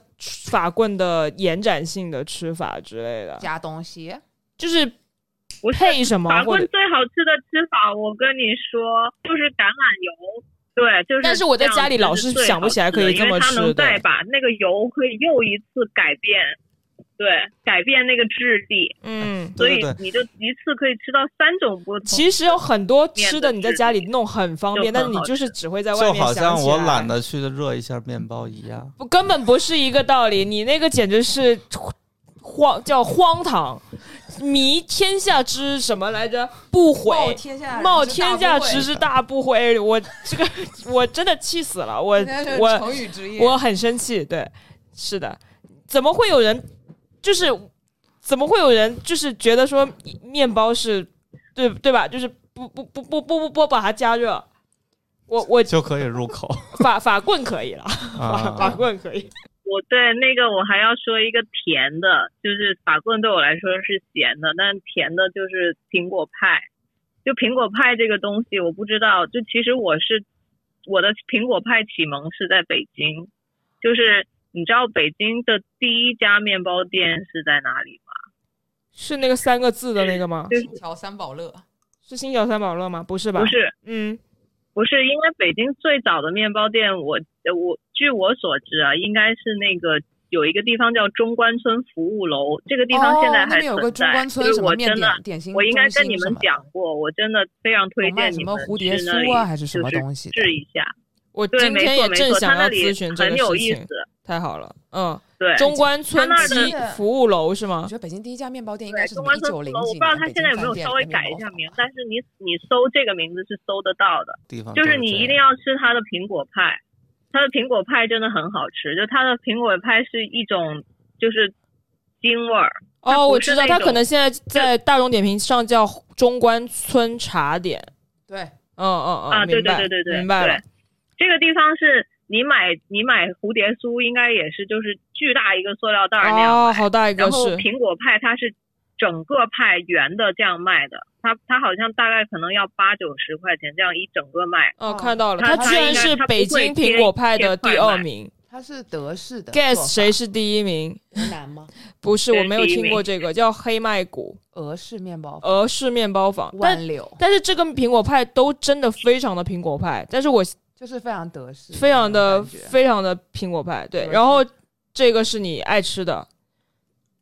Speaker 3: 法棍的延展性的吃法之类的，
Speaker 4: 加东西
Speaker 3: 就是
Speaker 7: 不是
Speaker 3: 配什么
Speaker 7: 法
Speaker 3: 或
Speaker 7: 棍
Speaker 3: 者。
Speaker 7: 最好吃的吃法，我跟你说，就是橄榄油。对，就是这样
Speaker 3: 但
Speaker 7: 子最好吃的。
Speaker 3: 是我在家里老是想不起来可以这么吃的
Speaker 7: 因为它能再把那个油可以又一次改变，对，改变那个质地，
Speaker 3: 嗯，
Speaker 7: 所
Speaker 2: 对
Speaker 7: 以
Speaker 2: 对对
Speaker 7: 你就一次可以吃到三种不同。
Speaker 3: 其实有很多吃的
Speaker 7: 面的
Speaker 3: 你在家里弄很方便，
Speaker 7: 就
Speaker 3: 但是
Speaker 7: 很
Speaker 3: 你
Speaker 7: 好
Speaker 3: 就是只会在外
Speaker 2: 就
Speaker 3: 面
Speaker 2: 好像
Speaker 3: 想起
Speaker 2: 我
Speaker 3: 来
Speaker 2: 懒，得去热一下面包一 样。
Speaker 3: 不根本不是一个道理。你那个简直是荒叫荒唐，迷天下之什么来着？不
Speaker 8: 冒
Speaker 3: 悔。
Speaker 8: 天下人
Speaker 3: 冒
Speaker 8: 之大
Speaker 3: 天
Speaker 8: 不
Speaker 3: 下
Speaker 8: 讳
Speaker 3: 之之大不悔，哎 我这个我真的气死了，我
Speaker 8: 今天是
Speaker 3: 我
Speaker 8: 成语之夜，
Speaker 3: 我很生气，对，是的，怎么会有人就是怎么会有人就是觉得说面包是对对吧？就是不不不不不不不把它加热，我我
Speaker 2: 就可以入口
Speaker 3: 法法棍可以了，法 法
Speaker 2: 啊。
Speaker 3: 棍可以，
Speaker 7: 我对那个我还要说一个甜的，就是法棍对我来说是咸的，但甜的就是苹果派。就苹果派这个东西，我不知道。就其实我是我的苹果派启蒙是在北京，就是你知道北京的第一家面包店是在哪里吗？
Speaker 3: 是那个三个字的那个吗？
Speaker 8: 新桥三宝乐，
Speaker 3: 是新桥三宝乐吗？不是吧？
Speaker 7: 不，是，
Speaker 3: 嗯，
Speaker 7: 不是，因为北京最早的面包店，我呃我据我所知啊，应该是那个有一个地方叫中关村服务楼，这个地方现在
Speaker 4: 哦、那
Speaker 7: 还存在。
Speaker 4: 边有个中关村
Speaker 7: 就
Speaker 4: 什
Speaker 7: 是
Speaker 4: 么
Speaker 7: 我
Speaker 4: 面
Speaker 7: 真的
Speaker 4: 点点心中
Speaker 7: 我
Speaker 4: 心
Speaker 7: 应
Speaker 4: 什么
Speaker 7: 该
Speaker 4: 的，
Speaker 7: 跟你们讲过，我真的非常推
Speaker 4: 有卖
Speaker 7: 荐
Speaker 4: 什
Speaker 7: 你
Speaker 4: 么
Speaker 7: 们
Speaker 4: 蝴蝶
Speaker 7: 去
Speaker 4: 酥
Speaker 7: 那
Speaker 4: 啊
Speaker 7: 里
Speaker 4: 还是什么
Speaker 7: 就是
Speaker 4: 东西的
Speaker 7: 试一下。
Speaker 3: 我
Speaker 7: 对，
Speaker 3: 今
Speaker 7: 没
Speaker 3: 天
Speaker 7: 错
Speaker 3: 也
Speaker 7: 没
Speaker 3: 正
Speaker 7: 错，他
Speaker 3: 想要
Speaker 7: 那里
Speaker 3: 咨询这
Speaker 7: 很
Speaker 3: 个
Speaker 7: 有
Speaker 3: 事
Speaker 7: 意思
Speaker 3: 情，。太好了，嗯，
Speaker 7: 对，
Speaker 3: 中关村
Speaker 7: 他那儿
Speaker 3: 鸡
Speaker 4: 的
Speaker 3: 服务楼是
Speaker 4: 我
Speaker 3: 吗
Speaker 4: 觉？得北京第一家面包店应该
Speaker 7: 啊对
Speaker 4: 是
Speaker 7: 中关
Speaker 4: 一
Speaker 7: 村
Speaker 4: 九
Speaker 7: 服务
Speaker 4: 零
Speaker 7: 楼，我
Speaker 4: 几
Speaker 7: 不知道
Speaker 4: 年
Speaker 7: 他
Speaker 4: 北
Speaker 7: 现
Speaker 4: 京
Speaker 7: 在有没
Speaker 4: 饭
Speaker 7: 有
Speaker 4: 店
Speaker 7: 稍
Speaker 4: 的
Speaker 7: 微
Speaker 4: 面
Speaker 7: 改
Speaker 4: 包
Speaker 7: 一下
Speaker 4: 法
Speaker 7: 名，但是你你搜这个名字是搜得到的。
Speaker 2: 地
Speaker 3: 啊
Speaker 2: 方
Speaker 7: 就
Speaker 2: 都
Speaker 7: 是你
Speaker 2: 这
Speaker 7: 一定
Speaker 2: 样
Speaker 7: 要吃它的苹果派，它的苹果派真的很好吃，就它的苹果派是一种就是京味儿，它
Speaker 3: 哦，
Speaker 7: 不
Speaker 3: 我
Speaker 7: 是
Speaker 3: 知道，
Speaker 7: 那
Speaker 3: 他可
Speaker 7: 种
Speaker 3: 能现在在大众点评上叫中关村茶点。
Speaker 4: 对，
Speaker 3: 嗯嗯嗯，
Speaker 7: 啊，对
Speaker 3: 明
Speaker 7: 对
Speaker 3: 白
Speaker 7: 对对对，
Speaker 3: 明白了
Speaker 7: 对。这个地方是你买你买蝴蝶酥，应该也是就是巨大一个塑料袋儿那样
Speaker 3: 哦，
Speaker 7: 买
Speaker 3: 好大一个
Speaker 7: 然后
Speaker 3: 是，
Speaker 7: 苹果派它是整个派圆的这样卖的，它它好像大概可能要八九十块钱这样一整个卖。
Speaker 3: 哦，看到了，
Speaker 7: 它
Speaker 3: 居然是北京苹果派的第二名
Speaker 4: 它是德式的做法。
Speaker 3: ，guess 谁是第一名？
Speaker 4: 难吗？
Speaker 3: 不是，
Speaker 7: 谁
Speaker 3: 我
Speaker 7: 是
Speaker 3: 没有听过这个，叫黑麦谷
Speaker 4: 俄式面包法，
Speaker 3: 俄式面包坊，但
Speaker 4: 万柳
Speaker 3: 但是这个苹果派都真的非常的苹果派，但是我
Speaker 4: 就是非常德式那种感觉，
Speaker 3: 非常的非常的苹果派，对，
Speaker 4: 对
Speaker 3: 然后这个是你爱吃的，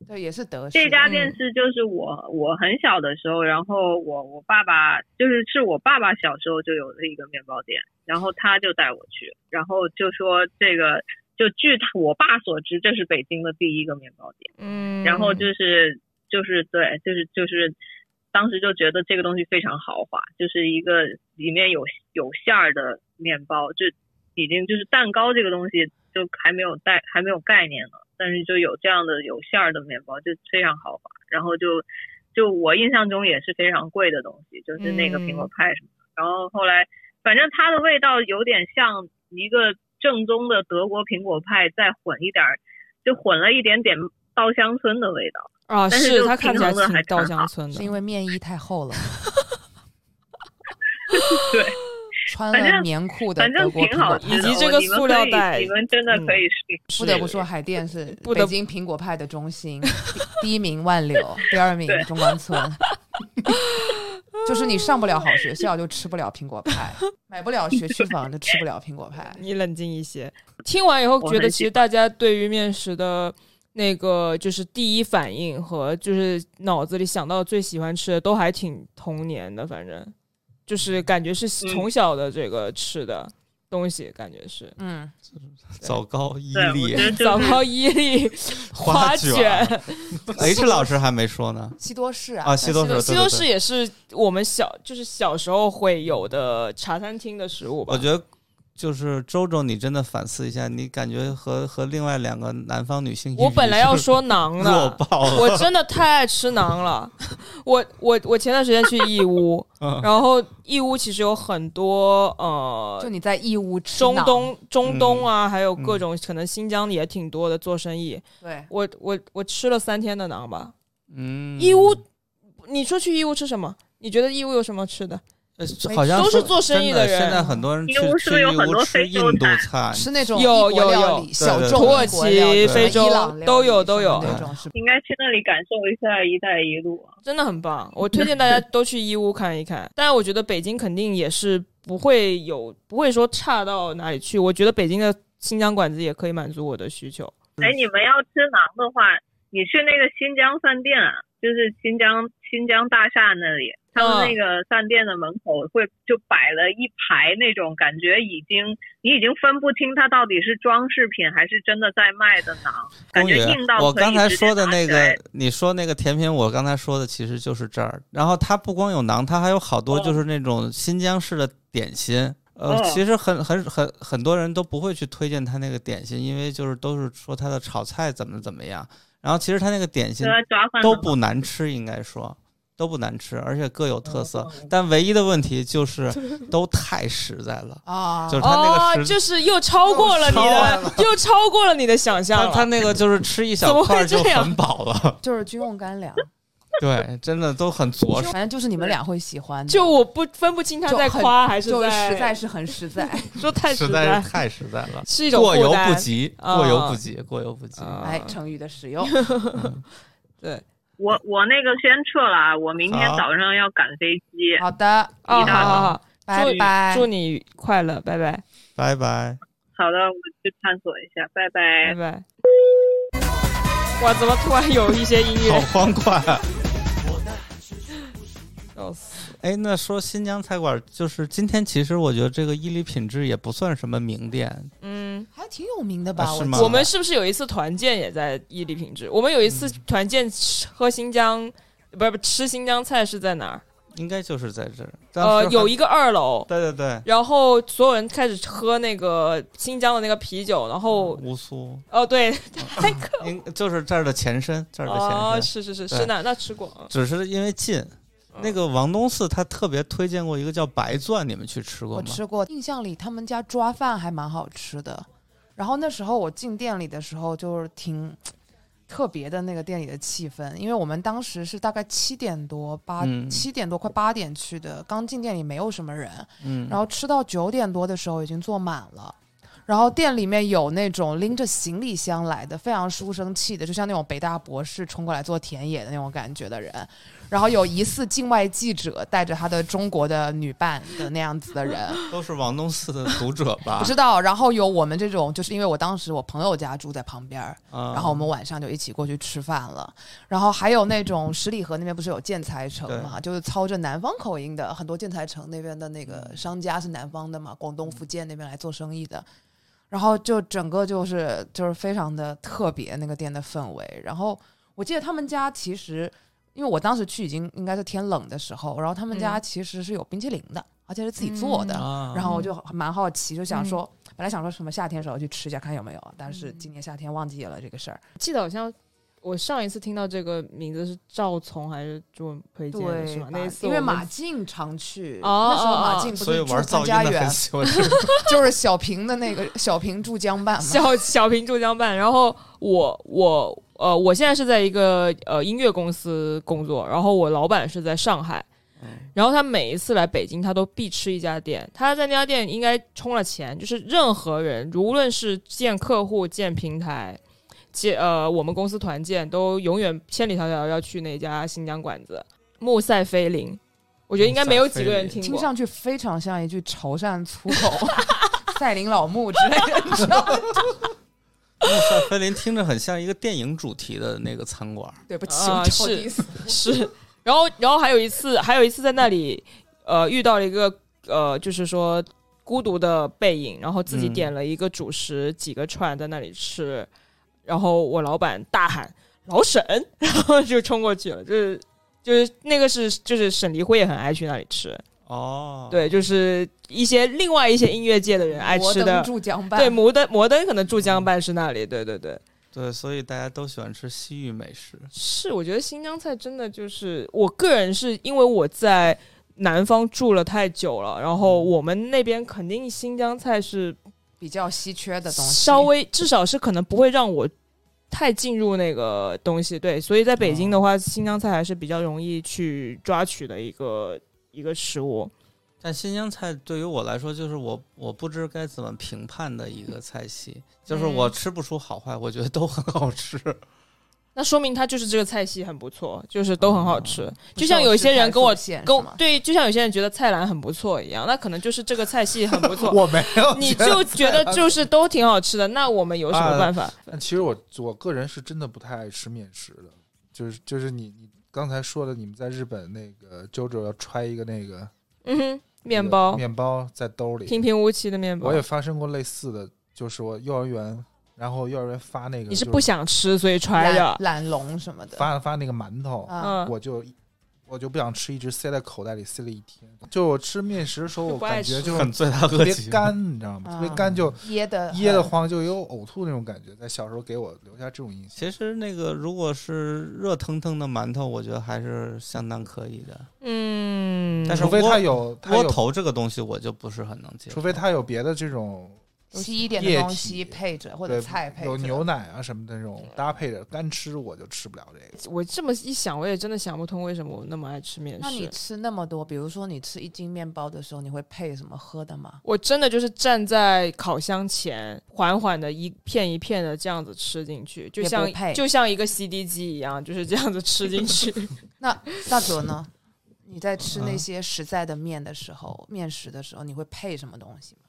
Speaker 4: 对，也是德式的。
Speaker 7: 这家
Speaker 3: 嗯
Speaker 7: 店是就是我我很小的时候，然后我我爸爸就是是我爸爸小时候就有的一个面包店，然后他就带我去，然后就说这个就据他我爸所知，这是北京的第一个面包店，
Speaker 3: 嗯，
Speaker 7: 然后就是就是对就是就是当时就觉得这个东西非常豪华，就是一个里面有有馅儿的面包，就已经就是蛋糕这个东西就还没有带还没有概念呢，但是就有这样的有馅儿的面包就非常豪华，然后就就我印象中也是非常贵的东西，就是那个
Speaker 3: 嗯
Speaker 7: 苹果派什么的，然后后来反正它的味道有点像一个正宗的德国苹果派，再混一点儿就混了一点点稻香村的味道，
Speaker 3: 啊，
Speaker 7: 但是
Speaker 3: 是
Speaker 7: 就
Speaker 3: 他看起来
Speaker 7: 平衡
Speaker 3: 挺
Speaker 7: 得还
Speaker 3: 稻
Speaker 7: 挺
Speaker 3: 香
Speaker 7: 好
Speaker 3: 村
Speaker 4: 是
Speaker 3: 的
Speaker 4: 因，为面衣太厚了，穿
Speaker 7: 反
Speaker 4: 了
Speaker 7: 正
Speaker 4: 棉裤的
Speaker 7: 反
Speaker 4: 德
Speaker 7: 正
Speaker 4: 国
Speaker 7: 挺
Speaker 4: 苹
Speaker 7: 好
Speaker 4: 果
Speaker 7: 吃
Speaker 4: 派
Speaker 7: 的，
Speaker 3: 以及这个
Speaker 7: 你们
Speaker 3: 塑料
Speaker 7: 可以
Speaker 3: 袋嗯
Speaker 7: 你们真的可以试。
Speaker 4: 不得不说，海淀是
Speaker 3: 不
Speaker 4: 北
Speaker 3: 得
Speaker 4: 京苹果派的中心，第一名万柳，第二名中关村。 就是你上不了好学校，就吃不了苹果派；买不了学区房，就吃不了苹果派。
Speaker 3: 你冷静一些。听完以后，
Speaker 7: 我
Speaker 3: 觉得
Speaker 7: 很
Speaker 3: 其
Speaker 7: 喜
Speaker 3: 实大家对于面食的那个就是第一反应和就是脑子里想到最喜欢吃的都还挺童年的，反正就是感觉是从小的这个吃的东西，感觉是
Speaker 4: 嗯，
Speaker 2: 枣糕、伊
Speaker 7: 对，我
Speaker 2: 利
Speaker 7: 觉、得就
Speaker 3: 枣
Speaker 7: 是
Speaker 3: 糕、伊利、花
Speaker 2: 卷
Speaker 3: 卷。
Speaker 2: H 哎老师还没说呢
Speaker 4: 西多士啊，
Speaker 2: 啊，西多士，
Speaker 3: 西
Speaker 2: 对
Speaker 3: 多
Speaker 2: 对
Speaker 3: 士
Speaker 2: 对，
Speaker 3: 也是我们小就是小时候会有的茶餐厅的食物吧？
Speaker 2: 我觉得。就是周周，你真的反思一下，你感觉和和另外两个南方女性，
Speaker 3: 我本 来要说馕
Speaker 2: 弱
Speaker 3: 的，
Speaker 2: 爆了，
Speaker 3: 我真的太爱吃馕了。我我我前段时间去义乌，
Speaker 2: 嗯
Speaker 3: 然后义乌其实有很多呃
Speaker 4: 就你在义乌吃
Speaker 3: 中
Speaker 4: 馕
Speaker 3: 东
Speaker 2: 嗯
Speaker 3: 中东啊，还有各种可能新疆也挺多的做生意。
Speaker 4: 对
Speaker 3: 我我我吃了三天的馕吧。
Speaker 2: 嗯，
Speaker 3: 义乌，你说去义乌吃什么？你觉得义乌有什么吃的？
Speaker 2: 呃
Speaker 4: 没
Speaker 2: 好像
Speaker 3: 都是
Speaker 2: 说
Speaker 3: 做生意
Speaker 2: 真的
Speaker 3: 的人
Speaker 2: 现在很多人去
Speaker 7: 义乌是不
Speaker 2: 去
Speaker 7: 是有
Speaker 2: 义
Speaker 7: 很
Speaker 2: 乌
Speaker 7: 多
Speaker 2: 吃
Speaker 7: 非
Speaker 2: 印
Speaker 7: 洲
Speaker 2: 度
Speaker 7: 菜
Speaker 2: 菜，
Speaker 4: 吃那种
Speaker 3: 有
Speaker 4: 异国料
Speaker 3: 有
Speaker 4: 理
Speaker 3: 有
Speaker 4: 小
Speaker 2: 对对
Speaker 4: 众
Speaker 2: 土
Speaker 3: 耳
Speaker 4: 异国料
Speaker 3: 其
Speaker 4: 理
Speaker 2: 非
Speaker 4: 什么伊朗
Speaker 3: 洲
Speaker 4: 料
Speaker 3: 都
Speaker 4: 理
Speaker 3: 有
Speaker 4: 什
Speaker 3: 都
Speaker 4: 么
Speaker 3: 有
Speaker 4: 那种是
Speaker 7: 应该去那里感受一下“一带一路”啊。
Speaker 3: 真的很棒，我推荐大家都去义乌看一看。但我觉得北京肯定也是不会有，不会说差到哪里去。我觉得北京的新疆馆子也可以满足我的需求。
Speaker 7: 哎，
Speaker 2: 嗯
Speaker 7: 你们要吃馕的话，你去那个新疆饭店啊，就是新疆新疆大厦那里，他
Speaker 2: 嗯
Speaker 7: 们那个饭店的门口会就摆了一排那种感觉已经你已经分不清它到底是装饰品还是真的在卖的馕，感
Speaker 2: 公
Speaker 7: 觉
Speaker 2: 园
Speaker 7: 硬到，
Speaker 2: 我
Speaker 7: 可以
Speaker 2: 刚才
Speaker 7: 直接
Speaker 2: 说的
Speaker 7: 拿
Speaker 2: 那
Speaker 7: 起来
Speaker 2: 个，你说那个甜品，我刚才说的其实就是这儿。然后它不光有馕，它还有好多
Speaker 7: 哦
Speaker 2: 就是那种新疆式的点心。呃
Speaker 7: 哦，
Speaker 2: 其实很很很很多人都不会去推荐它那个点心，因为就是都是说它的炒菜怎么怎么样。然后其实它那个点心
Speaker 7: 啊就在抓饭
Speaker 2: 都
Speaker 7: 的嘛
Speaker 2: 不难吃，应该说都不难吃，而且各有特色
Speaker 7: 哦。
Speaker 2: 但唯一的问题就是都太实在 了，
Speaker 4: 啊，
Speaker 2: 就是它那
Speaker 3: 哦
Speaker 2: 个，实
Speaker 3: 就是又超过了你的，又超过了你的想象
Speaker 2: 它
Speaker 3: 了。
Speaker 2: 它那个就是吃一
Speaker 3: 怎
Speaker 2: 小
Speaker 3: 么会
Speaker 2: 块儿就
Speaker 3: 这样
Speaker 2: 很饱了。
Speaker 4: 就是军用干粮，
Speaker 2: 对，真的都很着实。
Speaker 4: 反正就是你们俩会喜欢的，
Speaker 3: 就我不分不清他
Speaker 4: 就
Speaker 3: 在
Speaker 4: 很
Speaker 3: 夸还是
Speaker 4: 就是
Speaker 3: 在
Speaker 4: 实在是很实 在。
Speaker 2: 啊
Speaker 3: 说太
Speaker 2: 实在
Speaker 3: 在
Speaker 2: 是，太实在了，
Speaker 3: 是一种
Speaker 2: 过
Speaker 3: 负
Speaker 2: 犹
Speaker 3: 担
Speaker 2: 不。及，
Speaker 3: 啊
Speaker 2: 过犹不及，过犹不及。
Speaker 3: 啊
Speaker 4: 哎，成语的使用，
Speaker 3: 对，
Speaker 7: 我我那个先撤了啊，我明天
Speaker 2: 好
Speaker 7: 早上要赶飞机。
Speaker 4: 好的，
Speaker 3: 哦，
Speaker 7: 一
Speaker 3: 好
Speaker 7: 道
Speaker 3: 好好，
Speaker 4: 拜拜，
Speaker 3: 祝你快乐，拜拜，
Speaker 2: 拜 拜。
Speaker 7: 好的，我去探索一下，拜拜
Speaker 3: 拜。拜。哇，怎么突然有一些音
Speaker 2: 好
Speaker 3: 乐？
Speaker 2: 欢快啊。
Speaker 3: 笑死！
Speaker 2: 哎，那说新疆菜馆，就是今天其实我觉得这个伊犁品质也不算什么名店，
Speaker 3: 嗯。
Speaker 4: 还挺有名的吧？
Speaker 2: 啊是
Speaker 4: 我
Speaker 2: 吗
Speaker 4: 记
Speaker 3: 我们是不是有一次团建也在伊犁品质？我们有一次团建吃喝新疆，不是不是吃新疆菜是在哪儿？
Speaker 2: 应该就是在这儿。当
Speaker 3: 呃
Speaker 2: 时，还
Speaker 3: 有一个二楼，
Speaker 2: 对对对，
Speaker 3: 然后所有人开始喝那个新疆的那个啤酒，然后
Speaker 2: 乌苏，
Speaker 3: 哦对，
Speaker 2: 应就是这儿的前身，这儿的
Speaker 3: 哦
Speaker 2: 前身，
Speaker 3: 是是是
Speaker 2: 对
Speaker 3: 是那那吃过，嗯
Speaker 2: 只是因为近。
Speaker 4: 嗯
Speaker 2: 那个王东四他特别推荐过一个叫白钻，你们去吃过
Speaker 4: 我
Speaker 2: 吗？
Speaker 4: 吃过，印象里他们家抓饭还蛮好吃的。然后那时候我进店里的时候，就是挺特别的那个店里的气氛，因为我们当时是大概七点多八
Speaker 2: 嗯
Speaker 4: 七、点多快八点去的，刚进店里没有什么人，
Speaker 2: 嗯，
Speaker 4: 然后吃到九点多的时候已经坐满了。然后店里面有那种拎着行李箱来的，非常书生气的，就像那种北大博士冲过来做田野的那种感觉的人。然后有疑似境外记者带着他的中国的女伴的那样子的人，
Speaker 2: 都是王东四的读者吧？
Speaker 4: 不知道。然后有我们这种，就是因为我当时我朋友家住在旁边儿，
Speaker 2: 啊，
Speaker 4: 然后我们晚上就一起过去吃饭了。然后还有那种十里河那边不是有建材城嘛，就是操着南方口音的，很多建材城那边的那个商家是南方的嘛，广东、福建那边来做生意的。然后就整个就是就是非常的特别那个店的氛围。然后我记得他们家其实，因为我当时去已经应该是天冷的时候，然后他们家
Speaker 3: 嗯
Speaker 4: 其实是有冰淇淋的，而且是自己做的。
Speaker 2: 啊，
Speaker 4: 然后我就蛮好奇，就
Speaker 3: 嗯
Speaker 4: 想说，本来想说什么夏天时候去吃一下看有没有，但是今年夏天忘记了这个事儿。
Speaker 3: 记得好像。我上一次听到这个名字是赵从还是朱文推荐的，是吗？那一次
Speaker 4: 因为
Speaker 3: 我们
Speaker 4: 马静常去，
Speaker 3: 哦
Speaker 4: 那时候
Speaker 3: 哦
Speaker 4: 马
Speaker 3: 哦
Speaker 4: 静不
Speaker 2: 所以
Speaker 4: 是
Speaker 2: 玩
Speaker 4: 住
Speaker 2: 噪
Speaker 4: 潘家
Speaker 2: 音的
Speaker 4: 园
Speaker 2: 很，喜欢吃
Speaker 4: 就是小平的那个小平住江畔嘛。
Speaker 3: 小小平珠江办，然后我我呃，我现在是在一个呃音乐公司工作，然后我老板是在上海，然后他每一次来北京，他都必吃一家店。他在那家店应该充了钱，就是任何人，无论是见客户、见平台、见呃我们公司团建，都永远千里迢迢要去那家新疆馆子木塞菲林。我觉得应该没有几个人听
Speaker 4: 听
Speaker 3: 过。
Speaker 4: 上去非常像一句潮汕粗口， 赛琳老木之类的，你知道吗？
Speaker 2: 穆塞菲林听着很像一个电影主题的那个餐馆，
Speaker 4: 对不起，
Speaker 3: 啊
Speaker 4: 我超
Speaker 3: 是
Speaker 4: 意思。
Speaker 3: 是，然后然后还有一次，还有一次在那里，呃，遇到了一个呃，就是说孤独的背影，然后自己
Speaker 2: 嗯
Speaker 3: 点了一个主食，几个串在那里吃，然后我老板大喊“老沈”， 然后就冲过去了，就是就是那个是就是沈黎辉也很爱去那里吃，
Speaker 2: 哦，，
Speaker 3: 对，就是一些另外一些音乐界的人爱
Speaker 4: 摩
Speaker 3: 吃
Speaker 4: 登
Speaker 3: 的。
Speaker 4: 驻江办，
Speaker 3: 对，摩登摩登可能驻江办是那里，对对对，
Speaker 2: 对，所以大家都喜欢吃西域美食。
Speaker 3: 是，我觉得新疆菜真的就是，我个人是因为我在南方住了太久了，然后
Speaker 4: 嗯
Speaker 3: 我们那边肯定新疆菜是
Speaker 4: 比较稀缺的东西，
Speaker 3: 稍微至少是可能不会让我太进入那个东西，对，所以在北
Speaker 4: 哦
Speaker 3: 京的话，新疆菜还是比较容易去抓取的一个一个食物。
Speaker 2: 但新疆菜对于我来说，就是我我不知该怎么评判的一个菜系，就是
Speaker 6: 嗯
Speaker 2: 我吃不出好坏，我觉得都很好吃。
Speaker 3: 那说明它就是这个菜系很不错，就是都很好吃。就像
Speaker 4: 哦不受
Speaker 3: 有一些
Speaker 4: 食材
Speaker 3: 人跟我
Speaker 4: 所限
Speaker 3: 跟
Speaker 4: 是
Speaker 3: 我
Speaker 4: 吗
Speaker 3: 对，就像有些人觉得菜篮很不错一样，那可能就是这个菜系很不 错。
Speaker 6: 我没有，
Speaker 3: 你就觉得就是都挺好吃的，那我们有什
Speaker 6: 啊
Speaker 3: 么办法？
Speaker 6: 但其实我我个人是真的不太爱吃面食的，就是就是你你刚才说的，你们在日本那个 JoJo 要揣一个那个
Speaker 3: 嗯哼，面
Speaker 6: 那个
Speaker 3: 包，
Speaker 6: 面包在兜里，
Speaker 3: 平平无奇的面包
Speaker 6: 我。也发生过类似的，就是我幼儿园，然后幼儿园发那个
Speaker 3: 你是
Speaker 6: 就
Speaker 3: 不想吃，所以揣
Speaker 4: 懒
Speaker 3: 着。
Speaker 4: 懒龙什么的
Speaker 6: 发发那个馒头，
Speaker 4: 啊，
Speaker 3: 嗯，
Speaker 6: 我就我就不想吃，一直塞在口袋里塞了一天。就我吃面食的时候，
Speaker 3: 就
Speaker 6: 我
Speaker 3: 不爱
Speaker 6: 感觉
Speaker 3: 吃嗯
Speaker 6: 就
Speaker 2: 很罪大
Speaker 6: 特
Speaker 2: 恶
Speaker 6: 别
Speaker 2: 极。
Speaker 6: 干，你知道吗？
Speaker 4: 啊
Speaker 6: 特别干就
Speaker 4: 噎的
Speaker 6: 噎得慌，就有呕吐那种感觉，在小时候给我留下这种印象。
Speaker 2: 其实那个如果是热腾腾的馒头，我觉得还是相当可以的。
Speaker 3: 嗯，
Speaker 2: 但是
Speaker 6: 除非
Speaker 2: 窝
Speaker 6: 它有它
Speaker 2: 窝
Speaker 6: 有，
Speaker 2: 头这个东西我就不是很能接受，
Speaker 6: 除非它有别的这种
Speaker 4: 稀一点
Speaker 6: 液
Speaker 4: 的东
Speaker 6: 体
Speaker 4: 西配着或者
Speaker 6: 对
Speaker 4: 菜配着，
Speaker 6: 有牛奶啊什么的那种搭配着，干吃我就吃不了这个。
Speaker 3: 我这么一想，我也真的想不通为什么我那么爱吃面
Speaker 4: 那你
Speaker 3: 食。
Speaker 4: 吃那么多，比如说你吃一斤面包的时候，你会配什么喝的吗？
Speaker 3: 我真的就是站在烤箱前，缓缓的一片一片的这样子吃进去，就
Speaker 4: 也不
Speaker 3: 像
Speaker 4: 配
Speaker 3: 就像一个 CD 机一样，就是这样子吃进去。
Speaker 4: 那大哲呢？你在吃
Speaker 2: 嗯
Speaker 4: 那些实在的面的时候，面食的时候，你会配什么东西吗？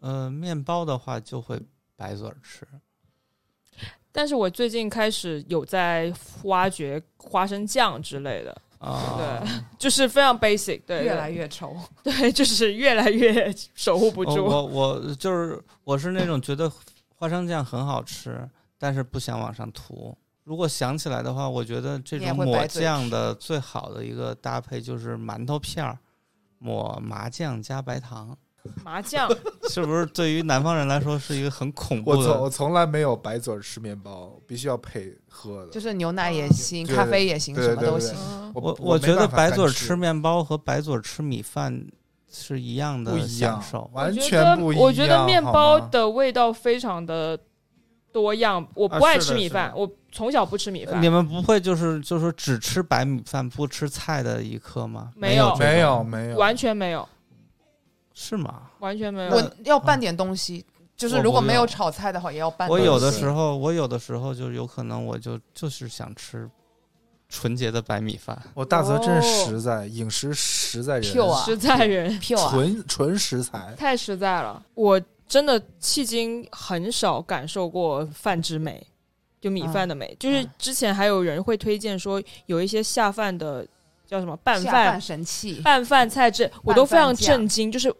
Speaker 2: 呃，面包的话就会白嘴儿吃。
Speaker 3: 但是我最近开始有在挖掘花生酱之类的，
Speaker 2: 啊，
Speaker 3: 对，就是非常 basic，对，
Speaker 4: 越来越稠，
Speaker 3: 对，就是越来越守护不
Speaker 2: 我
Speaker 3: 住。
Speaker 2: 哦
Speaker 6: 哦
Speaker 2: 我我就是我是那种觉得花生酱很好吃，但是不想往上涂。如果想起来的话，我觉得这
Speaker 4: 你也
Speaker 2: 种
Speaker 4: 会
Speaker 2: 抹
Speaker 4: 白嘴
Speaker 2: 酱
Speaker 4: 吃
Speaker 2: 的最好的一个搭配就是馒头片儿抹麻酱加白糖，
Speaker 3: 麻 酱，
Speaker 2: 是不是对于南方人来说是一个很恐
Speaker 6: 我
Speaker 2: 怖
Speaker 6: 从我
Speaker 2: 的？
Speaker 6: 从来没有白嘴儿吃面包，必须要配喝的。
Speaker 4: 就是牛
Speaker 2: 嗯
Speaker 4: 奶也行，
Speaker 6: 对
Speaker 4: 咖啡也行，
Speaker 6: 对
Speaker 4: 什么都
Speaker 6: 对对
Speaker 4: 行。
Speaker 3: 嗯
Speaker 2: 我
Speaker 6: 我没
Speaker 2: 觉得
Speaker 6: 办法
Speaker 2: 白
Speaker 6: 干
Speaker 2: 嘴儿
Speaker 6: 吃
Speaker 2: 吃面包和白嘴儿吃米饭是一样
Speaker 6: 不
Speaker 2: 的
Speaker 6: 一
Speaker 2: 享
Speaker 6: 样
Speaker 2: 受，。
Speaker 6: 完
Speaker 3: 我觉
Speaker 6: 全
Speaker 3: 得
Speaker 6: 不一样。
Speaker 3: 我觉得面包
Speaker 6: 好吗
Speaker 3: 的味道非常的多样，我
Speaker 6: 啊
Speaker 3: 不爱
Speaker 6: 是的
Speaker 3: 吃米
Speaker 6: 是
Speaker 3: 饭，
Speaker 6: 的
Speaker 3: 我从小不吃米饭
Speaker 2: 你。们不会就是就是只吃白米饭不吃菜的一刻吗？
Speaker 3: 没
Speaker 2: 有
Speaker 3: 有
Speaker 2: 这种
Speaker 6: 没有没有，
Speaker 3: 完全没有，
Speaker 2: 是吗？
Speaker 3: 完全没有。
Speaker 4: 我要拌点东西，就是
Speaker 2: 嗯我
Speaker 4: 如果
Speaker 2: 不
Speaker 4: 没有
Speaker 2: 要
Speaker 4: 炒菜的话，也要拌。
Speaker 2: 我有的
Speaker 6: 是
Speaker 2: 时候，我有的时候就有可能，我就就是想吃纯洁的白米饭。
Speaker 6: 我大泽真是
Speaker 3: 哦
Speaker 6: 实在，饮食实在人，
Speaker 4: Q 啊
Speaker 3: 实在人
Speaker 4: 票啊，
Speaker 6: 纯纯食材。
Speaker 3: 太实在了，我真的迄今很少感受过饭之美，就米饭的美。就是
Speaker 4: 嗯
Speaker 3: 之前还有人会推荐说有一些下饭的叫什么拌
Speaker 4: 下
Speaker 3: 饭
Speaker 4: 饭神器，
Speaker 3: 拌饭菜这我都非常
Speaker 4: 拌饭酱
Speaker 3: 震惊，就是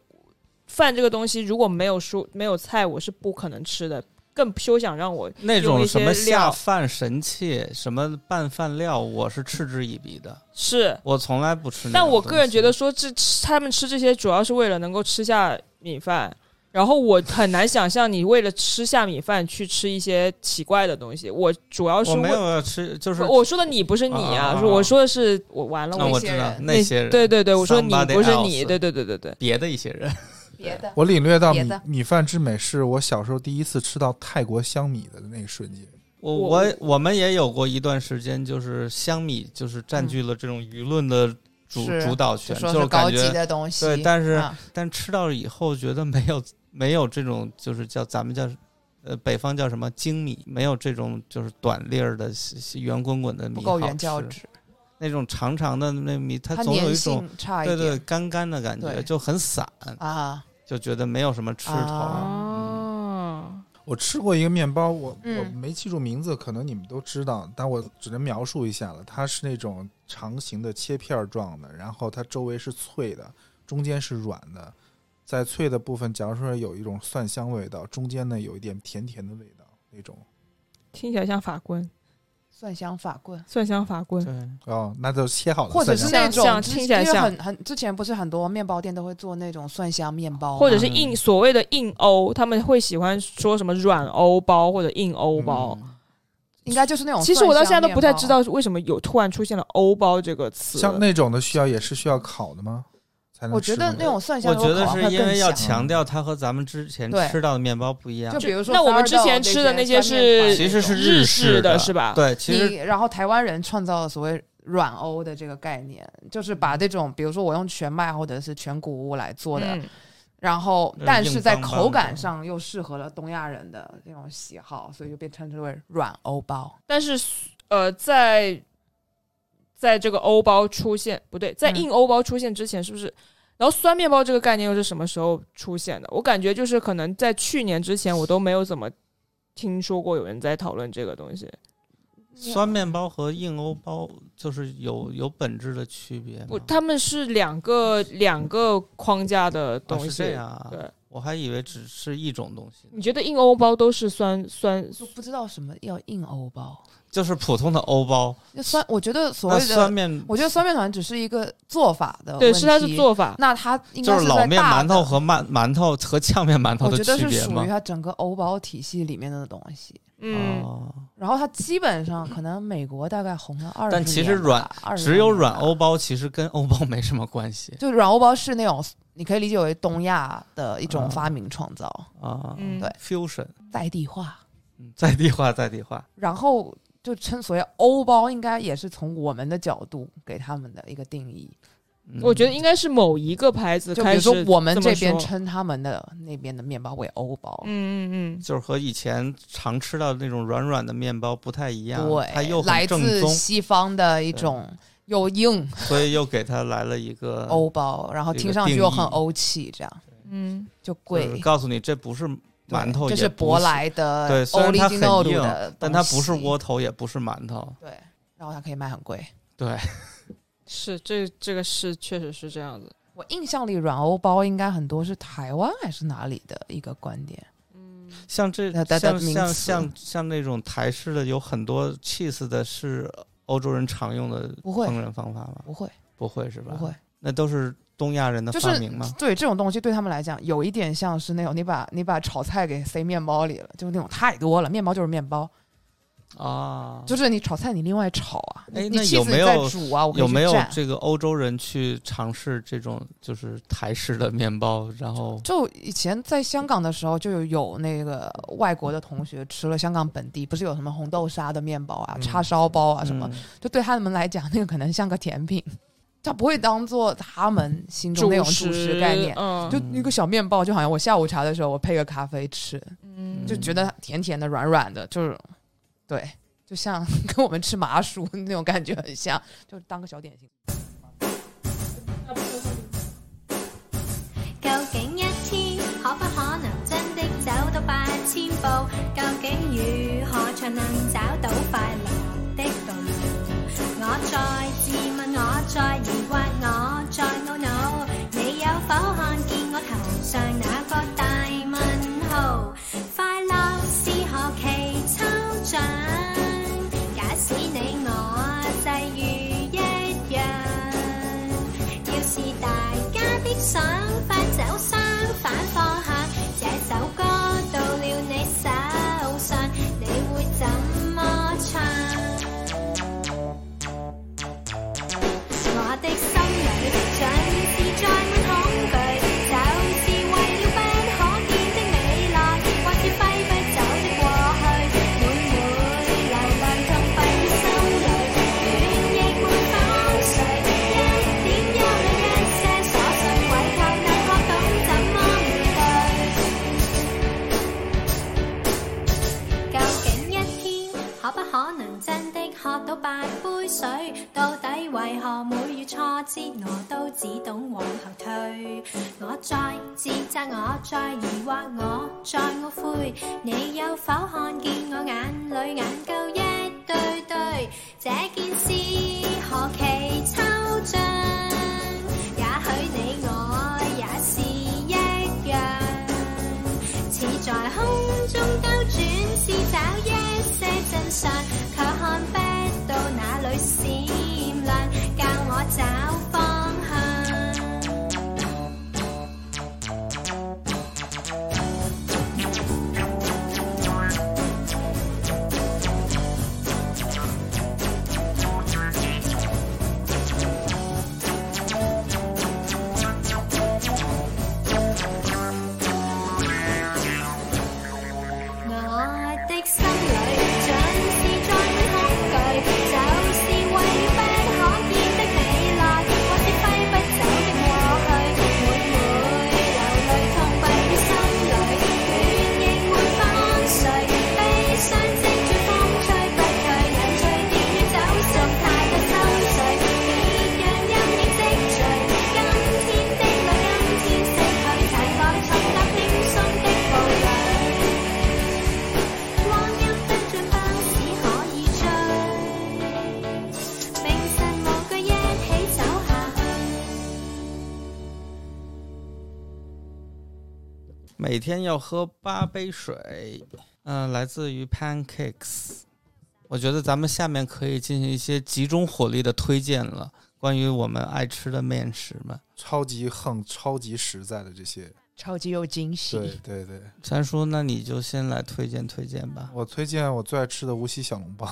Speaker 3: 饭这个东西如果没有蔬没有菜，我是不可能吃的，更休想让我
Speaker 2: 那
Speaker 3: 有
Speaker 2: 种
Speaker 3: 一
Speaker 2: 什
Speaker 3: 些
Speaker 2: 么下
Speaker 3: 料
Speaker 2: 饭神器、什么拌饭料，我是嗤之以鼻的，
Speaker 3: 是。
Speaker 2: 我从来不吃那种东西。
Speaker 3: 但我个人觉得说这吃他们吃这些主要是为了能够吃下米饭，然后我很难想象你为了吃下米饭去吃一些奇怪的东西。我主要是
Speaker 2: 我没
Speaker 3: 为
Speaker 2: 有要吃，就是
Speaker 3: 我说的你不是你
Speaker 2: 啊啊啊
Speaker 3: 啊，
Speaker 2: 啊
Speaker 3: 是我说的是我完了
Speaker 2: 那我
Speaker 3: 我
Speaker 4: 些
Speaker 2: 知道
Speaker 4: 人
Speaker 2: 那些人，
Speaker 3: 对对对，我说你
Speaker 2: somebody
Speaker 3: 不是你，
Speaker 2: else
Speaker 3: 对对对对对，
Speaker 2: 别的一些人，
Speaker 4: 别的
Speaker 6: 我领略到
Speaker 4: 别
Speaker 6: 米
Speaker 4: 的
Speaker 6: 米饭之美是我小时候第一次吃到泰国香米的那一瞬间。
Speaker 2: 我
Speaker 3: 我嗯
Speaker 2: 我我们也有过一段时间，就是香米就是占据了这种舆论的主
Speaker 4: 是
Speaker 2: 主导权，
Speaker 4: 说
Speaker 2: 就是感
Speaker 4: 高
Speaker 2: 觉
Speaker 4: 级的东西，
Speaker 2: 对但是
Speaker 4: 啊
Speaker 2: 但吃到了以后，觉得没有没有这种就是叫咱们叫呃北方叫什么精米，没有这种就是短粒儿的细细圆滚滚的米
Speaker 4: 不够
Speaker 2: 好
Speaker 4: 原教
Speaker 2: 吃
Speaker 4: 旨，
Speaker 2: 那种长长的那米，它
Speaker 4: 它
Speaker 2: 总有
Speaker 4: 粘
Speaker 2: 一种
Speaker 4: 性差一
Speaker 2: 对
Speaker 4: 点
Speaker 2: 对干干的感觉，
Speaker 4: 对
Speaker 2: 就很散，
Speaker 4: 啊，
Speaker 2: 就觉得没有什么吃头。
Speaker 4: 啊
Speaker 3: 哦，
Speaker 6: 我吃过一个面包，我、我
Speaker 4: 嗯
Speaker 6: 没记住名字，可能你们都知道，但我只能描述一下了。它是那种长形的切片儿状的，然后它周围是脆的，中间是软的，在脆的部分，假如说有一种蒜香味道，中间呢有一点甜甜的味道，那种
Speaker 3: 听起来像法棍，
Speaker 4: 蒜香法棍，
Speaker 3: 蒜香法棍。
Speaker 2: 对，
Speaker 6: 哦，那就切好了，
Speaker 4: 或者是那种
Speaker 3: 像
Speaker 4: 之
Speaker 3: 听起来
Speaker 4: 因为
Speaker 3: 像
Speaker 4: 很很之前不是很多面包店都会做那种蒜香面包吗，
Speaker 3: 或者是硬所谓的硬欧，他们会喜欢说什么软欧包或者硬欧
Speaker 4: 哦
Speaker 3: 包。
Speaker 2: 嗯
Speaker 4: 应该就是那种蒜
Speaker 3: 其
Speaker 4: 香面包。
Speaker 3: 实我到现在都不太知道为什么有突然出现了“欧包”这个词。
Speaker 6: 像那种的需要也是需要烤的吗？才能
Speaker 4: 我觉
Speaker 6: 吃
Speaker 4: 得
Speaker 6: 吗
Speaker 4: 那种蒜香
Speaker 2: 我
Speaker 4: 油
Speaker 2: 觉得
Speaker 4: 烤
Speaker 2: 是
Speaker 4: 完会
Speaker 2: 因
Speaker 4: 更
Speaker 2: 为要
Speaker 4: 香
Speaker 2: 强调它和咱们之前
Speaker 4: 对
Speaker 2: 吃到的面包不一样
Speaker 4: 就。比如说
Speaker 3: 那我们
Speaker 4: Fardo
Speaker 3: 之前吃的那些
Speaker 4: 些
Speaker 3: 是
Speaker 4: 酸面团那
Speaker 2: 其实
Speaker 4: 种
Speaker 2: 是
Speaker 3: 日
Speaker 2: 式
Speaker 3: 的是吧
Speaker 2: 对，其
Speaker 4: 你
Speaker 2: 实
Speaker 4: 然后台湾人创造了所谓软欧的这个概念，就是把这种比如说我用全麦或者是全谷物来做的，
Speaker 3: 嗯
Speaker 4: 然后
Speaker 2: 嗯
Speaker 4: 但是在
Speaker 2: 硬邦邦
Speaker 4: 口感
Speaker 2: 的
Speaker 4: 上又适合了东亚人的这种喜好，所以就被称之为软欧包。
Speaker 3: 但是呃，在在这个欧包出现不对，在
Speaker 4: 嗯
Speaker 3: 硬欧包出现之前，是不是？然后酸面包这个概念又是什么时候出现的？我感觉就是可能在去年之前，我都没有怎么听说过有人在讨论这个东西。
Speaker 2: 酸面包和硬欧包就是有有本质的区别吗。
Speaker 3: 不，他们是两个两个框架的
Speaker 2: 啊
Speaker 3: 东
Speaker 4: 哦
Speaker 2: 是
Speaker 3: 西。
Speaker 2: 这样啊，
Speaker 3: 对，
Speaker 2: 我还以为只是一种东西呢，
Speaker 4: 嗯
Speaker 3: 你觉得硬欧包都是酸酸
Speaker 4: 就不知道什么要硬欧包，
Speaker 2: 就是普通的欧包。
Speaker 4: 就酸，我觉得所
Speaker 2: 那
Speaker 4: 谓
Speaker 2: 酸
Speaker 4: 的，
Speaker 2: 面
Speaker 4: 我觉得酸面团只是一个做法的，
Speaker 3: 对，是它是。做法。
Speaker 4: 那它应该
Speaker 2: 就是老
Speaker 4: 在
Speaker 2: 面
Speaker 4: 大
Speaker 2: 馒头
Speaker 4: 的
Speaker 2: 和馒馒头和呛面馒头
Speaker 4: 我
Speaker 2: 的
Speaker 4: 觉得
Speaker 2: 区
Speaker 4: 是
Speaker 2: 别
Speaker 4: 属
Speaker 2: 吗
Speaker 4: 于？它整个欧包体系里面的东西。
Speaker 3: 嗯，
Speaker 2: 哦，
Speaker 4: 然后它基本上可能美国大概红了二十，
Speaker 2: 但其实软
Speaker 4: 20
Speaker 2: 只有
Speaker 4: 年吧
Speaker 2: 软欧，包，其实跟欧包没什么关系
Speaker 4: 就软欧包是那种你可以理解为东亚的一种
Speaker 2: 嗯
Speaker 4: 发明创造，
Speaker 2: 啊。
Speaker 3: 嗯
Speaker 4: 对
Speaker 2: fusion，
Speaker 4: 在地化。
Speaker 2: 嗯在地化，在地化。
Speaker 4: 然后就称所谓欧包，应该也是从我们的角度给他们的一个定义。
Speaker 2: 嗯
Speaker 3: 我觉得应该是某一个牌子
Speaker 4: 就比
Speaker 3: 开
Speaker 4: 如
Speaker 3: 始
Speaker 4: 说我们这
Speaker 3: 么
Speaker 4: 边
Speaker 3: 说
Speaker 4: 称他们的那边的面包为欧包，
Speaker 3: 嗯嗯
Speaker 2: 就是和以前常吃到的那种软软的面包不太一样，它又
Speaker 4: 对，来
Speaker 2: 很正
Speaker 4: 自
Speaker 2: 宗，
Speaker 4: 西方的一种又硬
Speaker 2: 所以又给它来了一个
Speaker 4: 欧包，然后
Speaker 2: 嗯这个
Speaker 4: 听上去
Speaker 2: 定
Speaker 4: 又很
Speaker 2: 义
Speaker 4: 欧气，这样
Speaker 3: 嗯嗯，
Speaker 4: 就
Speaker 2: 就是
Speaker 4: 贵。
Speaker 2: 告诉你这不是
Speaker 4: 对
Speaker 2: 馒头，也
Speaker 4: 就是
Speaker 2: 不
Speaker 4: 舶来的，
Speaker 2: 对，虽然它
Speaker 4: 呃 original
Speaker 2: 很
Speaker 4: 的
Speaker 2: 硬
Speaker 4: 东，
Speaker 2: 但它不是
Speaker 4: 西
Speaker 2: 窝头，也不是馒头。
Speaker 4: 对，然后它可以卖很贵。
Speaker 2: 对，
Speaker 3: 是这这个是确实是这样子。
Speaker 4: 我印象里软欧包应该很多是台湾还是哪里的一个观点，
Speaker 2: 像这
Speaker 4: 它它它
Speaker 2: 像
Speaker 4: 名
Speaker 2: 像
Speaker 4: 词
Speaker 2: 像像那种台式的，有很多 cheese 的是欧洲人常用的
Speaker 4: 不会
Speaker 2: 烹饪方法吗？
Speaker 4: 不会
Speaker 2: 不会是吧？
Speaker 4: 不会，，
Speaker 2: 那都是东亚人的
Speaker 4: 就
Speaker 2: 发
Speaker 4: 是啊
Speaker 2: 明吗？
Speaker 4: 对这种东西对他们来讲，有一点像是那种你把你把炒菜给塞面包里了，就是那种太多了，面包就是面包，
Speaker 2: 啊，
Speaker 4: 就是你炒菜你另外炒啊，
Speaker 2: 哎
Speaker 4: 你
Speaker 2: 那
Speaker 4: 你
Speaker 2: 有
Speaker 4: 气死
Speaker 2: 没
Speaker 4: 你再
Speaker 2: 有
Speaker 4: 煮啊，我可以
Speaker 2: 有
Speaker 4: 去
Speaker 2: 没有
Speaker 4: 蘸
Speaker 2: 这个欧洲人去尝试这种就是台式的面包？然后
Speaker 4: 就以前在香港的时候，就有有那个外国的同学吃了香港本地，不是有什么红豆沙的面包啊、
Speaker 2: 嗯
Speaker 4: 叉烧包啊什么，
Speaker 2: 嗯
Speaker 4: 就对他们来讲，那个可能像个甜品，他不会当做他们心中那种主食概念，
Speaker 3: 嗯，
Speaker 4: 就一个小面包，就好像我下午茶的时候我配个咖啡吃，
Speaker 3: 嗯
Speaker 4: 就觉得甜甜的、软软的，就是对，就像跟我们吃麻薯那种感觉很像，就当个小点心。
Speaker 7: 究竟一千可不可能真的走到八千步？究竟如何才能找到快樂的道路？我再自問，我再疑惑，我再懊惱。你有否看見我頭上那個大問號？快樂是何其抽象，假使你我際遇一樣。要是大家的想法走相反方向，這首歌到了你手上，你會怎麼唱？到底為何每遇挫折我都只懂往後退？我再自責，我再疑惑，我再懊悔。你有否看見我眼裏眼垢一對對？這件事何其抽象，也許你我也是一樣。似在空中兜轉，試找一些真相，卻看不到那裏閃亮，教我找方向。我的心裏盡是種恐懼，就是為不可見的未來，或者揮不走的過去。每每流淚痛閉於心裏，倦亦沒法安睡，悲傷積住風吹不退，人隨電雨走逐太多秋水，別讓陰影積聚。今天的淚，今天逝去，大概重踏輕鬆的步履。光陰不再巴士可以追，明晨無懼一起走下去。
Speaker 2: 每天要喝八杯水。嗯、来自于 Pancakes。我觉得咱们下面可以进行一些集中火力的推荐了，关于我们爱吃的面食们。
Speaker 6: 超级横、超级实在的这些。
Speaker 4: 超级有惊
Speaker 6: 对
Speaker 4: 喜，
Speaker 6: 对对，
Speaker 2: 三叔，那你就先来推荐推荐吧。
Speaker 6: 我推荐我最爱吃的无锡小笼包，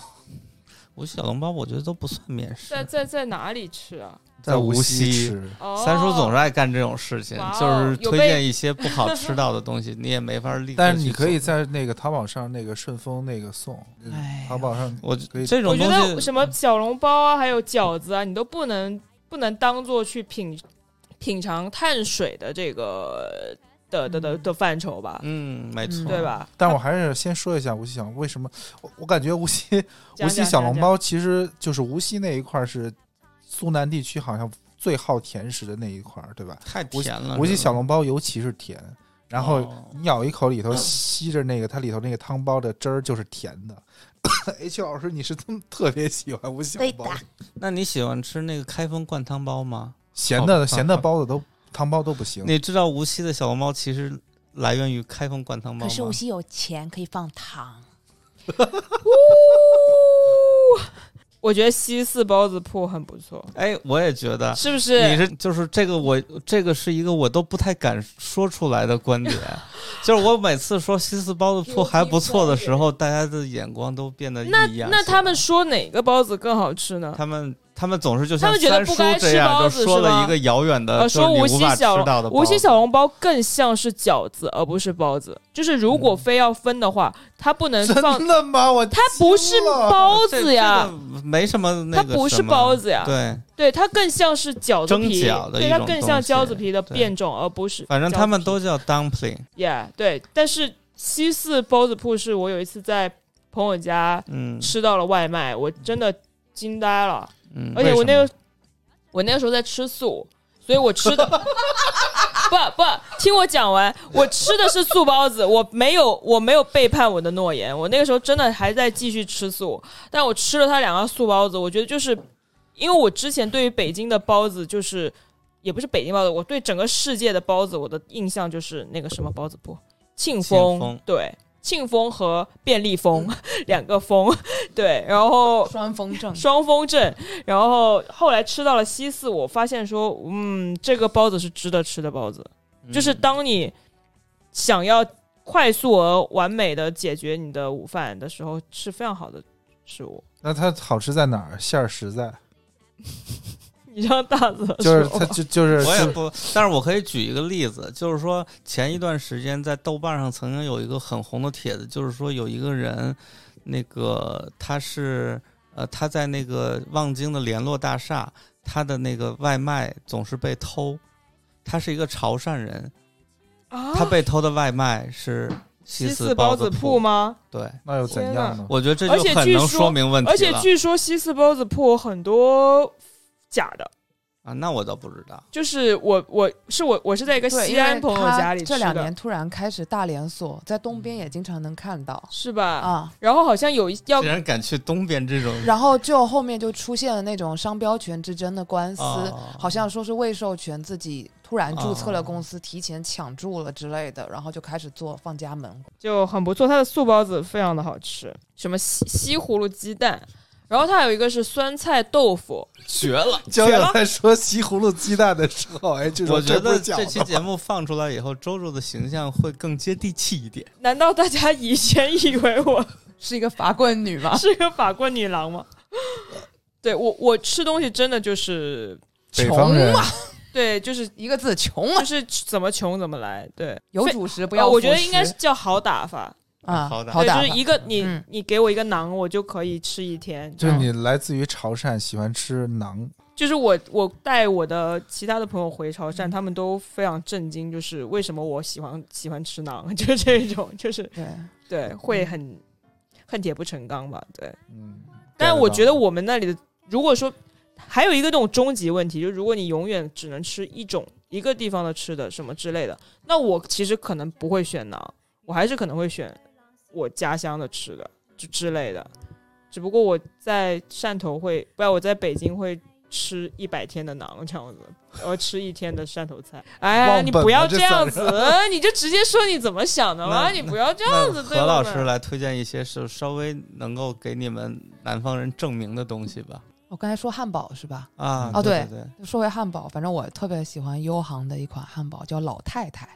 Speaker 2: 无锡小笼包，我觉得都不算面食，
Speaker 3: 在在在哪里吃啊？
Speaker 2: 在无
Speaker 6: 无
Speaker 2: 锡
Speaker 6: 吃。
Speaker 3: 哦，
Speaker 2: 三叔总是爱干这种事情，
Speaker 3: 哇哦
Speaker 2: 就是
Speaker 3: 有
Speaker 2: 推
Speaker 3: 被
Speaker 2: 荐一些不好吃到的东西，你也没法立刻去做。
Speaker 6: 但是你可以在那个淘宝上那个顺丰那个送，淘宝上
Speaker 2: 我
Speaker 6: 可以
Speaker 2: 这种
Speaker 3: 我觉
Speaker 2: 东
Speaker 3: 得
Speaker 2: 西，嗯
Speaker 3: 什么小笼包啊，还有饺子啊，你都不能不能当做去品品尝碳水的这个的的的的范畴吧，
Speaker 2: 嗯，没错，
Speaker 3: 对？吧？
Speaker 6: 但我还是先说一下无锡小笼，为什么我我感觉 无锡
Speaker 3: 讲
Speaker 6: 无锡
Speaker 3: 讲
Speaker 6: 小
Speaker 3: 讲
Speaker 6: 笼
Speaker 3: 讲
Speaker 6: 包其实就是无锡那一块儿是苏南地区好像最好甜食的那一块儿，对吧？
Speaker 2: 太甜了，
Speaker 6: 无锡
Speaker 2: 这个
Speaker 6: 小笼包尤其是甜，然后
Speaker 2: 哦
Speaker 3: 嗯
Speaker 6: 你咬一口里头吸着那个它里头那个汤包的汁儿就是甜的。H 老师，你是这么特别喜欢无锡小笼包吗，
Speaker 2: 那你喜欢吃那个开封灌汤包吗？
Speaker 6: 咸的
Speaker 2: 好
Speaker 6: 咸的包子都汤包都不行。
Speaker 2: 你知道无锡的小笼包其实来源于开封灌汤包吗？
Speaker 4: 可是无锡有钱可以放糖，
Speaker 3: 我觉得西四包子铺很不错，
Speaker 2: 哎，我也觉得。
Speaker 3: 是不
Speaker 2: 你
Speaker 3: 是？
Speaker 2: 是就是这个我这个是一个我都不太敢说出来的观 点，就是我每次说西四包子铺还不错的时候，大家的眼光都变得异
Speaker 3: 那
Speaker 2: 样。
Speaker 3: 那他们说哪个包子更好吃呢？
Speaker 2: 他们他们总是就
Speaker 3: 他
Speaker 2: 像
Speaker 3: 们觉得
Speaker 2: 三
Speaker 3: 不
Speaker 2: 叔
Speaker 3: 该吃
Speaker 2: 这样，
Speaker 3: 包
Speaker 2: 就
Speaker 3: 子是
Speaker 2: 说了
Speaker 3: 吗
Speaker 2: 一个遥远的，
Speaker 3: 呃，说
Speaker 2: 就是你
Speaker 3: 无
Speaker 2: 无
Speaker 3: 锡
Speaker 2: 法
Speaker 3: 小
Speaker 2: 吃到的
Speaker 3: 无
Speaker 2: 包
Speaker 3: 锡
Speaker 2: 子
Speaker 3: 小笼包更像是饺子，而不是包子。就是如
Speaker 2: 嗯
Speaker 3: 果非要分的话，它不能放，
Speaker 6: 真的吗？我
Speaker 3: 它不是包
Speaker 2: 这
Speaker 3: 子呀，，
Speaker 2: 这个没什么那
Speaker 3: 它
Speaker 2: 个，
Speaker 3: 不是包子呀，
Speaker 2: 对，
Speaker 3: 对，它更像是饺子
Speaker 2: 蒸
Speaker 3: 皮，
Speaker 2: 饺的
Speaker 3: 对，
Speaker 2: 一
Speaker 3: 它
Speaker 2: 种
Speaker 3: 更
Speaker 2: 东
Speaker 3: 像
Speaker 2: 西
Speaker 3: 饺子皮的
Speaker 2: 对
Speaker 3: 变种，而不是。
Speaker 2: 反正他们都叫 dumpling，
Speaker 3: ，yeah，对。但是西四包子铺是我有一次在朋友家
Speaker 2: 嗯
Speaker 3: 吃到了外卖，我真的惊呆了，
Speaker 2: 嗯，
Speaker 3: 而且我
Speaker 2: 为什
Speaker 3: 那
Speaker 2: 么
Speaker 3: 个我那个时候在吃素，所以我吃的 不不听我讲完，我吃的是素包子，我没有我没有背叛我的诺言，我那个时候真的还在继续吃素，但我吃了它两个素包子，我觉得就是因为我之前对于北京的包子就是。也不是北京包子，我对整个世界的包子，我的印象就是那个什么包子铺，庆丰，
Speaker 2: 庆丰
Speaker 3: 对，庆丰和便利丰两个丰，对，然后
Speaker 4: 双峰正
Speaker 3: 双峰镇，然后后来吃到了西四，我发现说，嗯，这个包子是值得吃的包子，
Speaker 2: 嗯
Speaker 4: 嗯
Speaker 3: 就是当你想要快速而完美的解决你的午饭的时候，是非常好的食物。
Speaker 6: 那它好吃在哪儿？馅儿实在，
Speaker 3: 你让大泽说
Speaker 6: 就是它就就是
Speaker 2: 呃哦我也
Speaker 6: 就
Speaker 2: 不，但是我可以举一个例子，就是说前一段时间在豆瓣上曾经有一个很红的帖子，就是说有一个人，那个他是呃他在那个望京的联络大厦，他的那个外卖总是被偷，他是一个潮汕人，
Speaker 3: 啊
Speaker 2: 他被偷的外卖是西
Speaker 3: 四
Speaker 2: 包
Speaker 3: 子
Speaker 2: 铺？
Speaker 3: 吗？
Speaker 2: 对，
Speaker 6: 那又怎样
Speaker 3: 天哪
Speaker 6: 呢？
Speaker 2: 我觉得这
Speaker 3: 而
Speaker 2: 就
Speaker 3: 且
Speaker 2: 很
Speaker 3: 据
Speaker 2: 能
Speaker 3: 说
Speaker 2: 说明问题了。
Speaker 3: 而且据说西四包子铺很多假的，
Speaker 2: 啊，那我倒不知道。
Speaker 3: 就是我我是我我是在一个
Speaker 4: 对
Speaker 3: 西
Speaker 4: 因为
Speaker 3: 安朋友
Speaker 4: 他
Speaker 3: 家里吃
Speaker 4: 这
Speaker 3: 的，嗯
Speaker 4: 两年突然开始大连锁，在东边也经常能看到
Speaker 3: 是吧？
Speaker 4: 啊。
Speaker 3: 然后好像有一要
Speaker 2: 竟然敢去东边这种，
Speaker 4: 然后就后面就出现了那种商标权之争的官司，
Speaker 2: 哦
Speaker 4: 好像说是未授权自己突然注册了
Speaker 2: 哦
Speaker 4: 公司，提前抢注了之类的，然后就开始做放家门。
Speaker 3: 就很不错，它的素包子非常的好吃，什么西西葫芦鸡蛋，然后它还有一个是酸菜豆腐，
Speaker 2: 绝了！
Speaker 6: 江远在说西葫芦鸡蛋的时候，哎，这 种
Speaker 2: 我觉
Speaker 6: 不是
Speaker 2: 得
Speaker 6: 饺
Speaker 2: 这
Speaker 6: 子
Speaker 2: 期
Speaker 6: 吗
Speaker 2: 节目放出来以后，周周的形象会更接地气一点。
Speaker 3: 难道大家以前以为我？
Speaker 4: 是一个法棍女吗
Speaker 3: 是个法棍女郎 吗？对我，我吃东西真的就是
Speaker 6: 北方人
Speaker 4: 穷啊，
Speaker 3: 对，就是
Speaker 4: 一个字穷啊
Speaker 3: 就！是怎么穷怎么来，对，
Speaker 4: 有
Speaker 3: 非
Speaker 4: 主食不
Speaker 3: 呃
Speaker 4: 要
Speaker 3: 我
Speaker 4: 辅食、
Speaker 3: 觉得应该是叫好打发，
Speaker 4: 啊，
Speaker 2: 好打
Speaker 4: 好
Speaker 3: 对，
Speaker 4: 打
Speaker 3: 就
Speaker 4: 法，
Speaker 3: 是一个你、
Speaker 4: 嗯
Speaker 3: 你给我一个馕，我就可以吃一天。
Speaker 2: 嗯
Speaker 6: 就是你来自于潮汕，喜欢吃馕，
Speaker 3: 就是我我带我的其他的朋友回潮汕，他们都非常震惊，就是为什么我喜欢喜欢吃馕， 就这种，就是
Speaker 4: 对，
Speaker 3: 对，会很恨铁不成钢吧，对。
Speaker 6: 嗯，
Speaker 3: 但我觉得
Speaker 6: 我
Speaker 3: 我们那里的，如果说还有一个这种终极问题，就如果你永远只能吃一种一个地方的吃的什么之类的，那我其实可能不会选馕，我还是可能会选我家乡的吃的之之类的。只不过我在汕头会，不然我在北京会吃一百天的馕这样子，我吃一天的汕头菜。哎，
Speaker 6: 忘
Speaker 3: 你
Speaker 6: 本
Speaker 3: 不
Speaker 6: 了
Speaker 3: 要
Speaker 6: 这
Speaker 3: 这样
Speaker 6: 算
Speaker 3: 子，你就直接说你怎么想的嘛，
Speaker 2: 那
Speaker 3: 你不要这
Speaker 2: 那
Speaker 3: 样子对
Speaker 2: 何
Speaker 3: 我
Speaker 2: 老
Speaker 3: 们
Speaker 2: 师来推荐一些是稍微能够给你们南方人证明的东西吧。
Speaker 4: 我刚才说汉堡是吧？
Speaker 2: 啊，
Speaker 4: 哦
Speaker 2: 对
Speaker 4: 对
Speaker 2: 对，
Speaker 4: 说回汉堡，反正我特别喜欢优航的一款汉堡，叫老太太，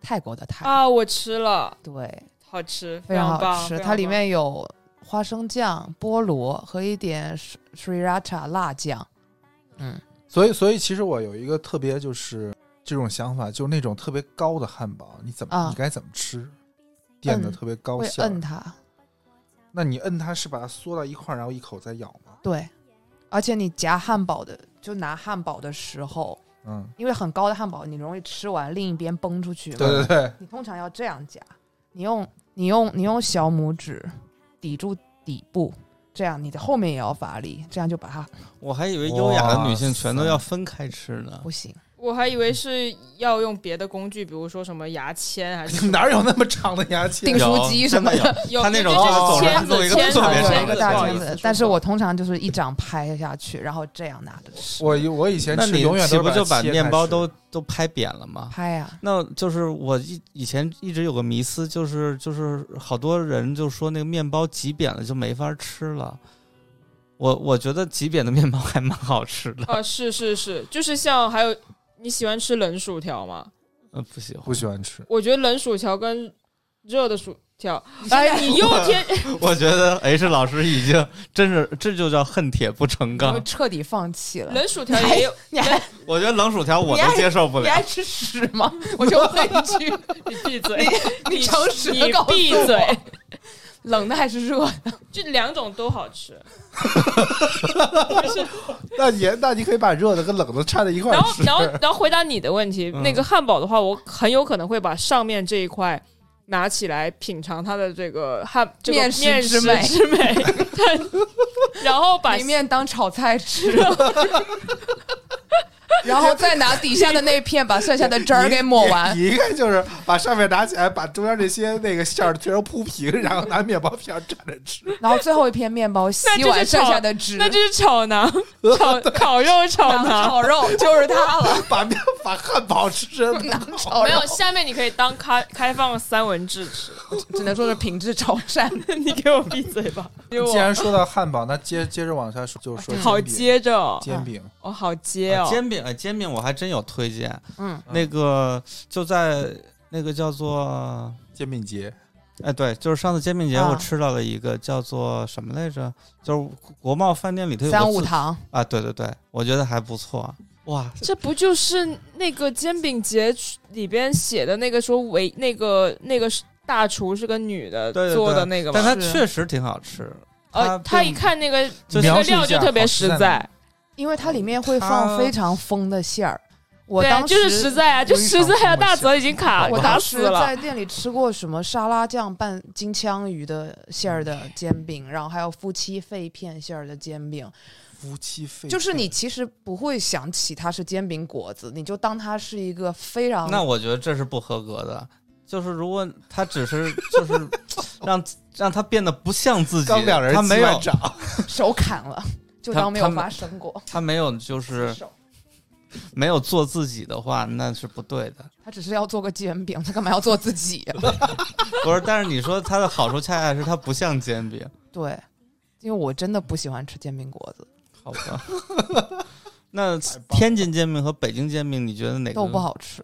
Speaker 4: 泰国的泰，
Speaker 3: 啊，我吃了。
Speaker 4: 对，
Speaker 3: 好吃，
Speaker 4: 非
Speaker 3: 常
Speaker 4: 常好吃。
Speaker 3: 非常
Speaker 4: 它里
Speaker 3: 棒
Speaker 4: 面有花生酱、菠萝和一点 s- sriracha 辣酱。嗯，
Speaker 6: 所以所以其实我有一个特别就是这种想法，就那种特别高的汉堡，你怎么、
Speaker 4: 啊
Speaker 6: 你该怎么吃？垫的
Speaker 4: 摁
Speaker 6: 特别高
Speaker 4: 会
Speaker 6: 馅儿
Speaker 4: 摁，它，
Speaker 6: 那你摁它是把它缩到一块儿，然后一口再咬吗？
Speaker 4: 对。而且你夹汉堡的，就拿汉堡的时候，
Speaker 6: 嗯，
Speaker 4: 因为很高的汉堡，你容易吃完另一边崩出去嘛。
Speaker 6: 对对对，
Speaker 4: 你通常要这样夹，你用你用你用小拇指抵住底部，这样你的后面也要发力，这样就把它
Speaker 2: 我还以为优雅的女性
Speaker 6: 哇
Speaker 2: 全都
Speaker 6: 塞
Speaker 2: 要分开吃呢
Speaker 4: 不。行。
Speaker 3: 我还以为是要用别的工具，比如说什么牙签还 是什么
Speaker 6: 哪有那么长的 牙
Speaker 4: 订
Speaker 6: 签？
Speaker 4: 书
Speaker 2: 有
Speaker 4: 机什么的，
Speaker 3: 有
Speaker 2: 他那种
Speaker 3: 就
Speaker 2: 就是
Speaker 3: 是
Speaker 2: 总是弄一个
Speaker 3: 签子签子
Speaker 2: 特别长
Speaker 4: 对
Speaker 2: 的
Speaker 4: 一个大
Speaker 2: 不好
Speaker 4: 签
Speaker 2: 意
Speaker 4: 子
Speaker 2: 思，
Speaker 4: 但是我通常就是一掌拍下去，然后这样拿着吃
Speaker 6: 我我以前
Speaker 2: 那
Speaker 6: 吃
Speaker 2: 你
Speaker 6: 永远
Speaker 2: 岂
Speaker 6: 都
Speaker 2: 不
Speaker 6: 是
Speaker 2: 就
Speaker 6: 把
Speaker 2: 把
Speaker 6: 它切
Speaker 2: 面
Speaker 6: 开
Speaker 2: 包
Speaker 6: 吃
Speaker 2: 都都拍扁了吗？
Speaker 4: 拍呀、
Speaker 2: 那就是我以以前一直有个迷思，就是就是好多人就说那个面包挤扁了就没法吃了。我我觉得挤扁的面包还蛮好吃的，
Speaker 3: 啊，是是是，就是像还有你喜欢吃冷薯条吗？
Speaker 2: 呃，不喜欢，
Speaker 6: 不喜欢吃，
Speaker 3: 我觉得冷薯条跟热的薯条，哎，你 又天
Speaker 2: 我觉得 H 老师已经真是这就叫恨铁不成
Speaker 4: 我
Speaker 2: 钢。
Speaker 4: 彻底放弃了。
Speaker 3: 冷薯条也有，
Speaker 4: 你还
Speaker 2: 我觉得冷薯条我
Speaker 4: 你
Speaker 2: 都
Speaker 4: 还
Speaker 2: 接受不
Speaker 4: 你
Speaker 2: 了，
Speaker 4: 爱吃屎吗？我就问一句，
Speaker 3: 你闭嘴，
Speaker 4: 你
Speaker 3: 你
Speaker 4: 诚实地
Speaker 3: 你
Speaker 4: 告诉
Speaker 3: 闭
Speaker 4: 我
Speaker 3: 嘴，
Speaker 4: 冷的还是热的？
Speaker 3: 这两种都好吃。
Speaker 6: 那你那你可以把热的跟冷的掺在一块
Speaker 3: 然
Speaker 6: 儿
Speaker 3: 后
Speaker 6: 吃。
Speaker 3: 然后然后回答你的问题，
Speaker 6: 嗯
Speaker 3: 那个汉堡的话，我很有可能会把上面这一块。拿起来品尝它的这个汉这个
Speaker 4: 面
Speaker 3: 面
Speaker 4: 食
Speaker 3: 食
Speaker 4: 之美
Speaker 3: 之 美但然后把
Speaker 4: 里面当炒 菜吃， 然后再拿底下的那片把剩下的汁儿给抹完。
Speaker 6: 你你应该就是把上面拿起来，把中间这些那个馅儿全都铺平，然后拿面包片儿蘸着吃。
Speaker 4: 然后最后一片面包
Speaker 3: 那
Speaker 4: 吸
Speaker 3: 就
Speaker 4: 完
Speaker 3: 是
Speaker 4: 剩
Speaker 3: 炒
Speaker 4: 下的汁，
Speaker 3: 那就是炒 馕、炒烤肉、炒
Speaker 4: 然后
Speaker 3: 馕。
Speaker 4: 炒肉就是 它了。
Speaker 6: 把面把汉堡吃真 的
Speaker 4: 炒
Speaker 3: 没
Speaker 4: 肉
Speaker 3: 有，下面你可以当开开放三文治吃。
Speaker 4: 只能说是品质潮汕。
Speaker 3: 你给我闭嘴吧！给
Speaker 6: 既
Speaker 3: 我
Speaker 6: 然说到汉堡，那接接着往下说，就是说
Speaker 3: 好
Speaker 6: 煎饼
Speaker 3: 接着哦，
Speaker 6: 煎饼，
Speaker 3: 我好接
Speaker 2: 啊
Speaker 3: 哦。
Speaker 2: 煎饼，哎，煎饼我还真有推荐。
Speaker 4: 嗯，
Speaker 2: 那个就在那个叫做，
Speaker 6: 煎饼节
Speaker 2: 哎，对，就是上次煎饼节
Speaker 4: 啊
Speaker 2: 我吃到了一个叫做什么来着？就是国贸饭店里头有个
Speaker 4: 三五
Speaker 2: 自
Speaker 4: 堂
Speaker 2: 啊，对对对，我觉得还不错。哇，
Speaker 3: 这不就是那个煎饼节里边写的那个说唯那个那个是大厨是个女的
Speaker 2: 对对对
Speaker 3: 做的那个
Speaker 2: 但
Speaker 3: 吗？
Speaker 2: 它
Speaker 4: 是
Speaker 2: 确实挺好吃。
Speaker 3: 呃，
Speaker 2: 它
Speaker 3: 她
Speaker 2: 并
Speaker 3: 一看那个
Speaker 2: 就是
Speaker 3: 那
Speaker 6: 描
Speaker 3: 个
Speaker 6: 述一
Speaker 3: 料就
Speaker 6: 下
Speaker 3: 特别
Speaker 6: 好
Speaker 3: 实
Speaker 6: 吃在哪
Speaker 3: 在
Speaker 6: 里，
Speaker 4: 因为它里面会
Speaker 2: 它
Speaker 4: 放非常丰的馅儿，我
Speaker 3: 对
Speaker 4: 当时
Speaker 3: 就是实在啊，就实在啊，大泽已经卡
Speaker 4: 我
Speaker 3: 卡
Speaker 4: 当
Speaker 3: 死
Speaker 4: 时
Speaker 3: 了
Speaker 4: 在。店里吃过什么沙拉酱拌金枪鱼的馅儿的煎饼，然后还有夫妻肺片馅儿的煎饼，
Speaker 6: 夫妻肺
Speaker 4: 就是你其实不会想起它是煎饼果子，你就当它是一个非常
Speaker 2: 那我觉得这是不合格的。就是如果他只是就是 让让他变得不像自己，
Speaker 6: 刚两人
Speaker 2: 他没有
Speaker 6: 掌，
Speaker 4: 手砍了，就
Speaker 2: 他
Speaker 4: 当没有
Speaker 2: 他们
Speaker 4: 发生过。
Speaker 2: 他没有就是
Speaker 4: 手
Speaker 2: 没有做自己的话，那是不对的。
Speaker 4: 他只是要做个煎饼，他干嘛要做自己啊呀、
Speaker 2: 不是，但是你说它的好处恰恰是它不像煎饼，
Speaker 4: 对，因为我真的不喜欢吃煎饼果子，
Speaker 2: 好吧？ 那天津煎饼和北京煎饼，你觉得哪个
Speaker 4: 都不？好吃。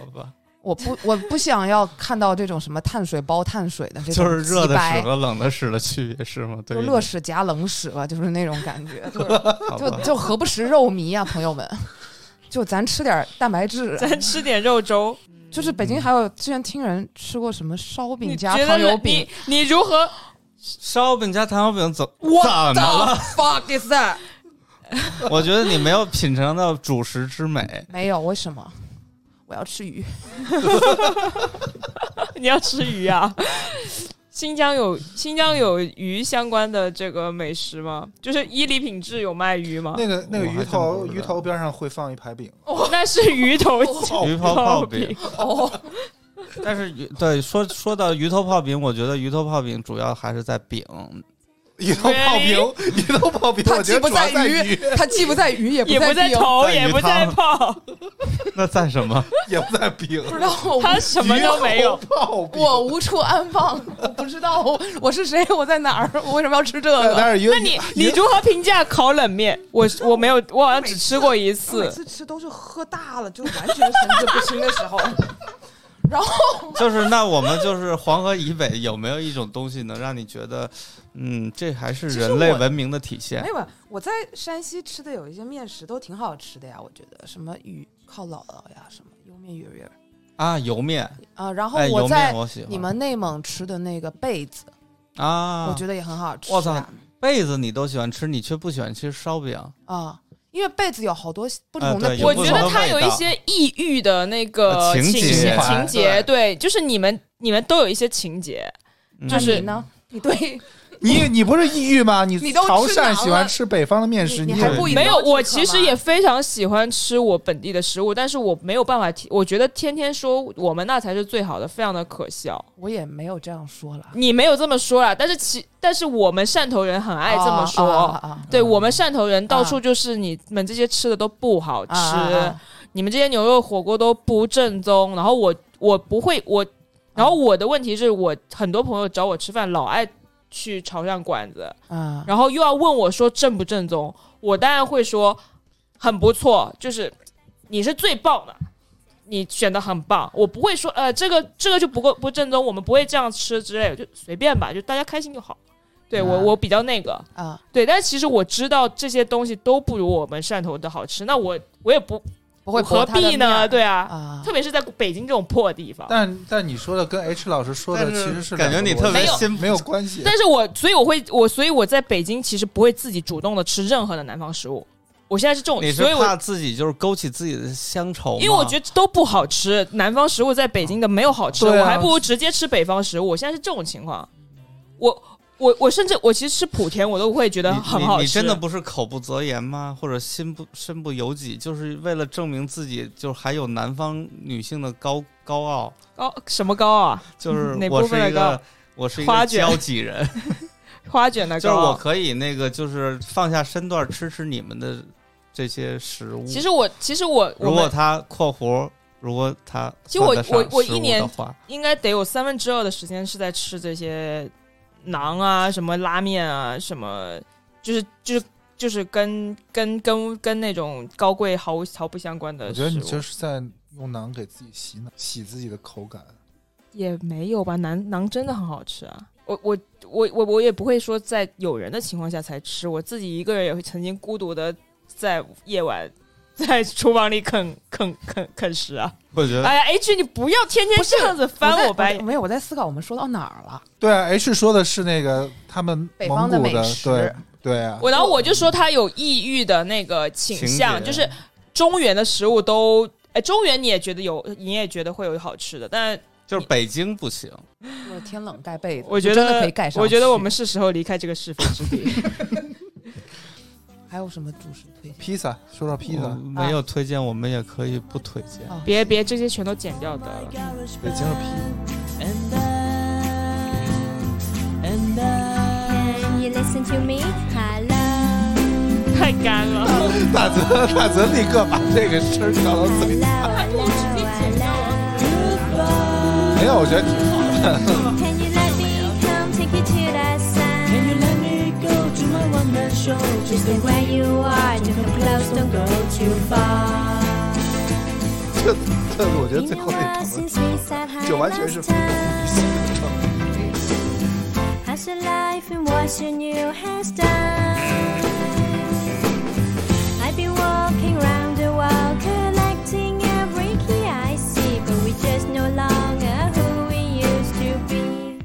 Speaker 2: 好吧，
Speaker 4: 我不，我不想要看到这种什么碳水包碳水的这种
Speaker 2: 就是热
Speaker 4: 鸡
Speaker 2: 的
Speaker 4: 掰
Speaker 2: 屎和冷的屎的区别是吗？对
Speaker 4: 就
Speaker 2: 于你，
Speaker 4: 热屎夹冷屎吧，就是那种感 觉，就是
Speaker 2: 好
Speaker 4: 就
Speaker 2: 吧，
Speaker 4: 就何不食肉糜呀、朋友们，就咱吃点蛋白质。
Speaker 3: 咱吃点肉粥，
Speaker 4: 就是北京还有之前听人吃过什么烧
Speaker 3: 你
Speaker 4: 饼
Speaker 3: 觉
Speaker 4: 加糖油
Speaker 3: 得
Speaker 4: 饼
Speaker 3: 你，你如何？
Speaker 2: 烧饼加糖油饼怎怎么啊了？
Speaker 4: ？Fuck is that？
Speaker 2: 我觉得你没有品尝到主食之美。
Speaker 4: 没有，为什么？我要吃鱼。
Speaker 3: 你要吃鱼啊？新疆有新疆有鱼相关的这个美食吗？就是伊犁品质有卖鱼吗？
Speaker 6: 那个那个
Speaker 2: 我还
Speaker 6: 鱼
Speaker 2: 真不
Speaker 6: 头
Speaker 2: 知道
Speaker 6: 鱼头边上会放一排饼，
Speaker 3: 那是鱼 头
Speaker 2: 鱼泡泡饼
Speaker 3: 饼，
Speaker 4: 哦
Speaker 2: 但是鱼对说说到鱼头泡饼，我觉得鱼头泡饼主要还是在饼，
Speaker 6: 鱼头泡饼，鱼头泡 饼，
Speaker 4: 它
Speaker 6: 我觉
Speaker 4: 既
Speaker 6: 得
Speaker 4: 不
Speaker 6: 主要在
Speaker 4: 鱼，它既不在鱼，也
Speaker 3: 也不在
Speaker 4: 在哦
Speaker 3: 头，
Speaker 2: 在鱼
Speaker 3: 也不在
Speaker 2: 汤
Speaker 3: 泡，
Speaker 2: 那在什么？
Speaker 6: 也不在饼，
Speaker 4: 不知道 我
Speaker 3: 它什么都没有
Speaker 6: 鱼。头泡饼，
Speaker 4: 我无处安放，我不知道我我是谁，我在哪儿，我为什么要吃这个？
Speaker 6: 但是鱼
Speaker 3: 那你你
Speaker 6: 鱼
Speaker 3: 如何评价烤冷面？我我没有，我好像只吃过一次。
Speaker 4: 次吃都是喝大了，就完全神志不清的时候。 然后
Speaker 2: 就是那我们就是黄河以北有没有一种东西能让你觉得，嗯，这还是
Speaker 4: 其实
Speaker 2: 人类
Speaker 4: 我哎
Speaker 2: 文明的体现
Speaker 4: 没？有，啊我在山西吃的有一些面食都挺好吃的呀，我觉得什么鱼靠姥姥呀，什么莜面鱼圆
Speaker 2: 啊，油面，
Speaker 4: 啊，然后
Speaker 2: 哎，油
Speaker 4: 在
Speaker 2: 面我喜欢。
Speaker 4: 你们内蒙吃的那个被子，
Speaker 2: 啊，
Speaker 4: 我觉得也很好吃呀。
Speaker 2: 我操被子你都喜欢吃，你却不喜欢吃烧饼。
Speaker 4: 啊，因为被子有好多不同的
Speaker 2: 啊对
Speaker 4: 品
Speaker 3: 我
Speaker 2: 有不
Speaker 4: 种，
Speaker 3: 觉
Speaker 2: 同
Speaker 3: 得
Speaker 2: 的
Speaker 3: 它
Speaker 2: 味
Speaker 3: 有
Speaker 2: 道
Speaker 3: 一些抑郁的那个
Speaker 2: 呃情
Speaker 3: 情
Speaker 2: 节
Speaker 3: 情节，
Speaker 6: 对
Speaker 3: 对，就是你们你们都有一些情节，
Speaker 2: 嗯
Speaker 3: 就是
Speaker 4: 你呢？你对
Speaker 6: 你你不是抑郁吗？你
Speaker 4: 你都吃
Speaker 6: 潮汕
Speaker 4: 囊
Speaker 6: 喜欢
Speaker 4: 了
Speaker 6: 吃北方的面食，
Speaker 4: 你
Speaker 6: 也
Speaker 4: 还不一定
Speaker 3: 没有，
Speaker 4: 要吃
Speaker 3: 我
Speaker 4: 可
Speaker 3: 其实
Speaker 4: 吗
Speaker 3: 也非常喜欢吃我本地的食物，但是我没有办法提，我觉得天天说我们那才是最好的，非常的可笑。
Speaker 4: 我也没有这样说了，
Speaker 3: 你没有这么说啦，但是其但是我们汕头人很爱这么说。
Speaker 4: 啊啊啊啊
Speaker 3: 对我们汕头人到处就是你们这些吃的都不好吃，
Speaker 4: 啊啊啊
Speaker 3: 你们这些牛肉火锅都不正宗。然后我我不会我，然后我的问题是我很多朋友找我吃饭老爱去潮汕馆子，
Speaker 4: 啊，
Speaker 3: 然后又要问我说正不正宗，我当然会说很不错，就是你是最棒的，你选的很棒。我不会说呃这个这个就不够不正宗，我们不会这样吃之类的，就随便吧，就大家开心就好。对我
Speaker 4: 啊
Speaker 3: 我比较那个，
Speaker 4: 啊，
Speaker 3: 对，但其实我知道这些东西都不如我们汕头的好吃，那我我也不
Speaker 4: 不会
Speaker 3: 我何
Speaker 4: 驳他的
Speaker 3: 必
Speaker 4: 面儿
Speaker 3: 呢？对啊，
Speaker 4: 啊
Speaker 3: 特，别是在北京这种破地方。
Speaker 6: 但但你说的跟 H 老师说的
Speaker 2: 但
Speaker 6: 其
Speaker 2: 是
Speaker 6: 实是
Speaker 2: 感觉
Speaker 6: 两个
Speaker 2: 你
Speaker 6: 逻辑
Speaker 2: 特别
Speaker 3: 没有
Speaker 2: 心
Speaker 6: 没有关系。
Speaker 3: 但是我所以我会我所以我在北京其实不会自己主动的吃任何的南方食物，我现在是这种，
Speaker 2: 你是
Speaker 3: 所以我
Speaker 2: 怕自己就是勾起自己的乡愁吗？
Speaker 3: 因为我觉得都不好吃，南方食物在北京的没有好吃，
Speaker 6: 对啊
Speaker 3: 我还不如直接吃北方食物。我现在是这种情况，我我我甚至我其实吃莆田我都会觉得
Speaker 2: 你
Speaker 3: 很
Speaker 2: 你
Speaker 3: 好吃，
Speaker 2: 你真的不是口不择言吗？或者心不身不由己，就是为了证明自己，就是还有南方女性的高高傲，
Speaker 3: 高什么高啊？
Speaker 2: 就是
Speaker 3: 哪
Speaker 2: 我
Speaker 3: 部
Speaker 2: 是
Speaker 3: 分的
Speaker 2: 一个
Speaker 3: 高
Speaker 2: 我是一
Speaker 3: 花
Speaker 2: 个
Speaker 3: 卷
Speaker 2: 交际 人，
Speaker 3: 花卷的
Speaker 2: 就是我
Speaker 3: 高。啊
Speaker 2: 可以那个就是放下身段吃吃你们的这些食物。
Speaker 3: 其实我其实我我
Speaker 2: 如果
Speaker 3: 们
Speaker 2: 他（括弧）如果他
Speaker 3: 其实我
Speaker 2: 算得上
Speaker 3: 我我
Speaker 2: 食物
Speaker 3: 一年
Speaker 2: 的话，
Speaker 3: 应该得有三分之二的时间是在吃这些馕啊、什么拉面啊、什么就是就是。就是跟跟跟跟那种高贵毫无毫不相关的食物，
Speaker 6: 我觉得你就是在用馕给自己洗脑，洗自己的口感。
Speaker 3: 也没有吧，馕馕真的很好吃啊！我我我我我也不会说在有人的情况下才吃，我自己一个人也会曾经孤独的在夜晚在厨房里啃啃啃啃食啊！
Speaker 2: 我觉得
Speaker 3: 哎呀，H，你不要天天
Speaker 4: 呃不是
Speaker 3: 这样子翻
Speaker 4: 在
Speaker 3: 我白
Speaker 4: 在
Speaker 3: 眼。
Speaker 4: 没有，我在思考我们说到哪儿了？
Speaker 6: 对啊，H 说的是那个他们
Speaker 4: 北
Speaker 6: 蒙
Speaker 4: 方的
Speaker 6: 古
Speaker 4: 美
Speaker 6: 的，
Speaker 4: 食
Speaker 6: 对对啊，
Speaker 3: 我然后我就说他有抑郁的那个倾向，
Speaker 2: 情节
Speaker 3: 就是中原的食物都。哎，中原你也觉得有，你也觉得会有好吃的，但
Speaker 2: 就是北京不行，
Speaker 4: 就是天冷盖被子，
Speaker 3: 我觉得
Speaker 4: 就真的可以盖上去。
Speaker 3: 我觉得我们是时候离开这个是非之 地。
Speaker 4: 还有什么主食推荐？
Speaker 6: 披萨，说到披萨，
Speaker 2: 我没有推荐，我们也可以不推荐。
Speaker 4: 哦
Speaker 3: 别别，这些全都剪掉得了。
Speaker 6: 北京的披，
Speaker 7: Can you listen to me? Hello.
Speaker 3: 太干了。
Speaker 6: 大泽大泽立刻把这个声儿调到嘴里，没有，我觉得挺好的。
Speaker 7: Can you let me come take you to the sun? Can you let me go to my one man show? Just stay where you are, don't come close, don't go too far.
Speaker 6: 这这我觉得最后那讨论
Speaker 7: since we said hi
Speaker 6: 就完全是
Speaker 7: last
Speaker 6: 非常
Speaker 7: time.
Speaker 6: 不理性的状态。
Speaker 7: How's your life and what's your new hairstyle? I've been walking round the world collecting every key I see, but we just no longer who we used to be.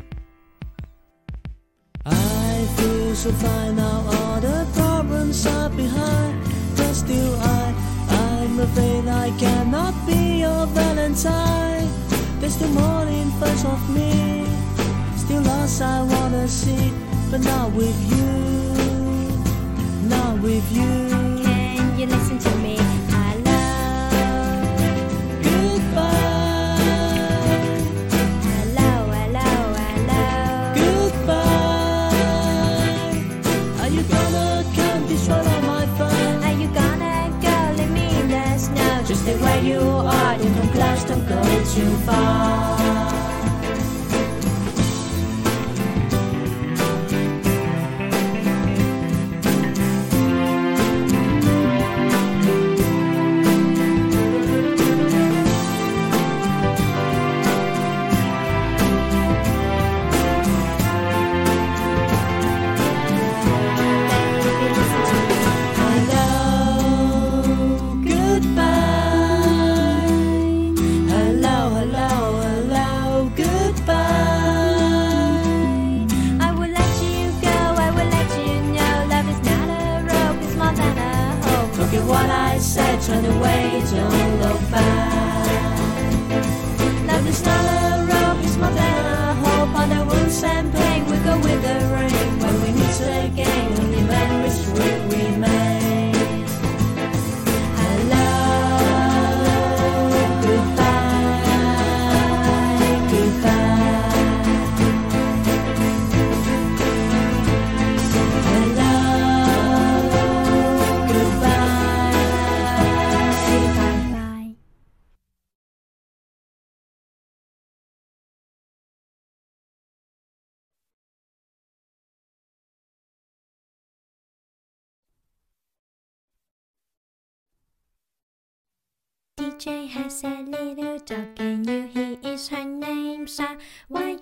Speaker 9: I feel so fine now, all the problems are behind. But still, I, I'm afraid I cannot be your Valentine. There's still more in front of me, still lost I wanna see, but not with you, not with you.
Speaker 7: Can you listen to me? Hello,
Speaker 9: Goodbye,
Speaker 7: hello, hello, hello.
Speaker 9: goodbye. Are you gonna come destroy all my fun?
Speaker 7: Are you gonna go leave me in the snow? Just stay where you are, don't come close, don't go too far. Hello, goodbye. Hello, hello, hello, goodbye. I will let you go, I will let you know. Love is not a rope, it's more than a hope. Forget what I said, turn away, don't look back. Love is not a rope, it's more than a hope. On the wounds and pain, we go with the rain. When we meet again, only memories will remain. Hello, goodbye, goodbye. Hello, goodbye, goodbye. DJ has a little dog, and you hear is her name Sha. Why